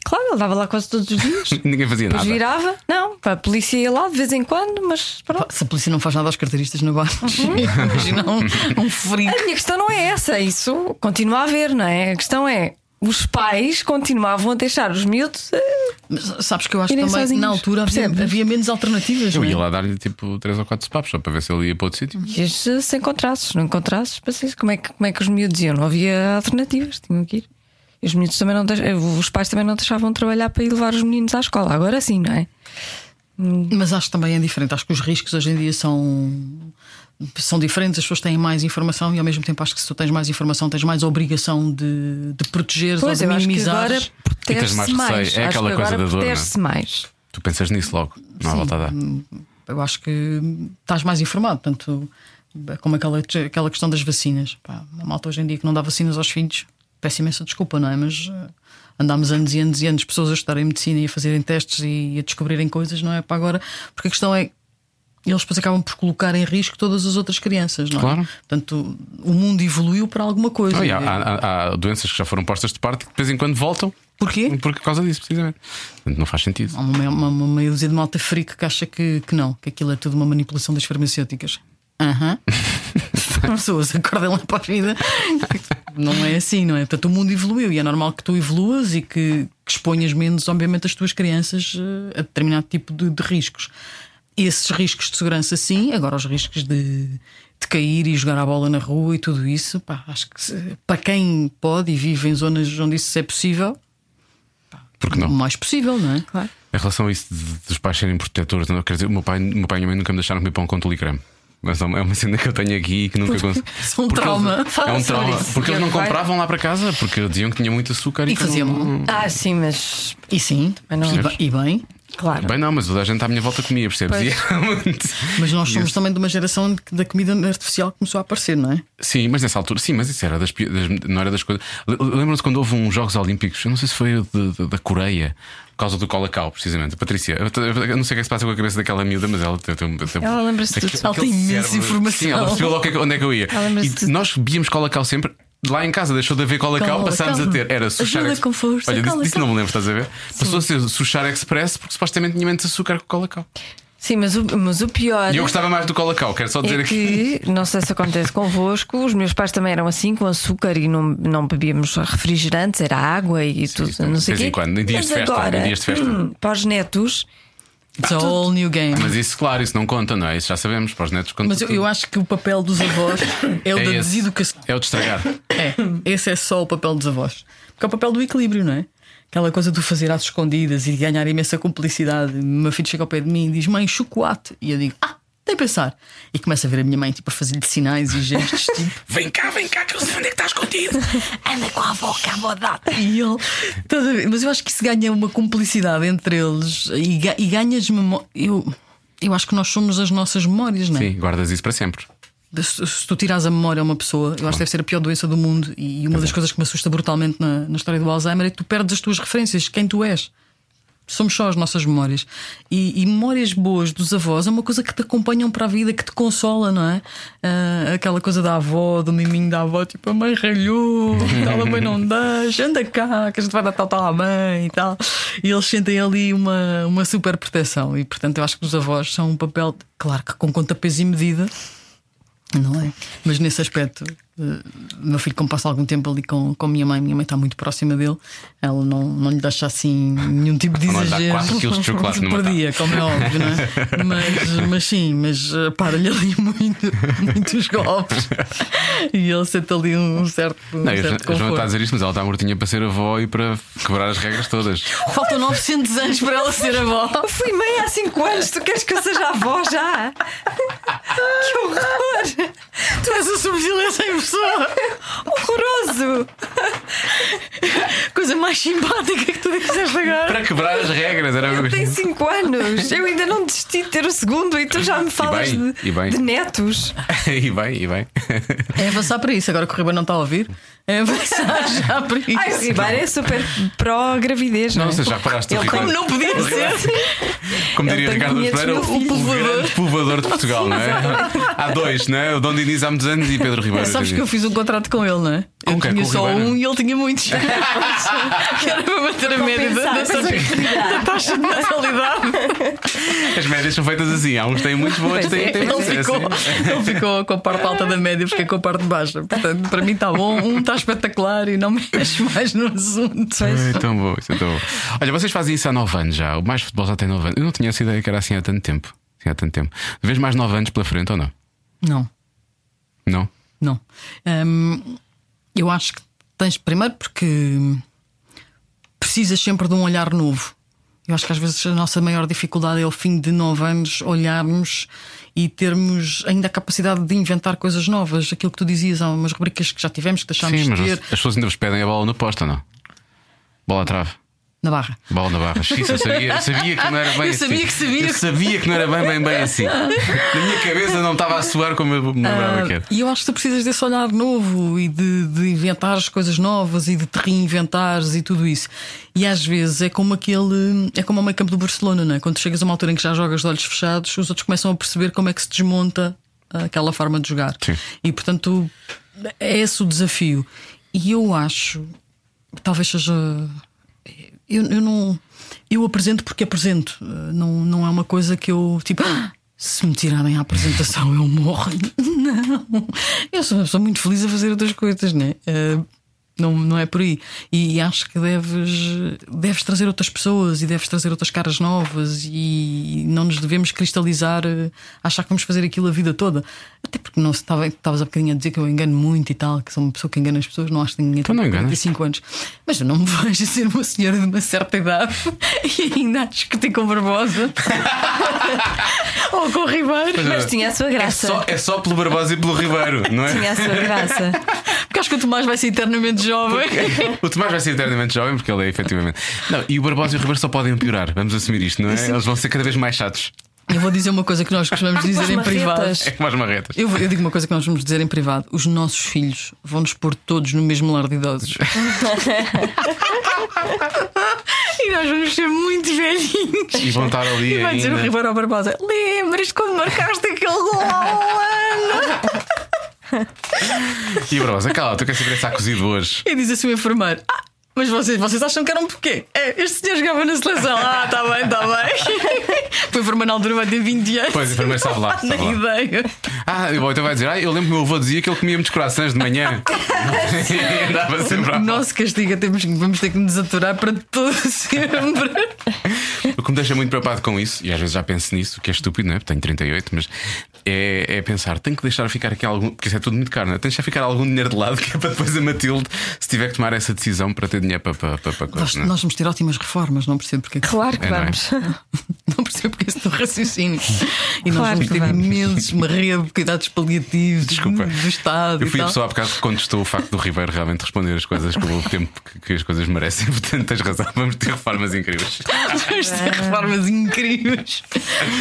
[SPEAKER 3] Claro, ele dava lá quase todos os dias.
[SPEAKER 6] Ninguém fazia nada.
[SPEAKER 3] Depois virava, não, a polícia ia lá de vez em quando, mas pronto.
[SPEAKER 4] Se a polícia não faz nada aos carteiristas na barra,
[SPEAKER 3] Uhum.
[SPEAKER 4] imagina um, um frio.
[SPEAKER 3] A minha questão não é essa, isso continua a haver, não é? A questão é. Os pais continuavam a deixar os miúdos. eh,
[SPEAKER 4] Mas sabes que eu acho que
[SPEAKER 3] Irem
[SPEAKER 4] também na
[SPEAKER 3] sozinhos,
[SPEAKER 4] altura havia,
[SPEAKER 3] percebes?
[SPEAKER 4] havia menos alternativas.
[SPEAKER 6] Eu
[SPEAKER 4] não é?
[SPEAKER 6] ia lá dar-lhe tipo 3 ou 4 papos só para ver se ele ia para outro sítio.
[SPEAKER 3] Ias eh, sem contrassos, não contrassos, paciência. Como é, que, como é que os miúdos iam? Não havia alternativas, tinham que ir. E os miúdos também não deix- eh, Os pais também não deixavam de trabalhar para ir levar os meninos à escola. Agora sim, não é?
[SPEAKER 4] Mas acho que também é diferente. Acho que os riscos hoje em dia são, são diferentes. As pessoas têm mais informação e ao mesmo tempo acho que se tu tens mais informação tens mais obrigação de, de protegeres
[SPEAKER 3] Pois,
[SPEAKER 4] ou
[SPEAKER 3] eu
[SPEAKER 4] de
[SPEAKER 3] acho que
[SPEAKER 4] minimizar.
[SPEAKER 3] agora protege-se
[SPEAKER 6] mais
[SPEAKER 3] mais.
[SPEAKER 6] receio. É
[SPEAKER 3] Acho
[SPEAKER 6] aquela
[SPEAKER 3] que
[SPEAKER 6] coisa
[SPEAKER 3] agora
[SPEAKER 6] da dor, não é?
[SPEAKER 3] protege-se mais.
[SPEAKER 6] Tu pensas nisso logo, não há volta a dar.
[SPEAKER 4] Eu acho que estás mais informado. Portanto, como aquela, aquela questão das vacinas. Pá, a malta hoje em dia que não dá vacinas aos filhos, peço imensa desculpa, não é? Mas eh, andámos anos e anos e anos pessoas a estudarem medicina e a fazerem testes e a descobrirem coisas, não é? Para agora, porque a questão é. Eles depois acabam por colocar em risco todas as outras crianças, não é?
[SPEAKER 6] Claro.
[SPEAKER 4] Portanto, o mundo evoluiu para alguma coisa.
[SPEAKER 6] Ah, e há, há- há doenças que já foram postas de parte que de vez em quando voltam
[SPEAKER 4] Porquê?
[SPEAKER 6] por causa disso, precisamente. Portanto, não faz sentido.
[SPEAKER 4] Há uma, meia- uma, uma meia dúzia de malta freak que acha que, que não, que aquilo é tudo uma manipulação das farmacêuticas. Aham. Pessoas acordem lá para a vida. Não é assim, não é? Portanto, o mundo evoluiu e é normal que tu evoluas e que, que exponhas menos, obviamente, as tuas crianças eh, a determinado tipo de, de riscos. Esses riscos de segurança, sim, agora os riscos de, de cair e jogar a bola na rua e tudo isso, pá, acho que se- para quem pode e vive em zonas onde isso é possível,
[SPEAKER 6] Porque não?
[SPEAKER 4] o mais possível, não é?
[SPEAKER 3] Claro.
[SPEAKER 6] Em relação a isso de- dos pais serem protetores, não, quer dizer, o meu pai, o meu pai e a minha mãe nunca me deixaram comer pão com tulicreme. Mas é uma é uma cena que eu tenho aqui e que nunca consegui.
[SPEAKER 4] Isso é um
[SPEAKER 6] Porque
[SPEAKER 4] trauma.
[SPEAKER 6] eles- é
[SPEAKER 3] Fala
[SPEAKER 6] um
[SPEAKER 3] sobre
[SPEAKER 6] trauma.
[SPEAKER 3] isso.
[SPEAKER 6] Porque eles não
[SPEAKER 3] Vai.
[SPEAKER 6] compravam lá para casa, porque diziam que tinha muito açúcar e,
[SPEAKER 4] E
[SPEAKER 6] que eu
[SPEAKER 4] fazia
[SPEAKER 6] não-
[SPEAKER 4] mal.
[SPEAKER 3] Ah, sim, mas.
[SPEAKER 4] E sim,
[SPEAKER 3] Mas não-
[SPEAKER 4] e, ba- e bem,
[SPEAKER 3] Claro.
[SPEAKER 6] Bem, não, mas toda a gente à minha volta comia, percebes? E era muito-
[SPEAKER 4] mas nós somos também de uma geração em que da comida artificial começou a aparecer, não é?
[SPEAKER 6] Sim, mas nessa altura, sim, mas isso era das, pi- das- não era das coisas. L- Lembram-se quando houve uns Jogos Olímpicos, eu não sei se foi o de- de- da Coreia, por causa do Colacau, precisamente. Patrícia, eu, te- eu não sei o que é que se passa com a cabeça daquela miúda, mas ela tem. um, tem- tem-
[SPEAKER 3] Ela lembra-se de
[SPEAKER 6] aquele-
[SPEAKER 3] tudo.
[SPEAKER 4] Ela tem
[SPEAKER 6] aquele
[SPEAKER 4] imensa
[SPEAKER 6] cérebro-
[SPEAKER 4] informação.
[SPEAKER 6] Sim, ela percebeu logo que- onde é que eu ia.
[SPEAKER 3] Ela lembra-se de
[SPEAKER 6] E
[SPEAKER 3] tudo.
[SPEAKER 6] nós bebíamos Colacau sempre. Lá em casa deixou de haver Colacau,
[SPEAKER 4] Cola,
[SPEAKER 6] passámos a
[SPEAKER 4] calma.
[SPEAKER 6] ter. Era Sushar
[SPEAKER 4] Ajuda
[SPEAKER 6] Ex-
[SPEAKER 4] com força,
[SPEAKER 6] Olha, disse,
[SPEAKER 4] Cola,
[SPEAKER 6] disse não
[SPEAKER 4] calma.
[SPEAKER 6] me lembro, estás a ver? Passou a ser Sushar Express porque supostamente tinha menos açúcar que o Colacau.
[SPEAKER 3] Sim, mas o, mas o pior.
[SPEAKER 6] E eu gostava mais do Colacau, quero só dizer
[SPEAKER 3] É
[SPEAKER 6] aqui.
[SPEAKER 3] que, não sei se acontece convosco, os meus pais também eram assim, com açúcar e não, não bebíamos refrigerantes, era água e tudo,
[SPEAKER 6] isso também,
[SPEAKER 3] não sei
[SPEAKER 6] de vez em
[SPEAKER 3] quê.
[SPEAKER 6] quando, em dias
[SPEAKER 3] Mas
[SPEAKER 6] de festa,
[SPEAKER 3] agora,
[SPEAKER 6] em dias de festa.
[SPEAKER 3] hum, Para os netos,
[SPEAKER 4] It's a all new game.
[SPEAKER 6] Mas é isso, claro, isso não conta, não é? Isso já sabemos para os netos. conta
[SPEAKER 4] Mas eu,
[SPEAKER 6] tudo.
[SPEAKER 4] eu acho que o papel dos avós é o da
[SPEAKER 6] esse.
[SPEAKER 4] deseducação.
[SPEAKER 6] É o de estragar.
[SPEAKER 4] É, esse é só o papel dos avós. Porque é o papel do equilíbrio, não é? Aquela coisa de fazer às escondidas e de ganhar imensa cumplicidade. Uma filha chega ao pé de mim e diz: Mãe, chocolate. E eu digo: Ah, nem pensar. E começa a ver a minha mãe tipo, a fazer-lhe sinais e gestos tipo.
[SPEAKER 6] Vem cá, vem cá, que eu sei onde é que está escondido.
[SPEAKER 4] anda com a avó, que a avó dá E ele. Estás a ver? Mas eu acho que isso ganha uma cumplicidade entre eles e, ga- e ganhas memória. Eu, eu acho que nós somos as nossas memórias, não é?
[SPEAKER 6] Sim, guardas isso para sempre.
[SPEAKER 4] Se, se tu tiras a memória a uma pessoa, eu acho que deve ser a pior doença do mundo. E uma das coisas que me assusta brutalmente na, na história do Alzheimer é que tu perdes as tuas referências, quem tu és. Somos só as nossas memórias. E, e memórias boas dos avós é uma coisa que te acompanham para a vida, que te consola, não é? Ah, aquela coisa da avó, do miminho da avó, tipo, a mãe ralhou, tal, a mãe não deixa, anda cá, que a gente vai dar tal, tal à mãe e tal. E eles sentem ali uma, uma super proteção. E portanto, eu acho que os avós são um papel, claro que com conta, peso e medida, não é? Mas nesse aspecto, eh, meu filho, como passa algum tempo ali com, com a minha mãe, minha mãe está muito próxima dele, ela não, não lhe deixa assim nenhum tipo de
[SPEAKER 6] Não lhe dá
[SPEAKER 4] exagero.
[SPEAKER 6] quatro quilos de chocolate numa
[SPEAKER 4] por
[SPEAKER 6] tarde.
[SPEAKER 4] dia, como é óbvio, não é? Mas, mas sim, mas eh, para-lhe ali muito, muitos golpes e ele sente ali um certo, um
[SPEAKER 6] Não, a Jo-
[SPEAKER 4] certo
[SPEAKER 6] a Joana está a
[SPEAKER 4] conforto.
[SPEAKER 6] dizer isto, mas ela está mortinha para ser avó e para quebrar as regras todas.
[SPEAKER 4] Faltam 900 anos para ela ser avó.
[SPEAKER 3] Eu fui mãe há 5 anos, tu queres que eu seja avó já? Que horror!
[SPEAKER 4] Tu és a é sobrevivência em pessoa.
[SPEAKER 3] Horroroso!
[SPEAKER 4] Coisa mais simpática que tu disseste agora.
[SPEAKER 6] Para quebrar as regras, era
[SPEAKER 3] Eu tenho
[SPEAKER 6] mesmo.
[SPEAKER 3] 5 anos, eu ainda não desisti de ter o segundo e tu já me falas
[SPEAKER 6] bem,
[SPEAKER 3] de,
[SPEAKER 6] e bem.
[SPEAKER 3] de netos.
[SPEAKER 6] E bem, e bem.
[SPEAKER 4] É avançar para isso, agora que o Ribeiro não está a ouvir. É avançar já para isso.
[SPEAKER 3] Ai, o Ribeiro é super pró-gravidez, não,
[SPEAKER 6] Não
[SPEAKER 3] é?
[SPEAKER 6] sei, já reparaste o
[SPEAKER 3] Ele
[SPEAKER 6] Ricardo.
[SPEAKER 4] Como não podia ser?
[SPEAKER 6] Como diria
[SPEAKER 3] Ele tem
[SPEAKER 6] Ricardo
[SPEAKER 3] 500
[SPEAKER 6] Pereira,
[SPEAKER 3] mil
[SPEAKER 6] o,
[SPEAKER 3] filhos.
[SPEAKER 6] o grande povoador de Portugal, não é? Há dois, não é? O Dom Diniz há muitos anos e Pedro Ribeiro.
[SPEAKER 4] Sabes que eu fiz um contrato com ele, não é?
[SPEAKER 6] Com
[SPEAKER 4] Eu
[SPEAKER 6] quem?
[SPEAKER 4] tinha
[SPEAKER 6] Com o
[SPEAKER 4] só
[SPEAKER 6] Ribeiro?
[SPEAKER 4] um e ele tinha muitos. que era para bater a média da, da, da taxa de natalidade.
[SPEAKER 6] As médias são feitas assim, há uns que têm muitos bons, outros têm, têm
[SPEAKER 4] Ele
[SPEAKER 6] muitos. É
[SPEAKER 4] ficou,
[SPEAKER 6] assim.
[SPEAKER 4] ele ficou com a parte alta da média, porque com a parte baixa. Portanto, para mim está bom, um está espetacular e não mexe mais no assunto.
[SPEAKER 6] Ai, tão bom, isso é tão bom. Olha, vocês fazem isso há 9 anos já. O mais futebol já tem 9 anos. Eu não tinha essa ideia que era assim há tanto tempo. Assim, há tanto tempo. Vês mais 9 anos pela frente ou não?
[SPEAKER 4] Não.
[SPEAKER 6] Não?
[SPEAKER 4] Não. Hum, eu acho que tens primeiro porque hum, precisas sempre de um olhar novo. Eu acho que às vezes a nossa maior dificuldade é ao fim de nove anos olharmos e termos ainda a capacidade de inventar coisas novas. Aquilo que tu dizias, há umas rubricas que já tivemos que deixámos
[SPEAKER 6] Sim,
[SPEAKER 4] de
[SPEAKER 6] mas
[SPEAKER 4] ter
[SPEAKER 6] as pessoas ainda vos pedem a bola no posto ou não? Bola à trave.
[SPEAKER 4] na barra.
[SPEAKER 6] Bola na barra. Xiz, eu sabia, eu sabia que não era bem
[SPEAKER 4] Eu
[SPEAKER 6] assim.
[SPEAKER 4] sabia que sabia.
[SPEAKER 6] Eu sabia que não era bem, bem, bem assim. Na minha cabeça não estava a soar como eu me lembrava que era.
[SPEAKER 4] Ah, E eu acho que tu precisas desse olhar novo e de, de inventar as coisas novas e de te reinventares e tudo isso. E às vezes é como aquele. É como ao meio campo do Barcelona, não é? Quando chegas a uma altura em que já jogas de olhos fechados, os outros começam a perceber como é que se desmonta ah, aquela forma de jogar.
[SPEAKER 6] Sim.
[SPEAKER 4] E portanto, é esse o desafio. E eu acho. Talvez seja eu, eu não. Eu apresento porque apresento. Eh, Não, não é uma coisa que eu tipo. "Ah, Se me tirarem a apresentação, eu morro. Não. Eu sou uma pessoa muito feliz a fazer outras coisas, né? Eh, Não, não é por aí. E acho que deves, deves trazer outras pessoas e deves trazer outras caras novas e não nos devemos cristalizar, eh, achar que vamos fazer aquilo a vida toda. Até porque não se estava- estavas há bocadinho a dizer que eu engano muito e tal, que sou uma pessoa que engana as pessoas, não acho que ninguém tá
[SPEAKER 6] não enganas.
[SPEAKER 4] 45 anos. Mas eu não me vejo a ser uma senhora de uma certa idade e ainda a discutir com Barbosa ou com o Ribeiro.
[SPEAKER 3] Mas tinha a sua
[SPEAKER 6] É
[SPEAKER 4] Ah,
[SPEAKER 3] graça.
[SPEAKER 6] só, é só pelo Barbosa e pelo Ribeiro, não é?
[SPEAKER 3] Tinha a sua graça.
[SPEAKER 4] Porque acho que o Tomás vai ser eternamente jovem.
[SPEAKER 6] O Tomás vai ser eternamente jovem porque ele é efetivamente. Não, e o Barbosa e o Ribeiro só podem piorar, vamos assumir isto, não é? Eles vão ser cada vez mais chatos.
[SPEAKER 4] Eu vou dizer uma coisa que nós costumamos dizer em privado.
[SPEAKER 3] marretas.
[SPEAKER 6] É como as marretas.
[SPEAKER 4] Eu, vou- eu digo uma coisa que nós vamos dizer em privado: os nossos filhos vão-nos pôr todos no mesmo lar de idosos. e nós vamos ser muito velhinhos.
[SPEAKER 6] E vão estar ali
[SPEAKER 4] E vai dizer o
[SPEAKER 6] ainda.
[SPEAKER 4] Ribeiro ao Barbosa: lembras quando marcaste aquele gol ao ano?
[SPEAKER 6] E o Barbosa, cala, tu queres saber se há cozido hoje?
[SPEAKER 4] E diz assim o enfermeiro: Ah, mas vocês, vocês acham que era um porquê? É, este senhor jogava na seleção. Ah, tá bem, tá bem. Foi o enfermeiro na altura, vai ter 20 anos.
[SPEAKER 6] Pois, o enfermeiro sabe lá,
[SPEAKER 4] Não
[SPEAKER 6] sabe
[SPEAKER 4] faço ideia.
[SPEAKER 6] Ah, bom, então vai dizer, ah, eu lembro que o meu avô dizia que ele comia muitos corações de manhã. e andava sempre
[SPEAKER 4] O
[SPEAKER 6] à volta.
[SPEAKER 4] nosso castigo é temos, vamos ter que nos aturar para todo sempre.
[SPEAKER 6] O que me deixa muito preocupado com isso, e às vezes já penso nisso, o que é estúpido, não é? Porque Tenho 38, mas é, é pensar, tenho que deixar ficar aqui algum, porque isso é tudo muito caro, não é? Tenho que deixar ficar algum dinheiro de lado, que é para depois a Matilde, se tiver que tomar essa decisão, para ter dinheiro para, para, para, para
[SPEAKER 4] Nós,
[SPEAKER 6] coisa, não é?
[SPEAKER 4] nós vamos ter ótimas reformas, não percebo porque é que-
[SPEAKER 3] Claro que
[SPEAKER 6] É, não é?
[SPEAKER 3] vamos.
[SPEAKER 4] Não percebo porque esse teu raciocínio. E nós
[SPEAKER 3] Claro
[SPEAKER 4] vamos
[SPEAKER 3] que
[SPEAKER 4] ter
[SPEAKER 3] vamos.
[SPEAKER 4] imensos uma rede de cuidados paliativos
[SPEAKER 6] Desculpa.
[SPEAKER 4] do Estado.
[SPEAKER 6] Eu fui
[SPEAKER 4] e
[SPEAKER 6] a
[SPEAKER 4] tal.
[SPEAKER 6] pessoa há bocado que contestou o facto do Ribeiro realmente responder as coisas com o tempo que, que as coisas merecem, portanto tens razão, vamos ter reformas incríveis.
[SPEAKER 4] Vamos ter reformas incríveis.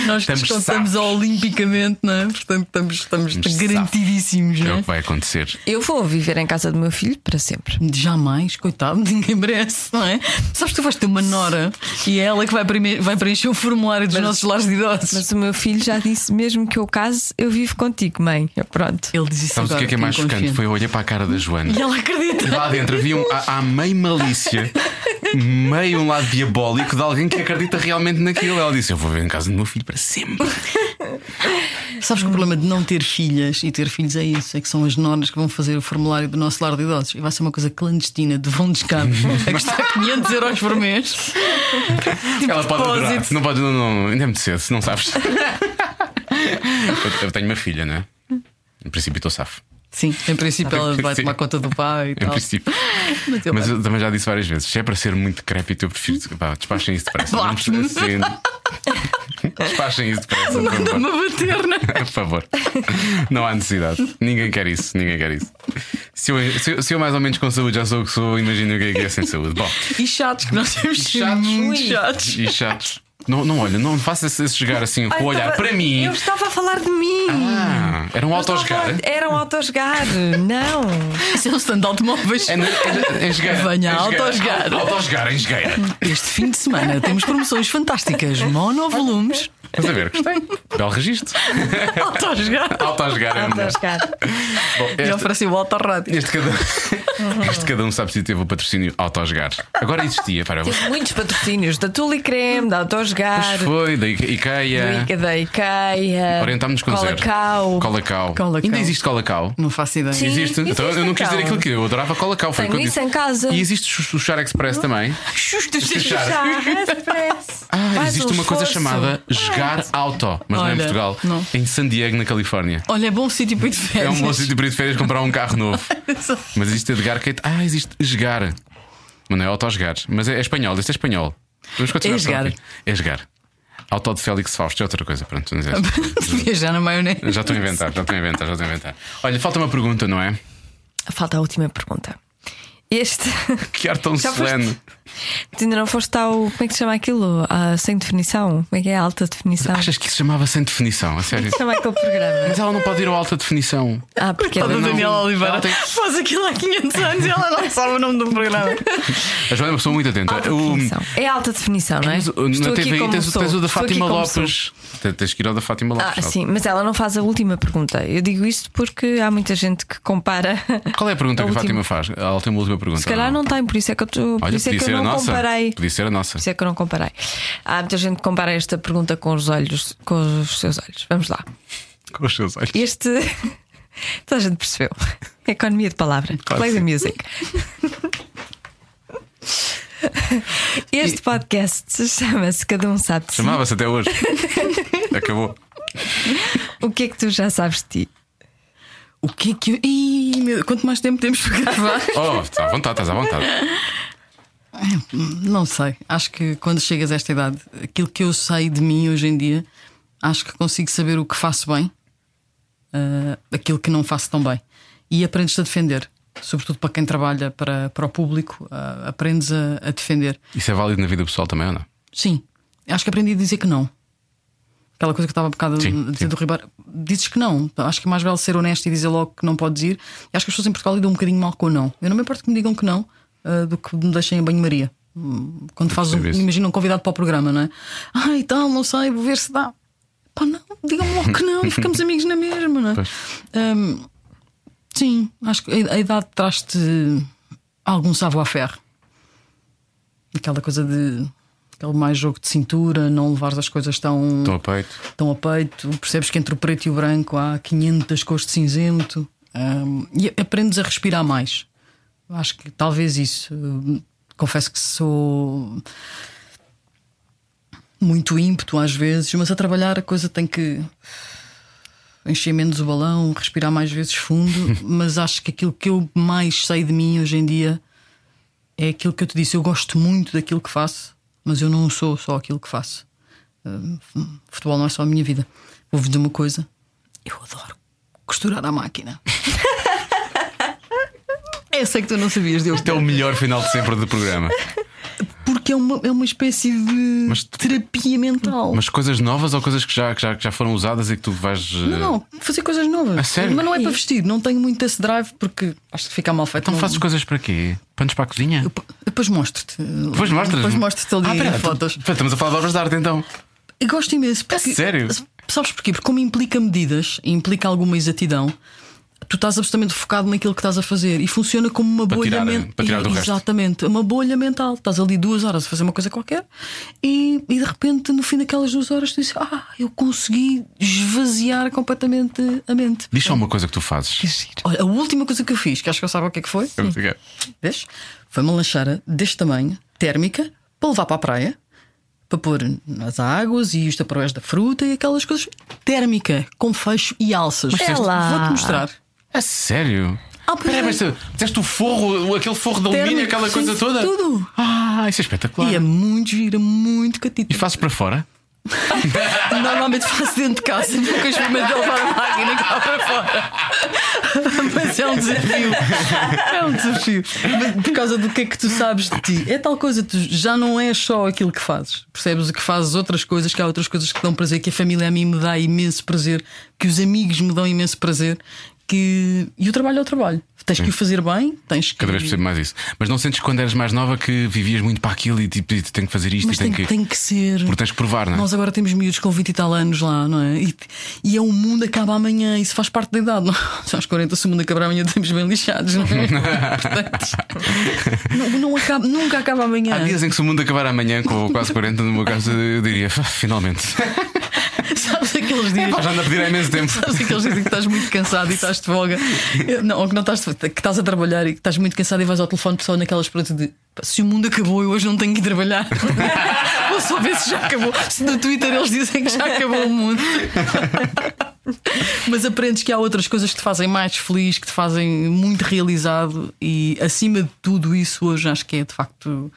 [SPEAKER 4] Nós
[SPEAKER 6] Estamos
[SPEAKER 4] descontamos
[SPEAKER 6] safos.
[SPEAKER 4] olimpicamente, não é? Portanto, estamos, estamos,
[SPEAKER 6] Estamos
[SPEAKER 4] garantidíssimos,
[SPEAKER 6] É o
[SPEAKER 4] não
[SPEAKER 6] que vai acontecer.
[SPEAKER 3] Eu vou viver em casa do meu filho para sempre.
[SPEAKER 4] é? Jamais, coitado, ninguém merece, não é? Sabes que tu vais ter uma nora e é ela que vai, preme- vai preencher o formulário dos nossos lares de idosos.
[SPEAKER 3] Mas o meu filho já disse mesmo que eu case, eu vivo contigo, mãe. Eu, pronto.
[SPEAKER 4] Ele diz isso
[SPEAKER 6] Sabes o que
[SPEAKER 4] agora,
[SPEAKER 6] é que é mais
[SPEAKER 4] fiquei
[SPEAKER 6] chocante?
[SPEAKER 4] confiante.
[SPEAKER 6] Foi eu olhar para a cara da Joana.
[SPEAKER 4] E ela acredita.
[SPEAKER 6] E lá dentro havia um, há, há meio malícia, meio um lado diabólico de alguém que acredita realmente naquilo. Ela disse: Eu vou ver em casa do meu filho para sempre.
[SPEAKER 4] Sabes que o problema de não ter filhas e ter filhos é isso: é que são as nonas que vão fazer o formulário do nosso lar de idosos e vai ser uma coisa clandestina de vão de escape É a custar 500 euros por mês.
[SPEAKER 6] Ela pode adorar.
[SPEAKER 4] Depósito.
[SPEAKER 6] Não pode, não, não, ainda é muito cedo, se não sabes. eu, eu tenho uma filha, não é? Em princípio estou safo.
[SPEAKER 4] Sim, em princípio ela vai tomar conta do pai e
[SPEAKER 6] Em
[SPEAKER 4] tal.
[SPEAKER 6] princípio.
[SPEAKER 4] Mas eu-
[SPEAKER 6] Mas eu também já disse várias vezes: se é para ser muito decrépito, eu prefiro. Pá, despachem isso depressa. Não
[SPEAKER 4] Blasfemo.
[SPEAKER 6] precisa ser- Despachem isso depressa, por favor.
[SPEAKER 4] Manda-me bater, né?
[SPEAKER 6] Por favor. Não há necessidade. Ninguém quer isso. Ninguém quer isso. Se eu, se eu- se eu mais ou menos com saúde já sou o que sou, imagina o que é que é sem saúde. Bom,
[SPEAKER 4] E chatos, que nós temos chatos. muito chatos.
[SPEAKER 6] e chatos. Não, não olha, não faça esse esse chegar assim com o olhar para mim.
[SPEAKER 3] Eu estava a falar de mim.
[SPEAKER 6] Ah, era um
[SPEAKER 3] Eu estava a
[SPEAKER 6] autosgar.
[SPEAKER 3] falar- Era um autosgar. Não.
[SPEAKER 4] Isso é um stand de automóveis.
[SPEAKER 6] É, na- é, na- em Esgueira.
[SPEAKER 4] Venha
[SPEAKER 6] Em
[SPEAKER 4] a
[SPEAKER 6] Esgueira.
[SPEAKER 4] autosgar.
[SPEAKER 6] Autosgar, em Esgueira.
[SPEAKER 4] Este fim de semana temos promoções fantásticas, monovolumes.
[SPEAKER 6] Estás a ver? Gostei. Belo registro.
[SPEAKER 4] Autosgar.
[SPEAKER 6] Autosgar é o melhor.
[SPEAKER 3] Autosgar.
[SPEAKER 6] Bom,
[SPEAKER 4] Já
[SPEAKER 6] este-
[SPEAKER 4] ofereci o autorrádio.
[SPEAKER 6] Este cada... este cada um sabe se teve o patrocínio Autosgar. Agora existia, para
[SPEAKER 3] Tive muitos patrocínios da Tuli Creme, da Autosgar,
[SPEAKER 6] Pois foi, da Ica-
[SPEAKER 3] do
[SPEAKER 6] Ikea.
[SPEAKER 3] Ica, da Ikea,
[SPEAKER 6] Orientámos-nos com zero.
[SPEAKER 3] Colacau.
[SPEAKER 6] então Colacau.
[SPEAKER 4] Colacau.
[SPEAKER 6] Ainda existe Colacau?
[SPEAKER 4] Não faço ideia.
[SPEAKER 3] Sim.
[SPEAKER 6] Existe? Então, eu não quis dizer
[SPEAKER 3] Colacau.
[SPEAKER 6] aquilo que eu adorava Colacau. Foi
[SPEAKER 3] Tenho
[SPEAKER 6] quando
[SPEAKER 3] isso
[SPEAKER 6] disse.
[SPEAKER 3] em casa. Hum?
[SPEAKER 6] E existe o Char Express também.
[SPEAKER 3] Já, express.
[SPEAKER 6] Ah,
[SPEAKER 3] Faz
[SPEAKER 6] existe
[SPEAKER 3] um
[SPEAKER 6] uma coisa
[SPEAKER 3] esforço.
[SPEAKER 6] chamada Jogar Auto, mas não é em
[SPEAKER 4] Olha,
[SPEAKER 6] Portugal.
[SPEAKER 4] não.
[SPEAKER 6] Em San Diego, na Califórnia.
[SPEAKER 4] Olha, é bom sítio para ir de
[SPEAKER 6] É
[SPEAKER 4] férias.
[SPEAKER 6] um bom sítio para ir de férias comprar um carro novo. Mas existe Edgar Kate. Ah, existe Esgar. Mas não é autoesgar. Mas é, é espanhol, este é espanhol. Vamos continuar
[SPEAKER 4] Esgar.
[SPEAKER 6] só aqui. Esgar. Auto de Félix Fausto, é outra coisa. Pronto, não é essa.
[SPEAKER 4] Viajar na maionese.
[SPEAKER 6] já estou a inventar, já estou a inventar, já estou a inventar. Olha, falta uma pergunta, não é?
[SPEAKER 3] Falta a última pergunta. Este.
[SPEAKER 6] Que ar tão
[SPEAKER 3] Já foste?
[SPEAKER 6] solene.
[SPEAKER 3] Tu ainda não foste ao. Como é que se chama aquilo? Ah, sem definição? Como é que é? Alta definição?
[SPEAKER 6] Achas que isso chamava sem definição, a sério?
[SPEAKER 3] Como é que é o programa?
[SPEAKER 6] Mas ela não pode ir ao alta definição.
[SPEAKER 3] Ah, porque ela
[SPEAKER 4] Coitada da
[SPEAKER 3] não.
[SPEAKER 4] Daniela Oliveira.
[SPEAKER 6] Ela tem-
[SPEAKER 4] Faz aquilo há 500 anos e ela não sabe o nome do programa.
[SPEAKER 6] A Joana é uma pessoa muito atenta.
[SPEAKER 3] Alta
[SPEAKER 6] O-
[SPEAKER 3] definição. É alta definição, não é?
[SPEAKER 6] Mas, uh, na
[SPEAKER 3] Estou aqui
[SPEAKER 6] TVI
[SPEAKER 3] como
[SPEAKER 6] tens, o-
[SPEAKER 3] sou.
[SPEAKER 6] tens o da
[SPEAKER 3] Estou aqui
[SPEAKER 6] Fátima
[SPEAKER 3] como sou.
[SPEAKER 6] Lopes. Te- Tens que ir ao da Fátima Lopes.
[SPEAKER 3] Ah,
[SPEAKER 6] sabe?
[SPEAKER 3] sim, mas ela não faz a última pergunta. Eu digo isto porque há muita gente que compara.
[SPEAKER 6] Qual é a pergunta
[SPEAKER 3] A
[SPEAKER 6] que a Fátima
[SPEAKER 3] última.
[SPEAKER 6] faz? Ela tem uma última pergunta.
[SPEAKER 3] Se calhar
[SPEAKER 6] ou
[SPEAKER 3] não tem, por isso é que eu, tô- por
[SPEAKER 6] Olha,
[SPEAKER 3] isso é
[SPEAKER 6] podia
[SPEAKER 3] que
[SPEAKER 6] ser
[SPEAKER 3] eu
[SPEAKER 6] a
[SPEAKER 3] não
[SPEAKER 6] nossa.
[SPEAKER 3] comparei.
[SPEAKER 6] Podia ser a nossa.
[SPEAKER 3] Por isso é que eu não comparei. Há muita gente que compara esta pergunta com os olhos, com os seus olhos. Vamos lá.
[SPEAKER 6] Com os seus olhos.
[SPEAKER 3] Este. Toda a gente percebeu. Economia de palavra.
[SPEAKER 6] Claro
[SPEAKER 3] Play
[SPEAKER 6] que
[SPEAKER 3] the
[SPEAKER 6] sim.
[SPEAKER 3] music. Este podcast se chama-se Cada Um Sabe de Si.
[SPEAKER 6] Chamava-se até hoje.
[SPEAKER 3] assim?
[SPEAKER 6] Acabou.
[SPEAKER 3] O que é que tu já sabes de ti?
[SPEAKER 4] O que é que eu. Ih, meu Deus, quanto mais tempo temos para gravar?
[SPEAKER 6] Oh, estás à vontade, estás à vontade.
[SPEAKER 4] Não sei. Acho que quando chegas a esta idade, aquilo que eu sei de mim hoje em dia, acho que consigo saber o que faço bem, ah, aquilo que não faço tão bem. E aprendes a defender. Sobretudo para quem trabalha para, para o público, ah, aprendes a, a defender.
[SPEAKER 6] Isso é válido na vida pessoal também ou não?
[SPEAKER 4] Sim, acho que aprendi a dizer que não. Aquela coisa que eu estava um bocado
[SPEAKER 6] Sim,
[SPEAKER 4] a dizer
[SPEAKER 6] sim.
[SPEAKER 4] do Ribeiro, dizes que não. Acho que é mais vale ser honesto e dizer logo que não podes ir. Acho que as pessoas em Portugal lidam um bocadinho mal com o não. Eu não me importo que me digam que não ah, do que me deixem em banho-maria. Hum, Quando fazes, um,
[SPEAKER 6] percebo isso.
[SPEAKER 4] imagina um convidado para o programa, não é? Ai, tal, não sei, vou ver se dá. Pá, não, digam-me logo que não e ficamos amigos na mesma, não é?
[SPEAKER 6] Pois.
[SPEAKER 4] Hum, sim, acho que a a idade traz-te algum savoir-faire. Aquela coisa de. aquele mais jogo de cintura, não levares as coisas tão,
[SPEAKER 6] Estou a peito.
[SPEAKER 4] tão a peito. Percebes que entre o preto e o branco há 500 cores de cinzento. Hum, e aprendes a respirar mais. Acho que talvez isso. Hum, Confesso que sou. Muito ímpeto às vezes, mas a trabalhar a coisa tem que encher menos o balão, respirar mais vezes fundo, mas acho que aquilo que eu mais sei de mim hoje em dia é aquilo que eu te disse. Eu gosto muito daquilo que faço, mas eu não sou só aquilo que faço. Hum, futebol não é só a minha vida. Vou-vos dizer uma coisa: eu adoro costurar à máquina. eu sei que tu não sabias, Deus.
[SPEAKER 6] Isto é o melhor final de sempre do programa.
[SPEAKER 4] Porque é uma, é uma espécie de
[SPEAKER 6] um Mas tu-
[SPEAKER 4] terapia mental.
[SPEAKER 6] Mas coisas novas ou coisas que já, que já, que já foram usadas e que tu vais. eh,
[SPEAKER 4] Não, não, fazer coisas novas.
[SPEAKER 6] A sério?
[SPEAKER 4] Mas não é para vestir, não tenho muito esse drive porque acho que fica mal feito.
[SPEAKER 6] Então
[SPEAKER 4] Não-
[SPEAKER 6] fazes coisas para quê? Panos para a cozinha?
[SPEAKER 4] Eu po- Depois mostro-te.
[SPEAKER 6] Depois mostras.
[SPEAKER 4] Depois mostro-te
[SPEAKER 6] Ah,
[SPEAKER 4] ali
[SPEAKER 6] espera,
[SPEAKER 4] fotos.
[SPEAKER 6] espera, Estamos a falar de obras de arte então.
[SPEAKER 4] Eu gosto imenso. Porque,
[SPEAKER 6] sério?
[SPEAKER 4] Sabes porquê? Porque como implica medidas, implica alguma exatidão, tu estás absolutamente focado naquilo que estás a fazer e funciona como uma
[SPEAKER 8] Para
[SPEAKER 4] bolha
[SPEAKER 8] tirar-
[SPEAKER 4] men-
[SPEAKER 8] para tirar do resto.
[SPEAKER 4] Exatamente, uma bolha mental. Estás ali duas horas a fazer uma coisa qualquer e, e de repente, no fim daquelas duas horas, tu dizes: Ah, eu consegui esvaziar completamente a mente.
[SPEAKER 8] Diz só uma coisa que tu fazes.
[SPEAKER 4] Olha, a última coisa que eu fiz, que acho que eu sabe o que é que foi, vês? Foi uma lancheira deste tamanho, térmica, para levar para a praia, para pôr nas águas e os taparoés da fruta e aquelas coisas. Térmica, com fecho e alças.
[SPEAKER 9] fizeste- Ela.
[SPEAKER 4] Vou-te mostrar.
[SPEAKER 8] É sério?
[SPEAKER 4] Ah, pois
[SPEAKER 8] Peraí,
[SPEAKER 4] é.
[SPEAKER 8] mas tu disseste o forro, o- aquele forro de alumínio,
[SPEAKER 4] Térmico,
[SPEAKER 8] aquela
[SPEAKER 4] sim,
[SPEAKER 8] coisa toda?
[SPEAKER 4] tudo.
[SPEAKER 8] Ah, isso é espetacular.
[SPEAKER 4] E é
[SPEAKER 8] E,
[SPEAKER 4] muito gira, muito catita.
[SPEAKER 8] fazes para fora?
[SPEAKER 4] Normalmente faço dentro de casa, nunca experimentei levar a máquina cá para fora. Mas é um desafio. É um desafio. Mas Por causa do que é que tu sabes de ti. É tal coisa, tu já não é só aquilo que fazes. Percebes o que fazes outras coisas, que há outras coisas que dão prazer, que a família a mim me dá imenso prazer, que os amigos me dão imenso prazer. Que... E o trabalho é o trabalho. Tens que o fazer bem, tens que.
[SPEAKER 8] Cada vez percebo mais isso. Mas não sentes que quando eras mais nova que vivias muito para aquilo e tipo, e tenho que fazer isto
[SPEAKER 4] Mas
[SPEAKER 8] e tenho
[SPEAKER 4] tem, que... tem que ser.
[SPEAKER 8] Porque tens que provar, não é?
[SPEAKER 4] Nós agora temos miúdos com 20 e tal anos lá, não é? E, e é o mundo acaba amanhã, isso faz parte da idade, não? Se aos 40, se o mundo acabar amanhã, estamos bem lixados, não é? Portanto, não, não acaba- nunca acaba amanhã.
[SPEAKER 8] Há dias em que se o mundo acabar amanhã com quase 40 no meu caso, eu diria, "Fá, finalmente.
[SPEAKER 4] Sabes aqueles dias.
[SPEAKER 8] É, Pá, já anda a pedir há imenso tempo.
[SPEAKER 4] Sabes aqueles dias em que estás muito cansado e estás de folga Não, ou que não estás de folga, que estás a trabalhar e que estás muito cansado e vais ao telefone só naquela esperança de "Pá, se o mundo acabou eu hoje não tenho que ir trabalhar Vou só ver se já acabou Se no Twitter eles dizem que já acabou o mundo Mas aprendes que há outras coisas que te fazem mais feliz Que te fazem muito realizado E acima de tudo isso hoje acho que é de facto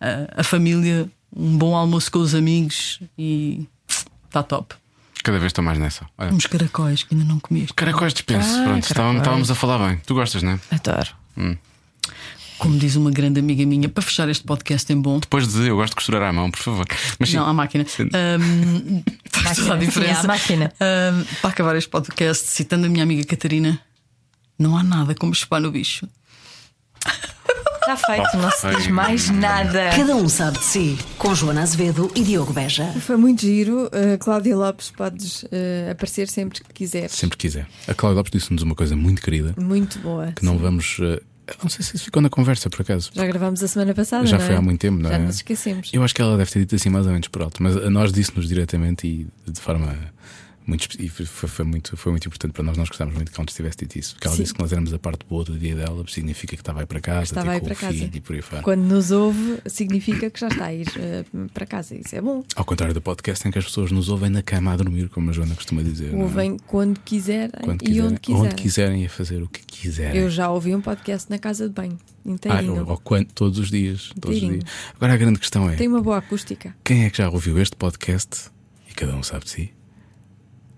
[SPEAKER 4] a, a família Um bom almoço com os amigos E está top
[SPEAKER 8] Cada vez estou mais nessa. Olha.
[SPEAKER 4] Uns caracóis que ainda não comeste.
[SPEAKER 8] Caracóis dispenso,
[SPEAKER 9] Ah,
[SPEAKER 8] pronto, estávamos,
[SPEAKER 9] caracóis.
[SPEAKER 8] estávamos a falar bem. Tu gostas, não é?
[SPEAKER 9] Adoro.
[SPEAKER 4] Como diz uma grande amiga minha, para fechar este podcast em bom.
[SPEAKER 8] Depois de eu gosto de costurar à mão, por favor. Mas sim,
[SPEAKER 4] Não, à máquina. Ahm, faz toda a
[SPEAKER 9] Máquina,
[SPEAKER 4] diferença.
[SPEAKER 9] sim, à máquina.
[SPEAKER 4] Ahm, para acabar este podcast, citando a minha amiga Catarina, não há nada como chupar no bicho.
[SPEAKER 9] Está feito, não se diz mais
[SPEAKER 6] Uhum.
[SPEAKER 9] nada.
[SPEAKER 1] Cada um sabe de si. Com Joana Azevedo e Diogo Beja.
[SPEAKER 3] Foi muito giro. Uh, Cláudia Lopes, podes uh, aparecer sempre que quiseres.
[SPEAKER 6] Sempre quiser. A Cláudia Lopes disse-nos uma coisa muito querida
[SPEAKER 3] Muito boa.
[SPEAKER 6] que não vamos. eh, não sei se isso ficou na conversa, por acaso.
[SPEAKER 3] Já gravámos a semana passada.
[SPEAKER 6] Já
[SPEAKER 3] não
[SPEAKER 6] foi
[SPEAKER 3] é?
[SPEAKER 6] há muito tempo, não
[SPEAKER 3] Já
[SPEAKER 6] é?
[SPEAKER 3] nos esquecemos.
[SPEAKER 6] Eu acho que ela deve ter dito assim mais ou menos por alto, mas a nós disse-nos diretamente e de forma muito espe- e foi, foi muito foi muito importante para nós. Nós gostávamos muito que ela nos tivesse dito isso, porque ela
[SPEAKER 3] Sim.
[SPEAKER 6] disse que nós éramos a parte boa do dia dela, significa que estava aí para casa,
[SPEAKER 3] Estava
[SPEAKER 6] ter
[SPEAKER 3] aí
[SPEAKER 6] com
[SPEAKER 3] para
[SPEAKER 6] o
[SPEAKER 3] casa.
[SPEAKER 6] filho e por aí fora.
[SPEAKER 3] Quando nos ouve, significa que já está a ir uh, para casa. Isso é bom.
[SPEAKER 6] Ao contrário do podcast em que as pessoas nos ouvem na cama a dormir, como a Joana costuma dizer. não é?
[SPEAKER 3] Ouvem quando quiserem
[SPEAKER 6] Quando
[SPEAKER 3] e
[SPEAKER 6] quiserem,
[SPEAKER 3] onde quiserem.
[SPEAKER 6] quiserem e a fazer o que quiserem.
[SPEAKER 3] Eu já ouvi um podcast na casa de banho,
[SPEAKER 6] Ah,
[SPEAKER 3] inteirinho.
[SPEAKER 6] ou, ou quando- todos os dias, todos os
[SPEAKER 3] Inteirinho.
[SPEAKER 6] dias. Agora a grande questão é
[SPEAKER 3] Tem uma boa acústica.
[SPEAKER 6] quem é que já ouviu este podcast e cada um sabe de si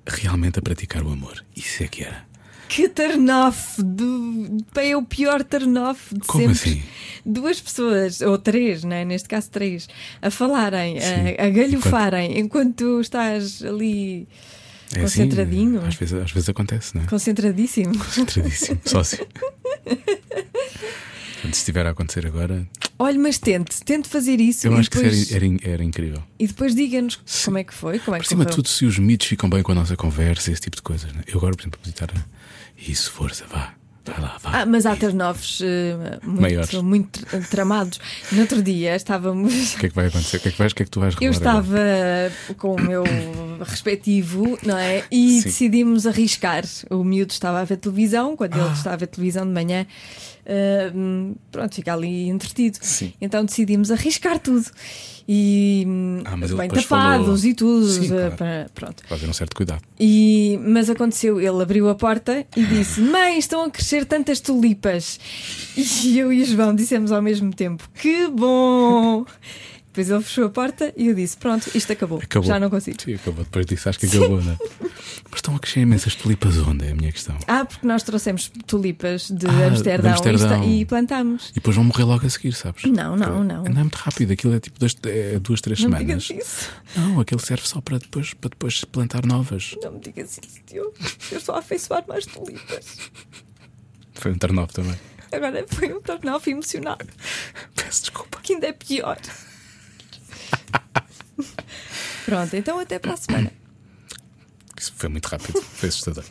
[SPEAKER 6] realmente a praticar o amor. Isso é que era.
[SPEAKER 3] Que turn-off! do- É o pior turn-off de
[SPEAKER 6] Como
[SPEAKER 3] sempre.
[SPEAKER 6] assim?
[SPEAKER 3] Duas pessoas, ou três, né? neste caso três, a falarem,
[SPEAKER 6] Sim.
[SPEAKER 3] a, a galhofarem, enquanto tu estás ali
[SPEAKER 6] É assim,
[SPEAKER 3] concentradinho,
[SPEAKER 6] às, vezes, às vezes acontece, não é?
[SPEAKER 3] concentradíssimo.
[SPEAKER 6] Concentradíssimo, sócio. Portanto, se estiver a acontecer agora,
[SPEAKER 3] Olha, mas tente, tente fazer isso
[SPEAKER 6] eu
[SPEAKER 3] e,
[SPEAKER 6] acho que
[SPEAKER 3] depois,
[SPEAKER 6] isso era, era, era incrível.
[SPEAKER 3] e depois diga-nos
[SPEAKER 6] Sim.
[SPEAKER 3] como é que foi, como é
[SPEAKER 6] Por
[SPEAKER 3] que
[SPEAKER 6] cima de
[SPEAKER 3] correu.
[SPEAKER 6] tudo, se os mitos ficam bem com a nossa conversa, esse tipo de coisas, não é? Eu agora, por exemplo, vou visitar. Isso, força, vá. Vai lá, vá.
[SPEAKER 3] Ah, mas há turn-offs eh,
[SPEAKER 6] Maiores.
[SPEAKER 3] muito, muito tr- tramados. No outro dia estávamos.
[SPEAKER 6] O que é que vai acontecer? O que é que, vais, o que, é que tu vais
[SPEAKER 3] Eu
[SPEAKER 6] revelar agora?
[SPEAKER 3] estava com o meu respectivo, não é? E
[SPEAKER 6] Sim.
[SPEAKER 3] decidimos arriscar. O miúdo estava a ver televisão, quando
[SPEAKER 6] Ah.
[SPEAKER 3] ele estava a ver televisão de manhã, ah, hum, pronto, fica ali entretido.
[SPEAKER 6] Sim.
[SPEAKER 3] Então decidimos arriscar tudo. E hum,
[SPEAKER 6] Ah, mas ele
[SPEAKER 3] bem
[SPEAKER 6] depois
[SPEAKER 3] tapados
[SPEAKER 6] falou.
[SPEAKER 3] e tudo.
[SPEAKER 6] Sim,
[SPEAKER 3] ah,
[SPEAKER 6] claro.
[SPEAKER 3] para- pronto.
[SPEAKER 6] Vai haver um certo cuidado.
[SPEAKER 3] E, mas aconteceu, ele abriu a porta e disse: Mãe, estão a crescer tantas tulipas. E eu e o João dissemos ao mesmo tempo: Que bom! Depois ele fechou a porta e eu disse: Pronto, isto acabou.
[SPEAKER 6] Acabou.
[SPEAKER 3] Já não consigo.
[SPEAKER 6] Sim, acabou. Depois disso, acho que acabou, não é? Mas estão a crescer imensas tulipas onde? É a minha questão.
[SPEAKER 3] Ah, porque nós trouxemos tulipas de
[SPEAKER 6] Ah,
[SPEAKER 3] Amsterdão, é,
[SPEAKER 6] de Amsterdão.
[SPEAKER 3] e esta- E, plantámos.
[SPEAKER 6] E depois vão morrer logo a seguir, sabes?
[SPEAKER 3] Não, não, não.
[SPEAKER 6] Não é muito rápido, aquilo é tipo dois- é duas, três
[SPEAKER 3] Não me
[SPEAKER 6] semanas.
[SPEAKER 3] digas assim. isso.
[SPEAKER 6] Não, aquilo serve só para depois, para depois plantar novas.
[SPEAKER 3] Não me digas isso, Diogo. Eu estou a afeiçoar mais tulipas.
[SPEAKER 6] Foi um turn off também.
[SPEAKER 3] Agora foi um tornado emocional,
[SPEAKER 6] Peço desculpa.
[SPEAKER 3] que ainda é pior. Pronto, então até para a semana.
[SPEAKER 6] Isso foi muito rápido, foi assustador.